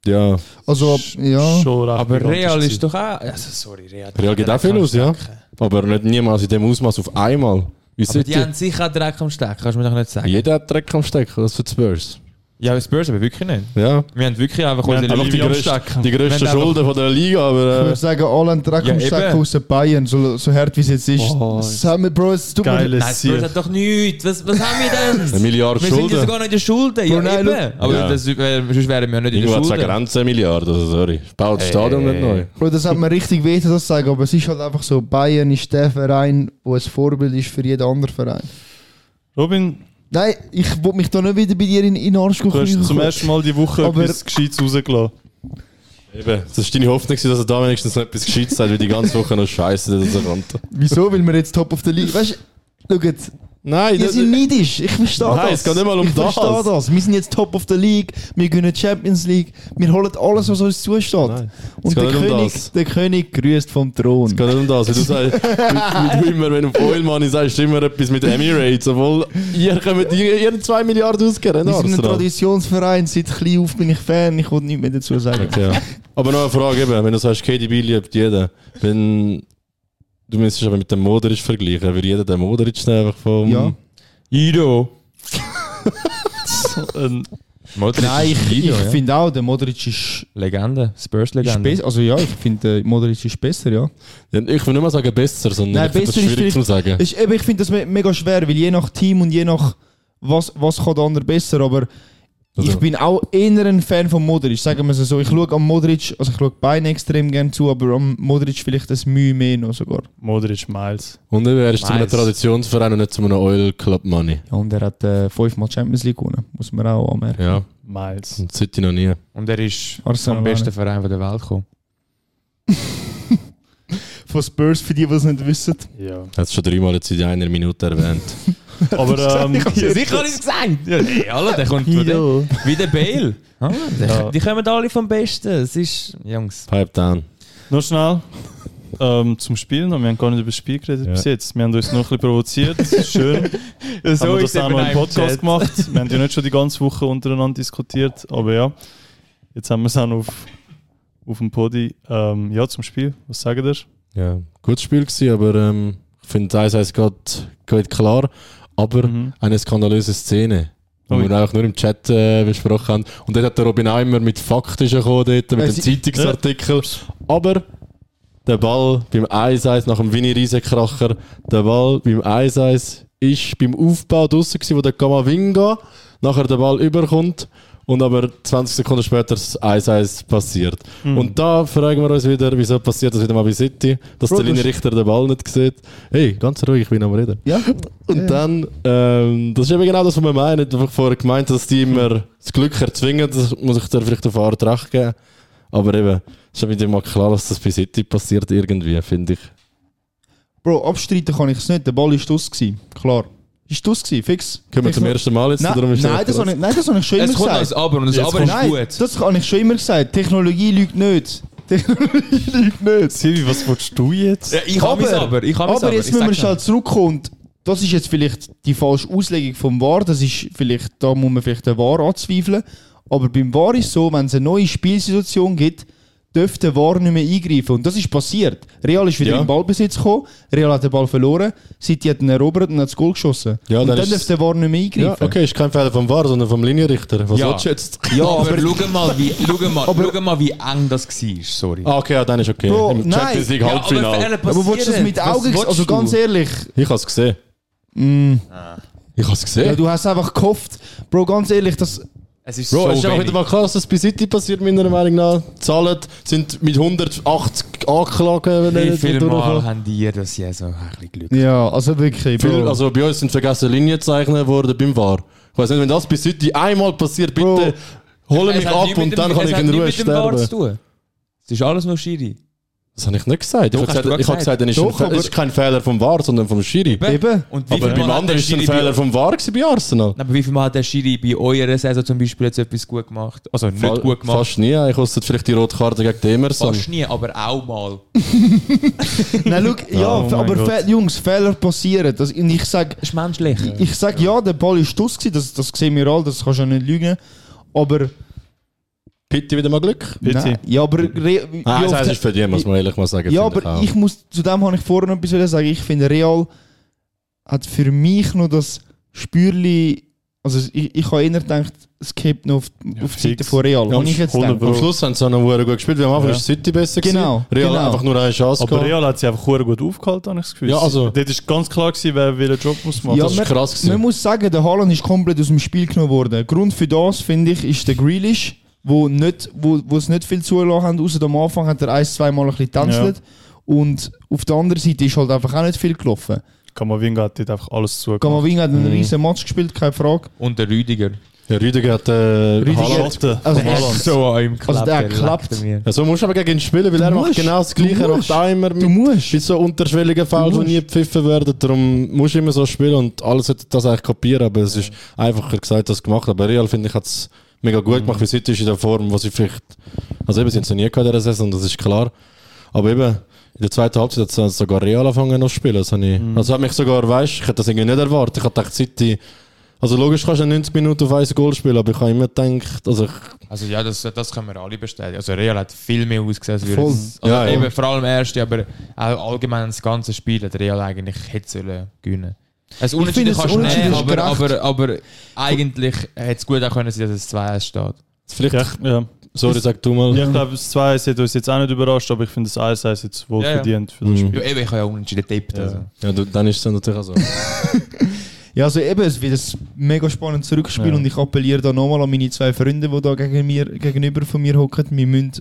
S5: Ja.
S7: Also, ja.
S6: Schon recht
S1: Aber
S6: gigantisch
S1: Real
S6: gewesen.
S1: ist doch auch. Also, sorry, Real.
S5: Real geht auch viel aus, ja. Aber nicht niemals in dem Ausmaß auf einmal. Wie
S1: Aber die
S5: City.
S1: haben sicher auch Dreck am Stecken, kannst du mir doch nicht sagen.
S5: Jeder hat Dreck am Stecken, das für die Spurs.
S1: Ja, wir Spurs aber wirklich nicht.
S5: Ja.
S1: Wir haben wirklich einfach
S6: Wir
S1: unsere
S6: haben
S1: Liebe
S5: Die,
S6: Die
S1: am
S5: grössten
S1: Stecken.
S5: die grössten
S1: Wir haben
S5: Schulden von der Liga,
S7: Ich
S5: aber.
S7: würde
S5: Äh,
S7: sagen, alle haben Dreck
S1: Ja,
S7: am Stecken
S1: eben.
S7: aus den Bayern, so, so hart wie es jetzt ist.
S6: Oh,
S7: das haben wir, Bro, es tut mir
S1: Nein,
S6: Geiles
S1: Spurs
S6: Sieg.
S1: hat doch nichts. Was, was haben wir denn?
S5: eine Milliarde
S1: wir sind ja
S5: Schulden.
S1: sogar noch in der Schulden. Ja,
S7: Bro, nein,
S1: eben. Aber
S5: Ja.
S1: Das, wär- sonst wären wir nicht in
S5: Irgendwo
S1: der
S5: hat es eine
S1: Schulden.
S5: Grenze, eine Milliarde, also sorry. Baut das Stadion nicht neu.
S7: Bro, das hat mir richtig weh, das zu sagen, aber es ist halt einfach so, Bayern ist der Verein, wo ein Vorbild ist für jeden anderen Verein.
S6: Robin,
S7: Nein, ich will mich da nicht wieder bei dir in, in den Arsch
S6: du hast zum ersten Mal die Woche
S7: Aber-
S6: etwas Gescheites rausgelassen.
S5: Eben, das ist deine Hoffnung, dass er da wenigstens noch etwas gescheit sagt, weil die ganze Woche noch scheiße dass er kommt.
S7: Wieso? Weil wir jetzt top of the league. Weißt du, schau jetzt,
S5: Nein,
S7: ihr
S5: das,
S7: seid neidisch. Ich verstehe das.
S5: Nein, es geht nicht mal um
S7: ich Ich verstehe
S5: das.
S7: das. Wir sind jetzt top of the league. Wir gewinnen die Champions League. Wir holen alles, was uns zusteht.
S5: Nein,
S7: Und
S5: geht
S7: der
S5: nicht um
S7: König,
S5: das.
S7: der König grüßt vom Thron.
S5: es geht nicht um das. Weil du sagst, weil du immer, wenn du auf Oilmoney sagst, du immer etwas mit Emirates, obwohl ihr könnt ihr, ihr 2 Milliarden ausgeben,
S7: Wir sind ein
S5: Arsenal.
S7: Traditionsverein. Seit klein auf bin ich Fan. Ich will nichts mehr dazu sagen.
S5: Okay, ja. Aber noch eine Frage eben, wenn du sagst, KDB liebt jeder, wenn du müsstest aber mit dem Modric vergleichen, weil jeder den Modric nimmt einfach vom...
S7: Ja.
S1: Ido.
S6: Ähm,
S1: Modric
S7: Nein,
S1: ist
S7: ich,
S1: Ido,
S7: ich
S1: ja.
S7: finde auch, der Modric ist,
S1: Legende.
S7: ist
S1: Spurs-Legende.
S7: besser. Also ja, ich finde, der Modric ist besser, ja.
S5: Ja, Ich will nicht mal sagen besser, sondern
S7: Nein,
S5: ich find das
S7: besser ist
S5: schwierig zu sagen.
S7: Ist, eben, ich finde das me- mega schwer, weil je nach Team und je nach was, was kann der andere besser, aber
S5: Also-
S7: ich bin auch eher ein Fan von Modric, sagen wir es so. Ich schaue am Modric, also ich schaue beiden extrem gerne zu, aber am Modric vielleicht ein Mühe mehr noch sogar.
S6: Modric Miles.
S5: Und eben, er ist zu einem
S1: Nice.
S5: Traditionsverein und nicht zu einem Oil Club Money.
S7: Ja, und er hat äh, fünfmal Champions League gewonnen, muss man auch anmerken.
S5: Ja,
S6: Miles.
S5: und City noch nie.
S1: Und er ist
S7: Arsenal
S1: vom besten Verein der Welt gekommen.
S7: Von Spurs, für die, die es nicht wissen.
S6: Ja.
S5: Hat es schon dreimal jetzt in einer Minute erwähnt.
S6: Aber ähm,
S1: Sicher habe ich es gesagt. Ja, hey, alle, der kommt von dem.
S7: Ja.
S1: Wie der Bale. Ah, der-
S6: Ja.
S1: Die kommen alle vom Besten. Es ist, Jungs.
S5: Pipe down.
S6: noch schnell ähm, zum Spiel noch. Wir haben gar nicht über das Spiel geredet
S5: Ja.
S6: bis jetzt. Wir haben uns noch ein bisschen provoziert. Schön. haben wir das auch noch im Podcast gemacht. Wir haben ja nicht schon die ganze Woche untereinander diskutiert, aber ja, jetzt haben wir es auch noch auf, auf dem Podi. Ähm, ja, zum Spiel, was sagt ihr?
S5: Ja, gutes Spiel gewesen, aber ähm, ich finde, 1-1 geht, geht klar, aber
S6: Mhm.
S5: eine skandalöse Szene. Die
S6: Ui.
S5: wir auch nur im Chat äh, besprochen haben. Und dort hat der Robin auch immer mit Fakten schon gekommen, dort, mit
S7: Äh,
S5: dem
S7: sie-
S5: Zeitungsartikel. Aber der Ball beim 1-1 nach dem Winnie Riesenkracher, der Ball beim 1-1 ist beim Aufbau draussen gewesen, wo der Kamavinga nachher den Ball überkommt und aber 20 Sekunden später das 1-1 passiert. Und da fragen wir uns wieder, wieso passiert das wieder mal bei City, dass
S7: Bro,
S5: der
S7: das-
S5: Linienrichter den Ball nicht sieht. Hey, ganz ruhig, ich bin am Reden.
S7: Ja.
S5: Und dann, ähm, das ist eben genau das, was wir meinen. Ich habe vorher gemeint, dass die immer das Glück erzwingen. Das muss ich dir vielleicht auf eine Art recht geben. Aber eben, es ist wieder mal klar, dass das bei City passiert irgendwie, finde ich.
S7: Bro, abstreiten kann ich es nicht. Der Ball ist aus. gewesen. Klar. Ist aus, gewesen, fix.
S5: Können wir zum
S7: Fix.
S5: ersten Mal jetzt?
S7: Nein,
S5: darum ist
S7: nein, das
S5: krass.
S7: habe ich, nein, das habe ich schon immer
S1: Es kommt noch
S7: gesagt.
S1: ein Aber und das
S6: Jetzt
S1: Aber ist
S7: Also Nein,
S1: gut.
S7: das habe ich schon immer gesagt. Technologie lügt nicht. Technologie lügt nicht.
S6: Silvi, was willst du jetzt?
S1: Ja, ich habe es aber. Ich habe es
S7: Aber
S1: aber.
S7: jetzt
S1: Ich
S7: müssen wir
S1: sag's
S7: schnell zurückkommen und das ist jetzt vielleicht die falsche Auslegung vom VAR. Das ist vielleicht, da muss man vielleicht den VAR anzweifeln. Aber beim VAR ist es so, wenn es eine neue Spielsituation gibt, dürfte VAR nicht mehr eingreifen. Und das ist passiert. Real ist wieder
S5: Ja.
S7: in Ballbesitz gekommen, Real hat den Ball verloren, City hat ihn erobert und hat das Goal geschossen.
S5: Ja,
S7: und
S5: dann
S7: dann
S5: ist-
S7: dürfte der VAR nicht mehr eingreifen.
S5: Ja, okay, ist kein Fehler vom VAR, sondern vom Linienrichter. Was
S1: Ja.
S5: willst du jetzt?
S1: Ja, aber, schau, mal, wie, schau, mal, schau mal, wie eng das war. Sorry.
S5: Ah, okay, ja, dann ist okay.
S7: Bro,
S5: Im
S7: nein.
S5: Champions League
S1: Ja, aber
S5: Halbfinale.
S1: Fehler
S7: Aber willst du das
S1: passieren.
S7: mit
S1: Was
S7: Augen
S1: willst
S7: Also
S1: du?
S7: ganz ehrlich,
S5: ich habe es gesehen. Ah. Ich habe es
S7: Mm. ja,
S5: gesehen.
S7: du hast einfach gehofft. Bro, ganz ehrlich, das...
S1: Es ist
S5: Bro,
S1: so
S5: ist einfach
S1: wenig.
S5: wieder mal klar, dass das bei City passiert, meiner Meinung nach. Zahlen sind mit 180 angeklagt, wenn
S1: Wie
S5: nicht
S1: viele Mal
S5: durchkommt.
S1: haben die das Jahr so also ein bisschen Glück?
S7: Ja, also wirklich,
S5: Viel,
S7: Bro.
S5: also bei uns sind vergessen Linien gezeichnet worden beim VAR. Ich weiß nicht, wenn das bei City einmal passiert, bitte hole mich ab und dann kann ich in Ruhe sterben.
S1: Es ist alles nur Schiri.
S5: Das habe ich nicht gesagt.
S1: Doch,
S5: ich
S1: hast
S5: habe
S1: du
S5: gesagt, ich habe gesagt,
S1: gesagt.
S5: dann ist
S7: Doch,
S5: ein Fe-
S7: aber-
S5: ist kein Fehler vom VAR, sondern vom Schiri.
S7: Eben.
S1: Und wie viel
S5: Aber beim
S1: Mal hat der
S5: anderen ist ein
S1: Schiri
S5: Fehler
S1: bei-
S5: vom VAR gewesen bei Arsenal.
S1: Nein, Aber wie viel Mal hat der Schiri bei eurer Saison zum Beispiel jetzt etwas gut gemacht? Also nicht
S5: Fa-
S1: gut gemacht.
S5: Fast nie. Ich wusste vielleicht die rote Karte gegen den Emerson.
S1: Fast nie, aber auch mal.
S7: Nein, schau, ja,
S6: Oh mein
S7: aber
S6: Gott.
S7: Fe Jungs, Fehler passieren. Das, und ich sage,
S1: Das ist menschlich.
S7: ich sag, ja, der Ball ist aus, das, das sehen wir alle, das kannst du ja nicht lügen. Aber,
S5: Pitti wieder mal Glück.
S6: Bitte.
S7: nein, ja, aber... Re, wie
S5: Ah, das
S7: oft-
S5: heißt, ist für die, muss man ehrlich mal sagen.
S7: ja,
S5: finde ich
S7: aber
S5: auch.
S7: ich muss, zu dem habe ich vorhin noch etwas wollen sagen. Ich finde, Real hat für mich noch das Spürli... Also ich, ich habe eher gedacht, es kippt noch auf, auf die Seite
S6: fix.
S7: von Real.
S5: Ja,
S7: habe ich jetzt
S6: 100
S7: gedacht.
S5: Am Schluss haben sie auch noch verdammt gut gespielt. weil Am Anfang
S6: Ja.
S5: war City besser.
S7: Genau,
S5: Gewesen. Real
S7: genau.
S5: hat einfach nur eine Chance
S6: Aber
S5: gehabt.
S6: Real hat sie einfach verdammt gut aufgehalten, habe ich das Gefühl.
S5: Ja, also-
S6: Dort ist ganz klar gewesen, wer welchen Job muss machen. Also,
S7: Ja,
S5: das ist
S7: man-
S5: krass gewesen.
S7: Man muss sagen, der Haaland ist komplett aus dem Spiel genommen worden. Grund für das, finde ich, ist der Grealish, wo, nicht, wo, wo es nicht viel zulassen haben, außer am Anfang hat er ein, zwei Mal ein bisschen getänzelt. Und auf der anderen Seite ist halt einfach auch nicht viel gelaufen.
S6: Kamavinga hat dort einfach alles zugemacht.
S7: Kamavinga hat einen riesen Match gespielt, keine Frage.
S1: Und der Rüdiger.
S5: Ja, Rüdiger hat äh,
S7: Rüdiger-
S5: Haaland.
S6: Kamavinga.
S7: Also,
S1: Er
S7: er-
S1: ist so an ihm
S7: Also der
S1: geklappt, er
S7: klappt.
S1: leckte mir.
S5: Ja, so musst du aber gegen ihn spielen, weil er macht
S7: musst.
S5: genau das
S7: Du
S5: Gleiche. Er macht
S7: musst.
S5: auch immer mit,
S7: du musst.
S5: mit so unterschwelligen Fouls, die
S7: musst.
S5: nie gepfiffen werden. Darum musst du immer so spielen und alles sollte das eigentlich kapieren. Aber es ist einfacher gesagt als gemacht. Aber Real, finde ich, hat es mega gut gemacht. Wie City ist in der Form, was sie vielleicht... Also eben, sie haben es noch nie gehabt in dieser Saison, das ist klar. Aber eben, in der zweiten Halbzeit hat sogar Real angefangen noch zu spielen. Das habe ich,
S1: Mhm.
S5: Also hat mich sogar, weißt ich hätte das irgendwie nicht erwartet. Ich hatte gedacht, City... Also logisch kannst du ja 90 Minuten auf ein Goal spielen, aber ich habe immer gedacht, also ich
S1: Also ja, das, das können wir alle bestätigen. Also Real hat viel mehr ausgesehen als wir.
S7: Voll.
S1: jetzt- Also
S5: Ja, ja.
S1: eben, Vor allem erste, aber auch allgemein das ganze Spiel hat Real eigentlich hätte sollen gewinnen. Also
S7: Ich
S1: Unentschieden
S7: finde, das
S1: kannst du
S7: Unentschieden
S1: nehmen,
S7: ist
S1: aber, aber,
S7: gerecht.
S1: aber eigentlich hätte es gut auch können sein, dass es 2-1 steht.
S5: vielleicht...
S6: Ja, ja.
S5: Sorry, sag du mal.
S6: Ja, ich glaube, das 2 hat uns jetzt auch nicht überrascht, aber ich finde, das 1 ist jetzt wohl
S1: Ja, ja.
S6: verdient
S5: Mhm.
S6: für das Spiel.
S1: Ja, eben, ich habe ja unentschieden getippt. Also.
S5: Ja, du, dann ist es natürlich auch so.
S7: Ja, also eben, es wird ein mega spannendes Rückspiel
S6: Ja.
S7: und ich appelliere da nochmal an meine zwei Freunde, die da gegen mir, gegenüber von mir hocken. Wir müssen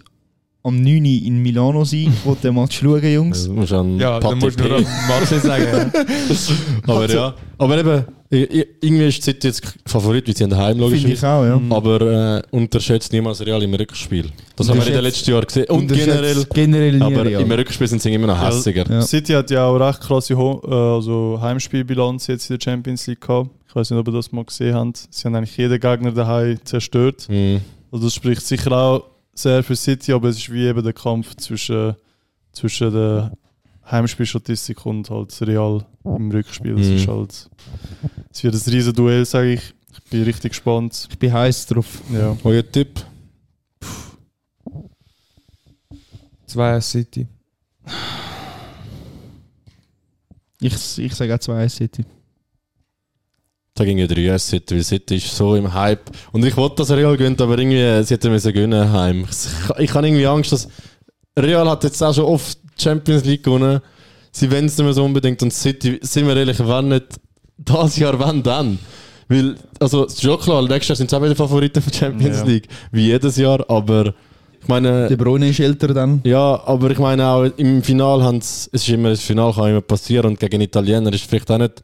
S7: am 9. Uhr in Milano sein. Ich will den Match schauen, Jungs.
S5: Du musst an
S1: Ja, dann
S5: Pathé
S1: musst du nur
S5: P.
S1: Matze sagen.
S7: Also-
S5: aber ja. Aber eben, i- i- irgendwie ist die City jetzt Favorit, weil sie haben daheim
S7: Finde ich
S5: logischerweise.
S7: auch, Mhm. ja.
S5: Aber äh, unterschätzt niemals Real im Rückspiel. Das haben wir in den letzten Jahren gesehen. Und
S7: Unterschätzt
S5: generell.
S7: generell nie
S5: Aber
S7: Real.
S5: im Rückspiel sind sie immer noch
S6: Ja.
S5: hässiger.
S7: Ja.
S6: City hat ja auch recht krasse Ho äh, also Heimspielbilanz jetzt in der Champions League gehabt. Ich weiß nicht, ob ihr das mal gesehen habt. Sie haben eigentlich jeden Gegner daheim zerstört.
S5: Mhm.
S6: Also das spricht sicher auch sehr für City, aber es ist wie eben der Kampf zwischen, zwischen der Heimspielstatistik und halt Real im Rückspiel. Das
S5: Mhm.
S6: ist halt, es wird ein riesen Duell, sage ich. Ich bin richtig gespannt.
S7: Ich bin heiß drauf.
S6: Ja.
S5: Euer Tipp?
S1: 2-1 City.
S7: Ich, ich sage auch 2 City.
S5: Da ging ja 3 City, weil City ist so im Hype. Und ich wollte, dass Real gewinnt, aber irgendwie, äh, sie hätten müssen gewinnen heim. Ich, ich habe irgendwie Angst, dass Real hat jetzt auch schon oft die Champions League gewonnen. Sie wollen es nicht mehr so unbedingt und City, sind wir ehrlich, wenn nicht das Jahr, wenn dann. Weil, also, es ist schon klar, nächstes Jahr sind sie auch wieder Favoriten für die Champions
S6: Ja.
S5: League. Wie jedes Jahr, aber ich meine...
S7: Der Bruyne ist älter dann.
S5: Ja, aber ich meine auch im Final haben's, es ist immer das Final kann immer passieren und gegen Italiener ist vielleicht auch nicht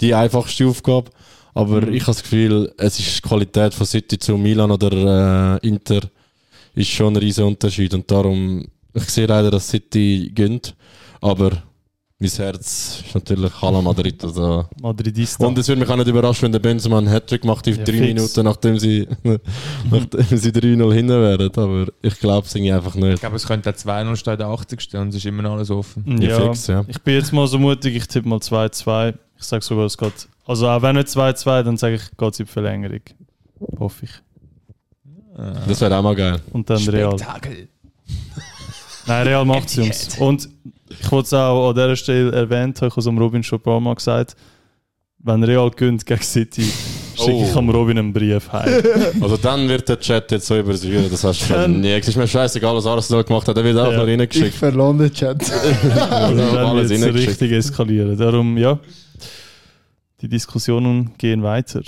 S5: die einfachste Aufgabe, aber
S6: Mhm.
S5: ich habe das Gefühl, es ist die Qualität von City zu Milan oder äh, Inter ist schon ein riesen Unterschied und darum ich sehe leider, dass City gönnt, aber mein Herz ist natürlich Hala Madrid. Also.
S6: Madridista.
S5: Und es würde mich auch nicht überraschen, wenn der Benzema einen Hattrick macht in
S6: Ja,
S5: drei
S6: fix.
S5: Minuten, nachdem sie, nachdem sie 3-0 hinten wären. Aber ich glaube es irgendwie einfach nicht.
S1: Ich glaube, es könnte auch 2-0 stehen in der 80. und es ist immer noch alles offen.
S5: Ja,
S6: ja.
S5: fix, ja.
S6: Ich bin jetzt mal so mutig, ich tippe mal 2-2. Ich sage sogar, es geht. Also auch wenn nicht 2-2, dann sage ich, geht es in die Verlängerung. Hoffe ich.
S5: Das wäre auch mal geil.
S6: Und dann Real.
S1: Tagel.
S6: Nein, Real macht sie uns. Und ich wollte es auch an dieser Stelle erwähnt haben, ich habe es am Robin schon ein paar Mal gesagt, wenn Real gönnt gegen City, schicke ich
S5: Oh.
S6: am Robin einen Brief heim.
S5: Also dann wird der Chat jetzt so übersäuert, das hast du schon
S6: Dann-
S5: nie. Es ist mir scheißegal, was Arsenal gemacht hat, der wird auch
S6: Ja.
S5: noch
S7: Ich
S5: reingeschickt.
S7: verlande Chat.
S5: Also
S6: Also dann
S5: alles
S6: wird es
S5: reingeschickt.
S6: richtig eskalieren. Darum, ja, die Diskussionen gehen weiter.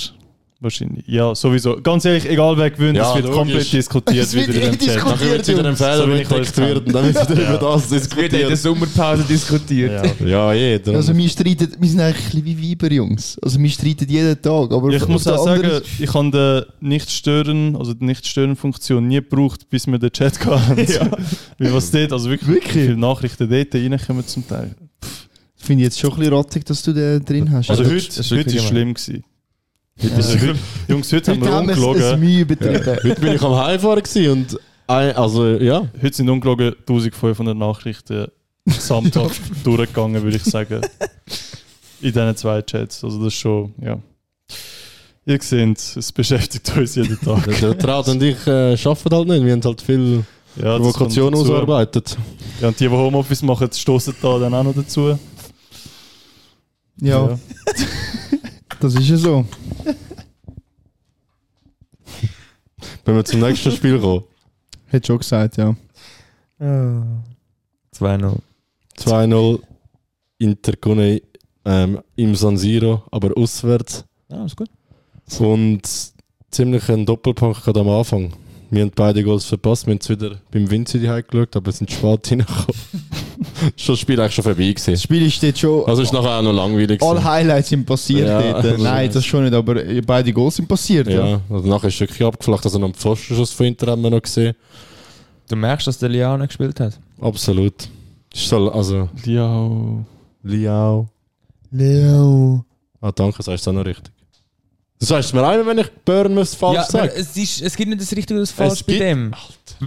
S6: Wahrscheinlich. Ja, sowieso. Ganz ehrlich, egal wer gewinnt,
S5: Ja,
S6: es wird
S5: logisch.
S6: komplett diskutiert.
S7: Es wird
S6: wieder in dem Chat.
S7: diskutiert.
S5: Nachher wird wieder ein
S6: So
S5: Fehler
S6: wie ich
S5: entdeckt
S6: euch kenne.
S5: werden, dann wird wieder über das
S8: Wird in der
S5: diskutiert.
S8: Sommerpause diskutiert.
S6: Ja.
S5: Ja, eh, jeder.
S7: Also wir streiten, wir sind eigentlich ein bisschen wie Weiber, Jungs. Also wir streiten jeden Tag, aber
S6: Ich
S7: auf
S6: muss
S7: der
S6: auch
S7: anderen-
S6: sagen, ich habe den Nicht-Stören, also die Nicht-Stören-Funktion nie gebraucht, bis wir den Chat hatten. Wie was dort, also wirklich,
S7: Wirklich?
S6: wie viele Nachrichten dort reinkommen zum Teil.
S7: Finde ich jetzt schon ein bisschen rattig, dass du den drin hast.
S6: Also
S7: Ja.
S6: heute
S8: das ist
S6: ist, heute
S8: wirklich
S6: ist
S8: gemein.
S6: schlimm gewesen. Also heute, Jungs, heute,
S7: heute
S6: haben
S7: haben
S6: wir
S7: wir es ein
S6: ungelogen,
S7: Mühe betrieben.
S5: Heute bin ich am Heimfahren gewesen und ein, also ja,
S6: heute sind ungelogen 1500 Nachrichten gesamthaft durchgegangen, würde ich sagen. In diesen zwei Chats. Also das ist schon, ja. Ihr seht, es beschäftigt uns jeden Tag.
S5: der Traut und ich äh, arbeiten halt nicht, wir haben halt viel
S6: Ja, das kommt
S5: Provokation
S6: dazu.
S5: ausgearbeitet.
S6: Ja, und die, die Homeoffice machen, stoßen da dann auch noch dazu.
S7: Ja, das ist ja so.
S5: Wenn wir zum nächsten Spiel kommen,
S7: Hätte schon gesagt, ja.
S1: 2-0.
S5: 2-0 Inter gewonnen, ähm, im San Siro, aber auswärts.
S1: Ja, ist gut.
S5: Und ziemlich ein Doppelpunkt gerade am Anfang. Wir haben beide Goals verpasst, wir haben es wieder beim Vinci die geschaut, aber sind spät reingekommen. schon das Spiel eigentlich schon vorbei
S7: Das
S5: gewesen.
S7: Spiel ist jetzt schon...
S5: Also ist nachher auch noch langweilig
S7: alle
S5: gewesen.
S7: Highlights sind passiert
S5: Ja,
S7: dort.
S5: also-
S7: Nein, das schon nicht, aber beide Goals sind passiert. Ja.
S5: Ja, also nachher ist wirklich abgeflacht. Also noch einen Pfostenschuss von Inter haben wir noch gesehen.
S1: Du merkst, dass der Liano gespielt hat.
S5: Absolut. Ist so, also
S6: Ja.
S5: Liao.
S7: Leo.
S5: Ah, danke, sagst du auch noch richtig. Das sagst du mir einmal, wenn ich Bournemouth falsch
S1: ja, äh, aber
S5: sage.
S1: es, ist, es gibt nicht das Richtige oder das Falsche bei
S5: gibt-
S1: dem.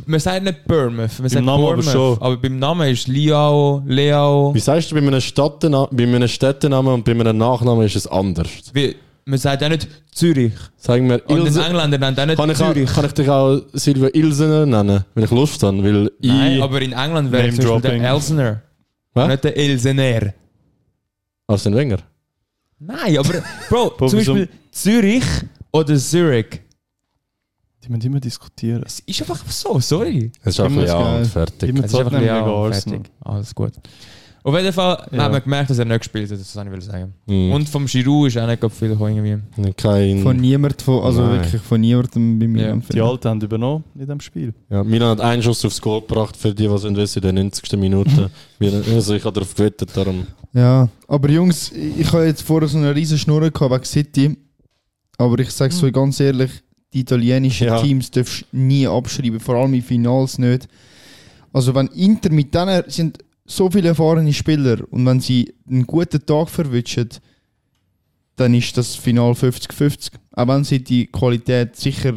S1: Man sagt nicht Bournemouth, man sagt
S6: Halt. Namen aber
S1: Bournemouth.
S6: schon.
S1: aber beim Namen ist Liao, Leao.
S5: Wie sagst du bei einem, Stadtena bei einem Städtenamen und bei einem Nachnamen ist es anders?
S1: Wie, man sagt auch nicht Zürich.
S5: Sagen wir
S1: Und
S5: Ilse-
S1: den Engländer nennen auch
S5: Kann
S1: nicht
S5: ich, auch,
S1: Zürich.
S5: kann ich dich auch Silvia Ilsener nennen, wenn ich Lust habe? Weil
S1: Nein,
S5: ich.
S1: aber in England wäre
S6: Name
S1: zum Beispiel
S6: dropping.
S1: der Elsner.
S5: Was?
S1: Nicht der Elsener.
S5: Arsene Wenger.
S1: Nein, aber Bro,
S6: Bobby,
S1: zum Beispiel Zürich oder Zürich.
S6: Die müssen immer diskutieren.
S1: Es ist einfach so, sorry.
S5: Das ist einfach
S7: Immer
S5: ja
S7: geil.
S5: und fertig.
S6: Immer
S1: Es ist
S6: zahlt
S1: einfach
S6: nämlich
S1: ja,
S6: gegen Arsenal.
S1: fertig. Alles gut. Auf jeden Fall
S6: Ja. Hm.
S1: haben wir gemerkt, dass er nicht gespielt hat, das wollte ich will sagen.
S5: Mhm.
S1: Und vom Giroud ist auch nicht gerade viel gekommen irgendwie.
S5: Kein,
S7: Von niemand, von, also
S5: Hm. Nein.
S7: wirklich von niemandem bei mir.
S1: Ja.
S6: Die Alten haben übernommen in diesem Spiel.
S5: ja, Milan hat einen Schuss aufs Goal gebracht für die, was in der 90. Minute. Wir- also ich habe darauf gewettet, darum.
S7: Ja, aber Jungs, ich ich habe jetzt vorher so eine riesen Schnurre gehabt wegen City. Aber ich sage es euch ganz ehrlich, die italienischen
S5: Ja.
S7: Teams darfst du nie abschreiben, vor allem in Finals nicht. Also wenn Inter mit denen sind so viele erfahrene Spieler und wenn sie einen guten Tag verwünschen, dann ist das Final 50-50. Auch wenn sie die Qualität sicher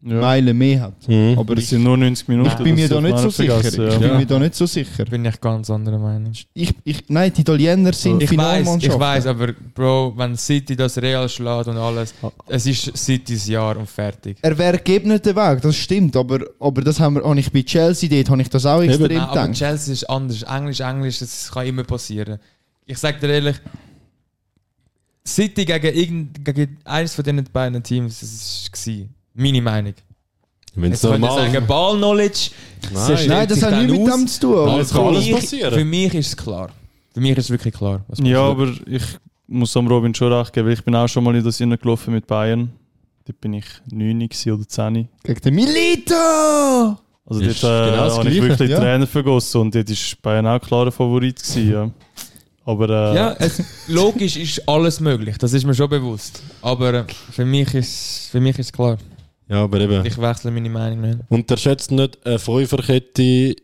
S7: Meilen mehr hat.
S5: Mhm.
S7: Aber
S6: Aber es
S7: ich
S6: sind nur 90 Minuten.
S7: bin mir
S6: das
S7: da
S6: darf
S7: nicht
S6: man
S7: so sicher.
S6: vergessen,
S7: Ich
S6: Ja.
S7: bin mir da nicht so sicher.
S1: Bin ich ganz anderer Meinung.
S7: Ich, ich, nein, die Italiener sind
S1: Ich weiß,
S7: Finalmannschaft.
S1: ich weiß, aber Bro, wenn City das Real schlägt und alles,
S5: Ah.
S1: es ist Citys Jahr und fertig.
S7: er wäre geebneter Weg, das stimmt, aber, aber das haben wir, habe ich bei Chelsea dort, habe ich das auch extrem
S1: Nein, aber
S7: gedacht.
S1: Chelsea ist anders. Englisch, Englisch, das kann immer passieren. Ich sag dir ehrlich, City gegen, irgend, gegen eines von diesen beiden Teams, das ist gewesen. Meine Meinung.
S5: Wenn es
S1: Jetzt könnt ihr
S5: normal
S1: sagen, Ball-Knowledge.
S5: Nein.
S1: stellt
S7: Nein, das
S1: sich
S7: hat
S1: dann
S7: nichts mit
S1: aus.
S7: dem zu tun.
S5: Nein,
S7: aber-
S5: es kann alles
S1: Für mich- Für
S5: passieren.
S1: mich ist es klar. Für mich ist es wirklich klar. was
S6: Ja,
S1: passiert.
S6: aber ich muss am Robin schon recht geben. weil Ich bin auch schon mal in das hineingelaufen mit Bayern. Dort bin ich 9 gewesen oder 10.
S7: Gegen den Milito!
S6: Also dort
S5: Ist
S6: äh,
S5: genau das
S6: habe ich
S5: Gleiche,
S6: wirklich
S7: ja.
S6: Tränen vergossen und dort war Bayern auch klarer Favorit. Gewesen, ja. Aber äh,
S1: Ja, es, logisch ist alles möglich, das ist mir schon bewusst. Aber für mich ist für mich ist klar.
S5: Ja, aber eben.
S1: Ich wechsle meine Meinung nicht.
S5: Unterschätzt nicht eine Fünferkette, die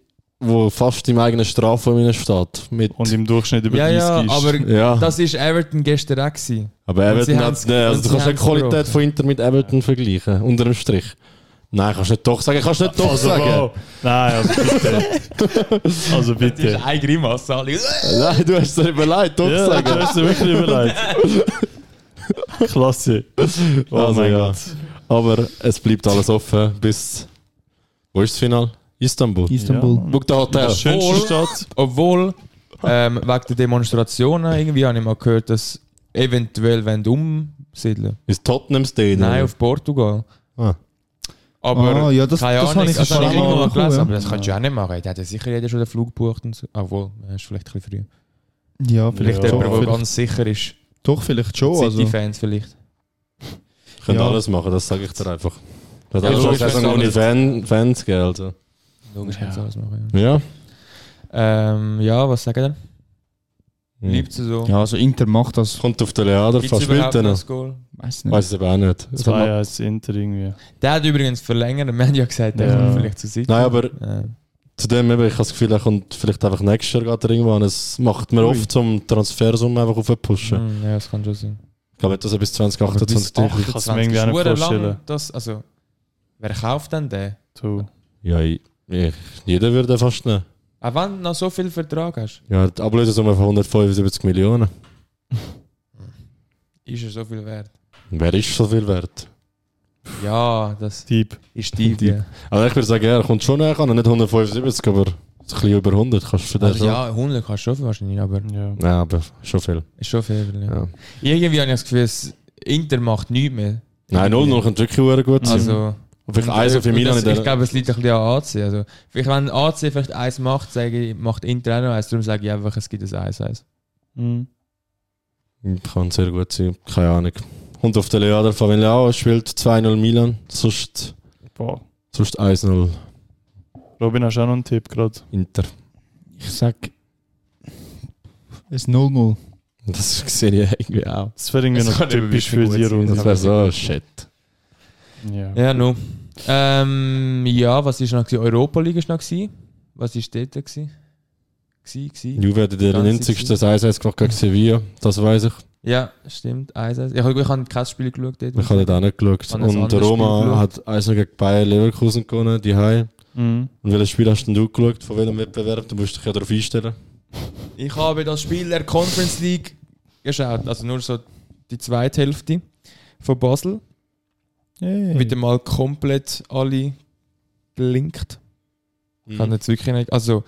S5: fast im eigenen Strafraum steht. Mit,
S6: und im Durchschnitt über
S1: Ja,
S6: 30
S1: ja,
S6: ist.
S1: aber
S5: ja.
S1: das ist Everton gestern auch. Gewesen.
S5: Aber
S1: Und sie
S5: Everton
S1: haben's-
S5: hat. Nein, also
S1: und sie
S5: du kannst nicht
S1: haben's
S5: die Qualität
S1: gebrochen.
S5: von Inter mit Everton vergleichen, unter dem Strich. Nein, kannst nicht doch sagen, kannst nicht doch
S6: also,
S5: sagen.
S6: wow. Nein, also bitte. also bitte.
S1: eine Grimasse. alle.
S5: Nein, du hast dir überlegt, doch
S6: Ja,
S5: sagen.
S6: du hast dir wirklich überlegt. Klasse. Oh
S5: Also,
S6: mein
S5: ja.
S6: Gott.
S5: Aber es bleibt alles offen bis. Wo ist das Final? Istanbul.
S7: Istanbul.
S6: Ja.
S5: Guck, der Hotel.
S6: Die schönste Stadt.
S1: Obwohl, ähm, wegen der Demonstrationen, irgendwie habe ich mal gehört, dass eventuell wenn umsiedeln.
S5: Ist Tottenham Stadium.
S1: Nein, auf Portugal.
S5: Ah.
S1: Aber
S7: Ah, ja, das-
S1: keine
S7: das
S1: Ahnung,
S7: habe ich
S1: also
S7: schon
S1: irgendwo
S7: mal
S1: mal
S7: bekommen,
S1: gelesen,
S7: ja.
S1: aber das kannst du ja auch nicht machen. Da hat ja sicher jeder schon den Flug gebucht. Und so. Obwohl, das ist vielleicht ein bisschen früh.
S7: Ja,
S1: Vielleicht
S5: Ja,
S1: jemand, der
S7: vielleicht-
S1: ganz sicher ist.
S7: Doch, vielleicht schon. Also.
S1: City-Fans vielleicht.
S5: Könnt
S7: Ja.
S5: alles machen, das sage ich dir einfach. Das
S1: Ja,
S5: hat
S1: logisch,
S5: alles schon
S1: wenn's
S5: Saison ohne
S1: alles-
S5: Fan, Fans, gell? Also.
S1: Logisch kannst du alles machen.
S5: Ja.
S1: Ja, ähm, ja was sagen denn?
S5: Hm.
S1: Liebt sie so?
S7: Ja, also Inter macht das.
S5: Kommt auf den Leader,
S1: Gibt's
S5: fast spielt
S1: überhaupt
S5: er
S1: noch
S5: noch.
S1: das Goal?
S7: Weiß nicht.
S5: Weiß es eben auch nicht. Das hat man-
S6: Zwei als Inter irgendwie.
S1: Der hat übrigens verlängert. Wir haben ja gesagt, der
S6: Ja.
S1: kommt vielleicht zu City.
S5: Nein, aber
S1: Äh,
S5: zudem eben, ich habe das Gefühl, er kommt vielleicht einfach nächstes Jahr gerade irgendwann. Es macht mir oft zum Transfersumme einfach aufpushen.
S1: hm, ja, das kann schon sein.
S5: Ich glaube, dass er bis 2028
S1: Aber bis
S5: durch ist.
S6: kann's mir irgendwie auch nicht
S1: 28 ist
S6: vorstellen.
S1: lang, Das, also, wer kauft denn den?
S6: Du.
S5: Ja, ich, ich, jeder würde fast nehmen.
S1: Auch Ah, wenn du noch so viel Vertrag hast,
S5: Ja, die Ablösesumme von 175 Millionen.
S1: ist er so viel wert.
S5: Wer ist so viel wert?
S1: Ja, das
S6: Typ.
S1: ist die Idee.
S5: Also ich würde sagen, er kommt schon näher, an, nicht 175, aber ein bisschen über 100 kannst du für den
S1: Also,
S5: schon.
S1: ja, 100 kannst du schon wahrscheinlich, aber
S6: Ja.
S5: Ja, aber schon viel.
S1: ist schon viel. Ja.
S5: Ja.
S1: Irgendwie habe ich das Gefühl, das Inter macht nichts mehr.
S5: Nein, 0-0 könnte wirklich sehr gut sein.
S1: Also,
S5: Und vielleicht eins für
S1: Und
S5: mich
S1: das-
S5: nicht.
S1: Ich glaube, es liegt ein bisschen an AC. Also, vielleicht, wenn AC vielleicht eins macht, sage ich, macht Inter auch noch eins. Darum sage ich einfach, es gibt ein 1-1.
S6: Mhm.
S5: Kann sehr gut sein, keine Ahnung. Und auf der Leader Familiao spielt 2-0 Milan, sonst,
S6: Boah.
S5: sonst 1-0
S6: Robin, hast du auch noch einen Tipp gerade?
S5: Inter.
S7: Ich sag. Es 0-0.
S5: Das sehe ich irgendwie auch.
S6: Das wäre irgendwie
S1: Es
S6: noch
S1: kann eben wirklich
S6: typisch für
S1: gut
S6: die
S1: sein.
S6: Runde.
S5: Das wäre so shit.
S6: Ja.
S1: Ja, no. Ähm, ja, was war noch? Gewesen? Europa League war noch. Gewesen. Was war dort? Gewesen? Gewesen, gewesen.
S5: Juve hat in der
S1: Ganz
S5: 90.
S1: easy.
S5: das 1-1 gemacht gegen Sevilla, das weiß ich.
S1: Ja, stimmt. 1-1. Ich habe ich hab kein Spiel geschaut. Dort.
S5: Ich habe dort auch nicht geschaut.
S1: Habe ein
S5: Und
S1: anderes Spiel
S5: Roma
S1: geschaut.
S5: hat 1 gegen Bayern Leverkusen gewonnen, die Hause.
S6: Mhm.
S5: Und welches Spiel hast denn du geschaut? Von welchem Wettbewerb? Du musst dich ja darauf einstellen.
S1: Ich habe das Spiel der Conference League geschaut. Also nur so die zweite Hälfte von Basel. Wieder mal komplett alle gelinkt. Kann jetzt wirklich nicht. Also,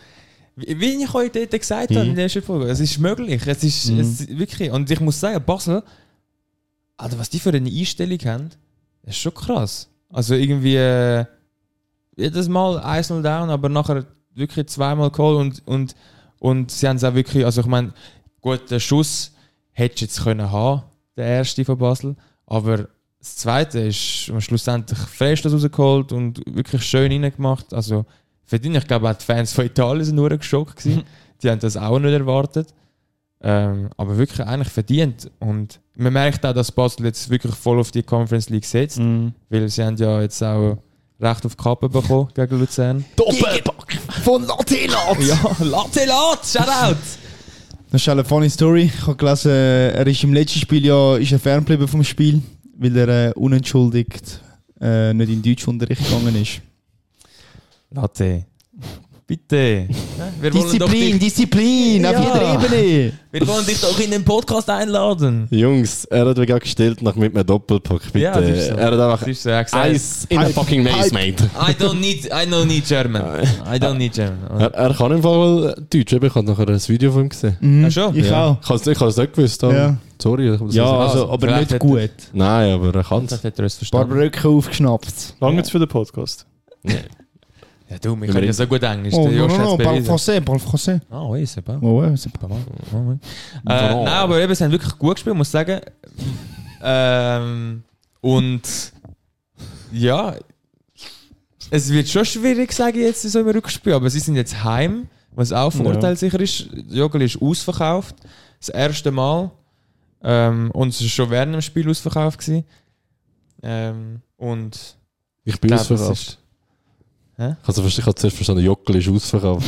S1: wie wie ich euch dort gesagt habe
S5: Mhm.
S1: in der ersten Folge, es ist möglich. Es ist,
S6: Mhm.
S1: es ist wirklich. Und ich muss sagen, Basel, also was die für eine Einstellung haben, das ist schon krass. Also irgendwie äh, jedes Mal 1-0 down, aber nachher wirklich zweimal Call und, und, und sie haben es auch wirklich. Also ich meine, gut, den Schuss hättest du jetzt können haben, der erste von Basel, aber das zweite ist schlussendlich Freistoß rausgeholt und wirklich schön reingemacht. Also für den, ich glaube, auch die Fans von Italien sind nur geschockt. Gewesen. Die haben das auch nicht erwartet. Ähm, aber wirklich eigentlich verdient. Und man merkt auch, dass Basel jetzt wirklich voll auf die Conference League setzt,
S6: Mhm.
S1: weil sie haben ja jetzt auch Recht auf die Kappe bekommen gegen Luzern. Doppelpack von Latte Ja, Latte Shoutout!
S7: Das ist eine funny Story. Ich habe gelesen, er ist im letzten Spiel ja ist er ferngeblieben vom Spiel, weil er äh, unentschuldigt äh, nicht in Deutschunterricht gegangen ist.
S1: Latte. Bitte. Wir
S7: Disziplin,
S1: auf jeder
S7: Ebene.
S1: wir wollen dich doch in den Podcast einladen.
S5: Jungs, er hat mich auch gestellt nach mit einem Doppelpack, bitte.
S1: Ja, das ist so.
S5: Er hat einfach
S1: Das ist so, er hat gesagt,
S5: Eis in a fucking Maze, mate.
S1: I don't need, I don't need German. I don't need German.
S5: Er, er kann im Fall Deutsch, eben. ich habe nachher ein Video von ihm gesehen.
S7: Mhm.
S1: Ja, schon.
S7: Ich auch.
S5: Ich habe es ich hab's nicht gewusst, aber
S7: Ja.
S5: sorry. ich muss
S7: Ja,
S5: sagen.
S7: also, aber
S1: vielleicht
S7: nicht
S1: hat-
S7: gut. Ein
S5: Nein, aber er kann es.
S1: Das hat er uns
S7: paar
S1: verstanden.
S7: Brücken aufgeschnappt.
S6: Lange jetzt für den Podcast.
S1: Ja, du, wir können ja so gut Englisch.
S7: Oh,
S1: Der Josh hat's bewiesen.
S7: français, parle français.
S1: Ah, oui, c'est pas.
S7: Oh, ouais, c'est pas-
S1: Pas mal. Ah, oui. Äh, nein, aber eben, sie haben wirklich gut gespielt, muss ich sagen. Ähm, und ja, es wird schon schwierig, sage ich jetzt, in so einem Rückspiel, aber sie sind jetzt heim, was auch ein Vorteil sicher ist. Jogel ist ausverkauft, das erste Mal. Ähm, und es war schon während dem Spiel ausverkauft. Gewesen. Ähm, und
S5: Ich bin
S1: glaub, es
S5: ausverkauft.
S1: ist-
S5: Also, ich habe zuerst verstanden, Jockel ist ausverkauft.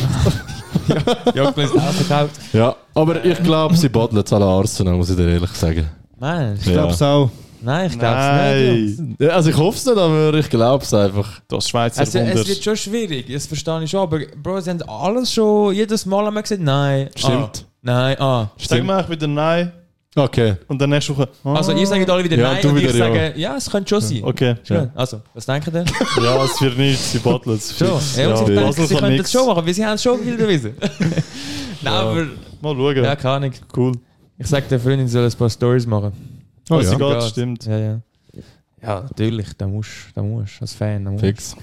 S1: Jogel ist ausverkauft.
S5: ja, aber ich glaube, sie badeln jetzt alle Arsenal, muss ich dir ehrlich sagen.
S1: Nein,
S7: Ich glaube es auch.
S1: nein, ich glaube es nicht. Jungs.
S5: Ja, Also, ich hoffe es nicht, aber ich glaube es einfach.
S6: Das Schweizer
S1: Also,
S6: Wunder.
S1: es wird schon schwierig, das verstehe ich schon, aber Bro, sie haben alles schon, jedes Mal haben wir gesagt, nein.
S5: Stimmt.
S1: Ah, nein, ah.
S6: Sag mal, ich wieder nein.
S5: Okay.
S6: Und dann nächste Woche. ah,
S1: Also, ihr sagt alle wieder
S5: Ja,
S1: nein
S5: du
S1: und ich
S5: wieder ja.
S1: sage, ja, es könnte schon sein.
S6: Okay.
S1: Schön. Also, was denken ihr?
S6: Ja, es wird nicht, sie battlen.
S1: Schon. Ja, und
S5: Ja,
S1: ich denke,
S6: Basel
S1: sie
S6: kann
S1: könnten
S6: nix.
S1: es schon machen, weil sie haben es schon viel bewiesen. Nein, aber,
S6: Mal schauen.
S1: ja, keine Ahnung.
S6: cool.
S1: Ich sage der Freundin, sie soll ein paar Stories machen.
S5: Oh,
S6: Was
S5: ja.
S6: sie geht,
S1: Geht.
S6: stimmt.
S1: Ja, ja. Ja, natürlich, da musst du, da musst du, als Fan. Da musst. du.
S5: Fix.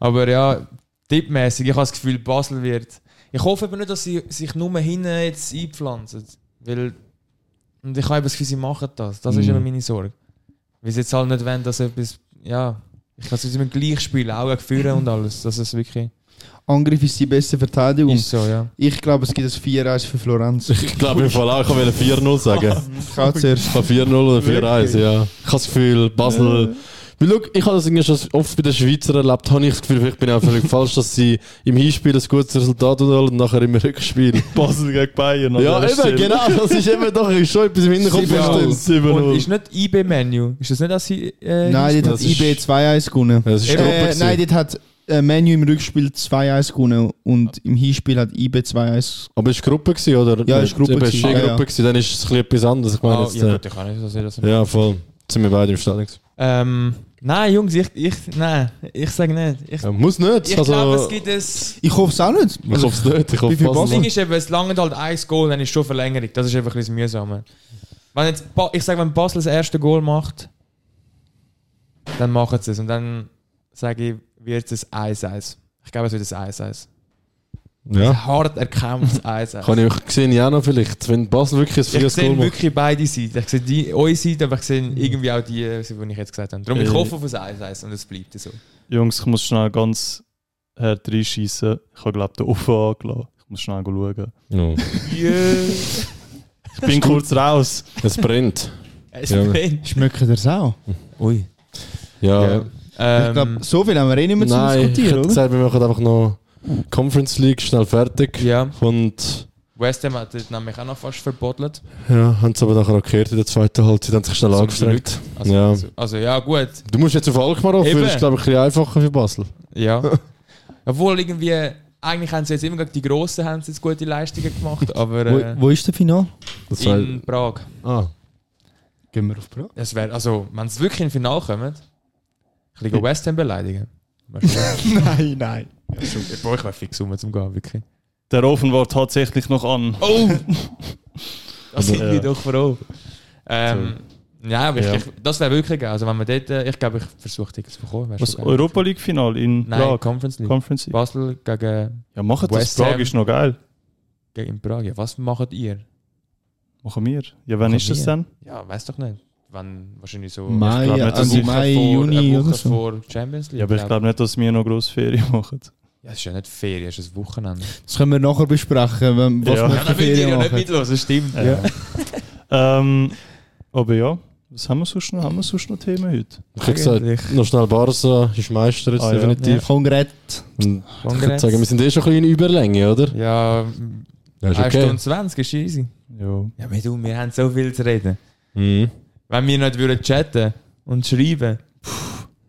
S1: Aber ja, tippmäßig, ich habe das Gefühl, Basel wird. Ich hoffe aber nicht, dass sie sich nur hinten jetzt einpflanzen. Weil. Und ich habe eben das Gefühl, sie machen das. Das ist
S5: Mhm.
S1: immer meine Sorge. Weil sie jetzt halt nicht wollen, dass etwas. Ja, ich kann es immer gleich spielen, auch führen und alles. Das ist wirklich.
S7: Angriff ist die beste Verteidigung.
S1: Ist so, ja.
S7: Ich glaube, es gibt ein 4-1 für Florenz.
S5: Ich glaube im Fall auch, ich wollte 4-0 sagen.
S7: Ich kann zuerst.
S5: Ich kann 4-0 oder 4-1, ja. Ich habe das Gefühl, Basel. Weil, schau, ich habe das irgendwie schon oft bei den Schweizern erlebt, habe ich das Gefühl, vielleicht bin ich auch völlig falsch, dass sie im Hinspiel ein gutes Resultat holen und nachher im Rückspiel.
S6: Basel gegen Bayern. an
S5: ja,
S6: dieser
S5: eben,
S6: Stelle.
S5: genau, das ist eben doch ist schon etwas im Hinterkopf.
S1: Sieben
S5: bestimmt.
S1: Null. Und
S6: 7-0.
S1: ist nicht IB-Menu? Ist das nicht das hier? Äh,
S7: Nein, dort hat
S5: Das ist-
S7: IB 2-1 gewonnen.
S5: Ja, das ist
S7: Äh,
S5: äh,
S7: nein, dort hat äh, Menu im Rückspiel 2-1 gewonnen und im Hinspiel hat IB 2-1
S5: Aber es war Gruppe, gewesen, oder?
S7: Ja, es war Gruppe
S5: Eben, Es war
S7: gewesen, ja,
S5: Gruppe, gewesen, dann ist es ein bisschen etwas anderes. Ich meine,
S1: Ah,
S5: jetzt,
S1: ja,
S5: äh,
S1: gut, ich kann nicht so sehen, dass
S5: ja, voll. Jetzt sind wir beide im Stadion. gewesen.
S1: Ähm, nein, Jungs, ich, ich, nein, ich sage nicht. Ich,
S5: Ja, muss nicht.
S1: ich
S5: also,
S1: glaube, es gibt es.
S7: Ich hoffe es auch nicht.
S5: ich hoffe es nicht. Ich
S7: Wie
S5: hoffe
S7: viel
S1: Das
S5: Basel.
S1: Ding ist eben, es langt halt ein Goal, dann ist schon Verlängerung. Das ist einfach ein bisschen mühsam. Wenn jetzt, Ba- ich sage, wenn Basel das erste Goal macht, dann machen sie es. Und dann sage ich, wird es ein 1-1. Ich glaube, es wird ein 1-1.
S5: Ja.
S1: Ein Hart erkämpftes 1-1.
S5: Kann ich sehe ich auch noch vielleicht, wenn Basel wirklich ein
S1: Ich
S5: freies Goal
S1: sehe
S5: macht.
S1: wirklich beide Seiten. Ich sehe die, eure Seite, aber ich sehe irgendwie auch die, die ich jetzt gesagt habe. Darum, ich
S6: Äh.
S1: hoffe auf ein 1-1 und es bleibt so.
S6: Jungs, ich muss schnell ganz hart reinschießen. Ich habe, glaube den Ofen angelassen. Ich muss schnell schauen.
S5: Ja.
S6: Ich bin kurz raus.
S5: Es brennt.
S1: Es
S5: Ja.
S1: brennt.
S7: Schmecken das auch?
S1: Ui.
S5: Ja.
S1: Ja. Ähm,
S7: Ich glaube, so viel haben wir eh nicht mehr zu
S5: Nein, ich
S7: diskutieren,
S5: hätte
S7: oder?
S5: gesagt, wir machen einfach noch Conference League schnell fertig.
S1: Ja.
S5: Und
S1: West Ham hat dort nämlich auch noch fast verbottelt.
S5: ja, haben es aber nachher auch gehört in der zweiten Halbzeit, haben sich schnell angestrengt.
S1: Also
S5: Ja.
S1: ja. Also, also ja, gut.
S5: Du musst jetzt auf Alkmaar auf,
S1: Eben.
S5: weil es glaube ich ein bisschen einfacher für Basel.
S1: Ja. Obwohl irgendwie, eigentlich haben sie jetzt immer gegen die Grossen haben sie jetzt gute Leistungen gemacht, aber äh,
S7: Wo, wo ist der Final?
S5: Das war-
S1: in Prag.
S5: ah,
S7: Gehen wir auf Prag.
S1: Das wär, also, wenn sie wirklich ins Finale kommen, ich liege West Ham beleidigen.
S7: Nein, nein.
S1: Boah, ich wäre fix um zum Gehen, wirklich.
S6: Der Ofen war tatsächlich noch an.
S1: Oh! das sind
S6: Ja.
S1: wir doch froh. Ähm, ja, aber ich,
S6: Ja.
S1: Ich, das wäre wirklich geil. Also wenn man dort, äh, ich glaube, ich versuche Tickets zu bekommen. wär
S6: Was
S1: schon geil.
S6: Europa League Final in
S1: Nein,
S6: Prag?
S1: Conference League.
S6: Conference League.
S1: Basel gegen,
S6: Ja, machen das.
S1: West
S6: Prag
S1: Ham.
S6: ist noch geil.
S1: gegen Prag. Ja, was macht ihr?
S6: Machen wir. Ja, wann
S1: Machen
S6: ist das
S1: wir.
S6: denn?
S1: Ja, weiß doch nicht. Wann wahrscheinlich so
S7: Mai,
S6: glaub nicht, dass
S7: also
S6: ich-
S7: Mai,
S1: vor,
S7: Juni
S1: eine Woche
S7: oder so.
S1: vor Champions League.
S6: Ja, aber ich
S1: glaub.
S6: glaube nicht, dass wir noch grosse Ferien machen.
S1: Ja, es ist ja nicht Ferien, es ist ein Wochenende.
S7: Das können wir nachher besprechen, wenn, was
S6: Ja.
S7: wir für Ferien machen.
S1: mitlos, das stimmt.
S6: Ja. ähm, aber ja, was haben wir sonst noch? Haben wir sonst noch Themen heute?
S5: ich habe gesagt, noch schnell Barca ist Meister jetzt
S6: Ah, ja.
S5: definitiv.
S7: Konkret.
S5: Und Hm. ich würde sagen, wir sind eh schon ein bisschen in Überlänge, oder?
S1: Ja,
S5: Ja,
S1: 1 Stunde 20 ist easy.
S6: Ja.
S1: Ja, aber du, wir haben so viel zu reden.
S5: Mhm.
S1: Wenn wir nicht würden chatten und schreiben,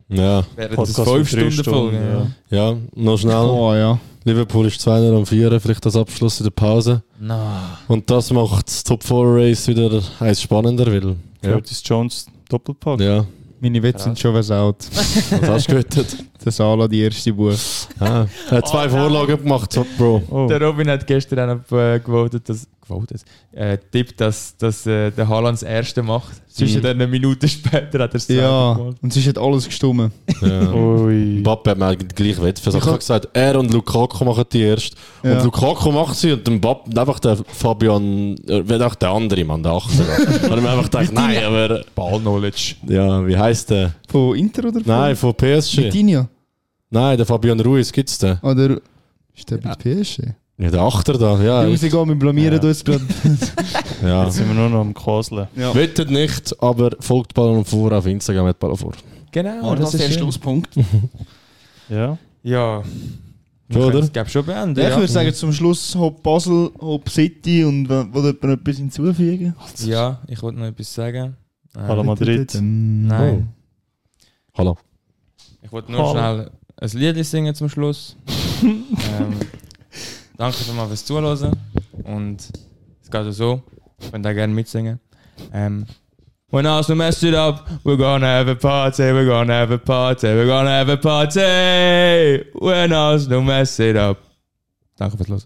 S5: Ja.
S1: wären das
S6: Podcast
S1: 5
S6: von drei
S1: Stunden Folgen.
S6: Stunden, ja.
S1: Ja.
S5: ja, noch schnell.
S7: Oh ja.
S5: Liverpool ist 2-0 am 4, vielleicht als Abschluss in der Pause.
S1: Na,
S5: Und das macht das Top 4 Race wieder eins spannender, weil. Ja.
S6: Curtis Jones Doppelpack.
S5: Ja,
S7: Meine Witze sind schon versaut.
S5: was hast du gehört?
S7: Der Sala, die erste Buch.
S5: Ah, er hat zwei Vorlagen gemacht, Bro.
S6: Oh.
S1: Der Robin hat gestern auch noch äh, gewotet, dass, gewotet, äh, Tipp, dass, dass äh, der Haaland das erste macht. Zwischen dann eine Minute später hat er das zweite
S7: Ja,
S1: gemacht.
S7: und es hat alles gestummen.
S5: Ja.
S6: Ui.
S5: Mbappe hat mir eigentlich gleich Wettversuch. Ich
S7: Ich hab-
S5: habe gesagt, er und Lukaku machen die erst.
S7: Ja.
S5: Und Lukaku macht sie und Mbappe, einfach der Fabian, äh, wenn auch der andere Mann, der Achter. Und ich mir einfach gedacht, nein, aber.
S1: Ball-Knowledge.
S5: Ja, wie heißt der?
S7: Von Inter oder von?
S5: Nein, von PSG.
S7: Vitinha.
S5: Nein, der Fabian Ruiz gibt's den.
S7: Oder ist der bei PSG?
S5: Ja, der Achter da, ja.
S7: Jungs, egal, Ah, wir blamieren
S6: Ja.
S7: uns gerade.
S5: ja.
S6: Jetzt sind wir nur noch am Quasseln.
S7: Ja.
S5: Wettet nicht, aber folgt Ball und vor auf Instagram mit Ball und vor.
S1: Genau, das, ist schön.
S7: Schlusspunkt.
S6: Ja.
S1: Ja,
S5: Schon, oder?
S1: ich glaube schon beenden.
S7: Ja, ich
S1: Ja,
S7: würde sagen, zum Schluss hopp Basel, hopp City und w- will jemand noch etwas hinzufügen?
S1: ja, ich wollte noch etwas sagen. Äh,
S6: Hallo Madrid.
S1: Nein.
S5: Hallo.
S1: Ich wollte nur
S6: Hallo.
S1: schnell ein Lied singen zum Schluss. ähm, danke schon mal fürs Zuhören. Und es geht auch so. Könnt ihr gerne mitsingen. Um, when Arsenal messed it up, we're gonna have a party, we're gonna have a party, we're also gonna have a party. When Arsenal mess it up. Danke fürs Losen.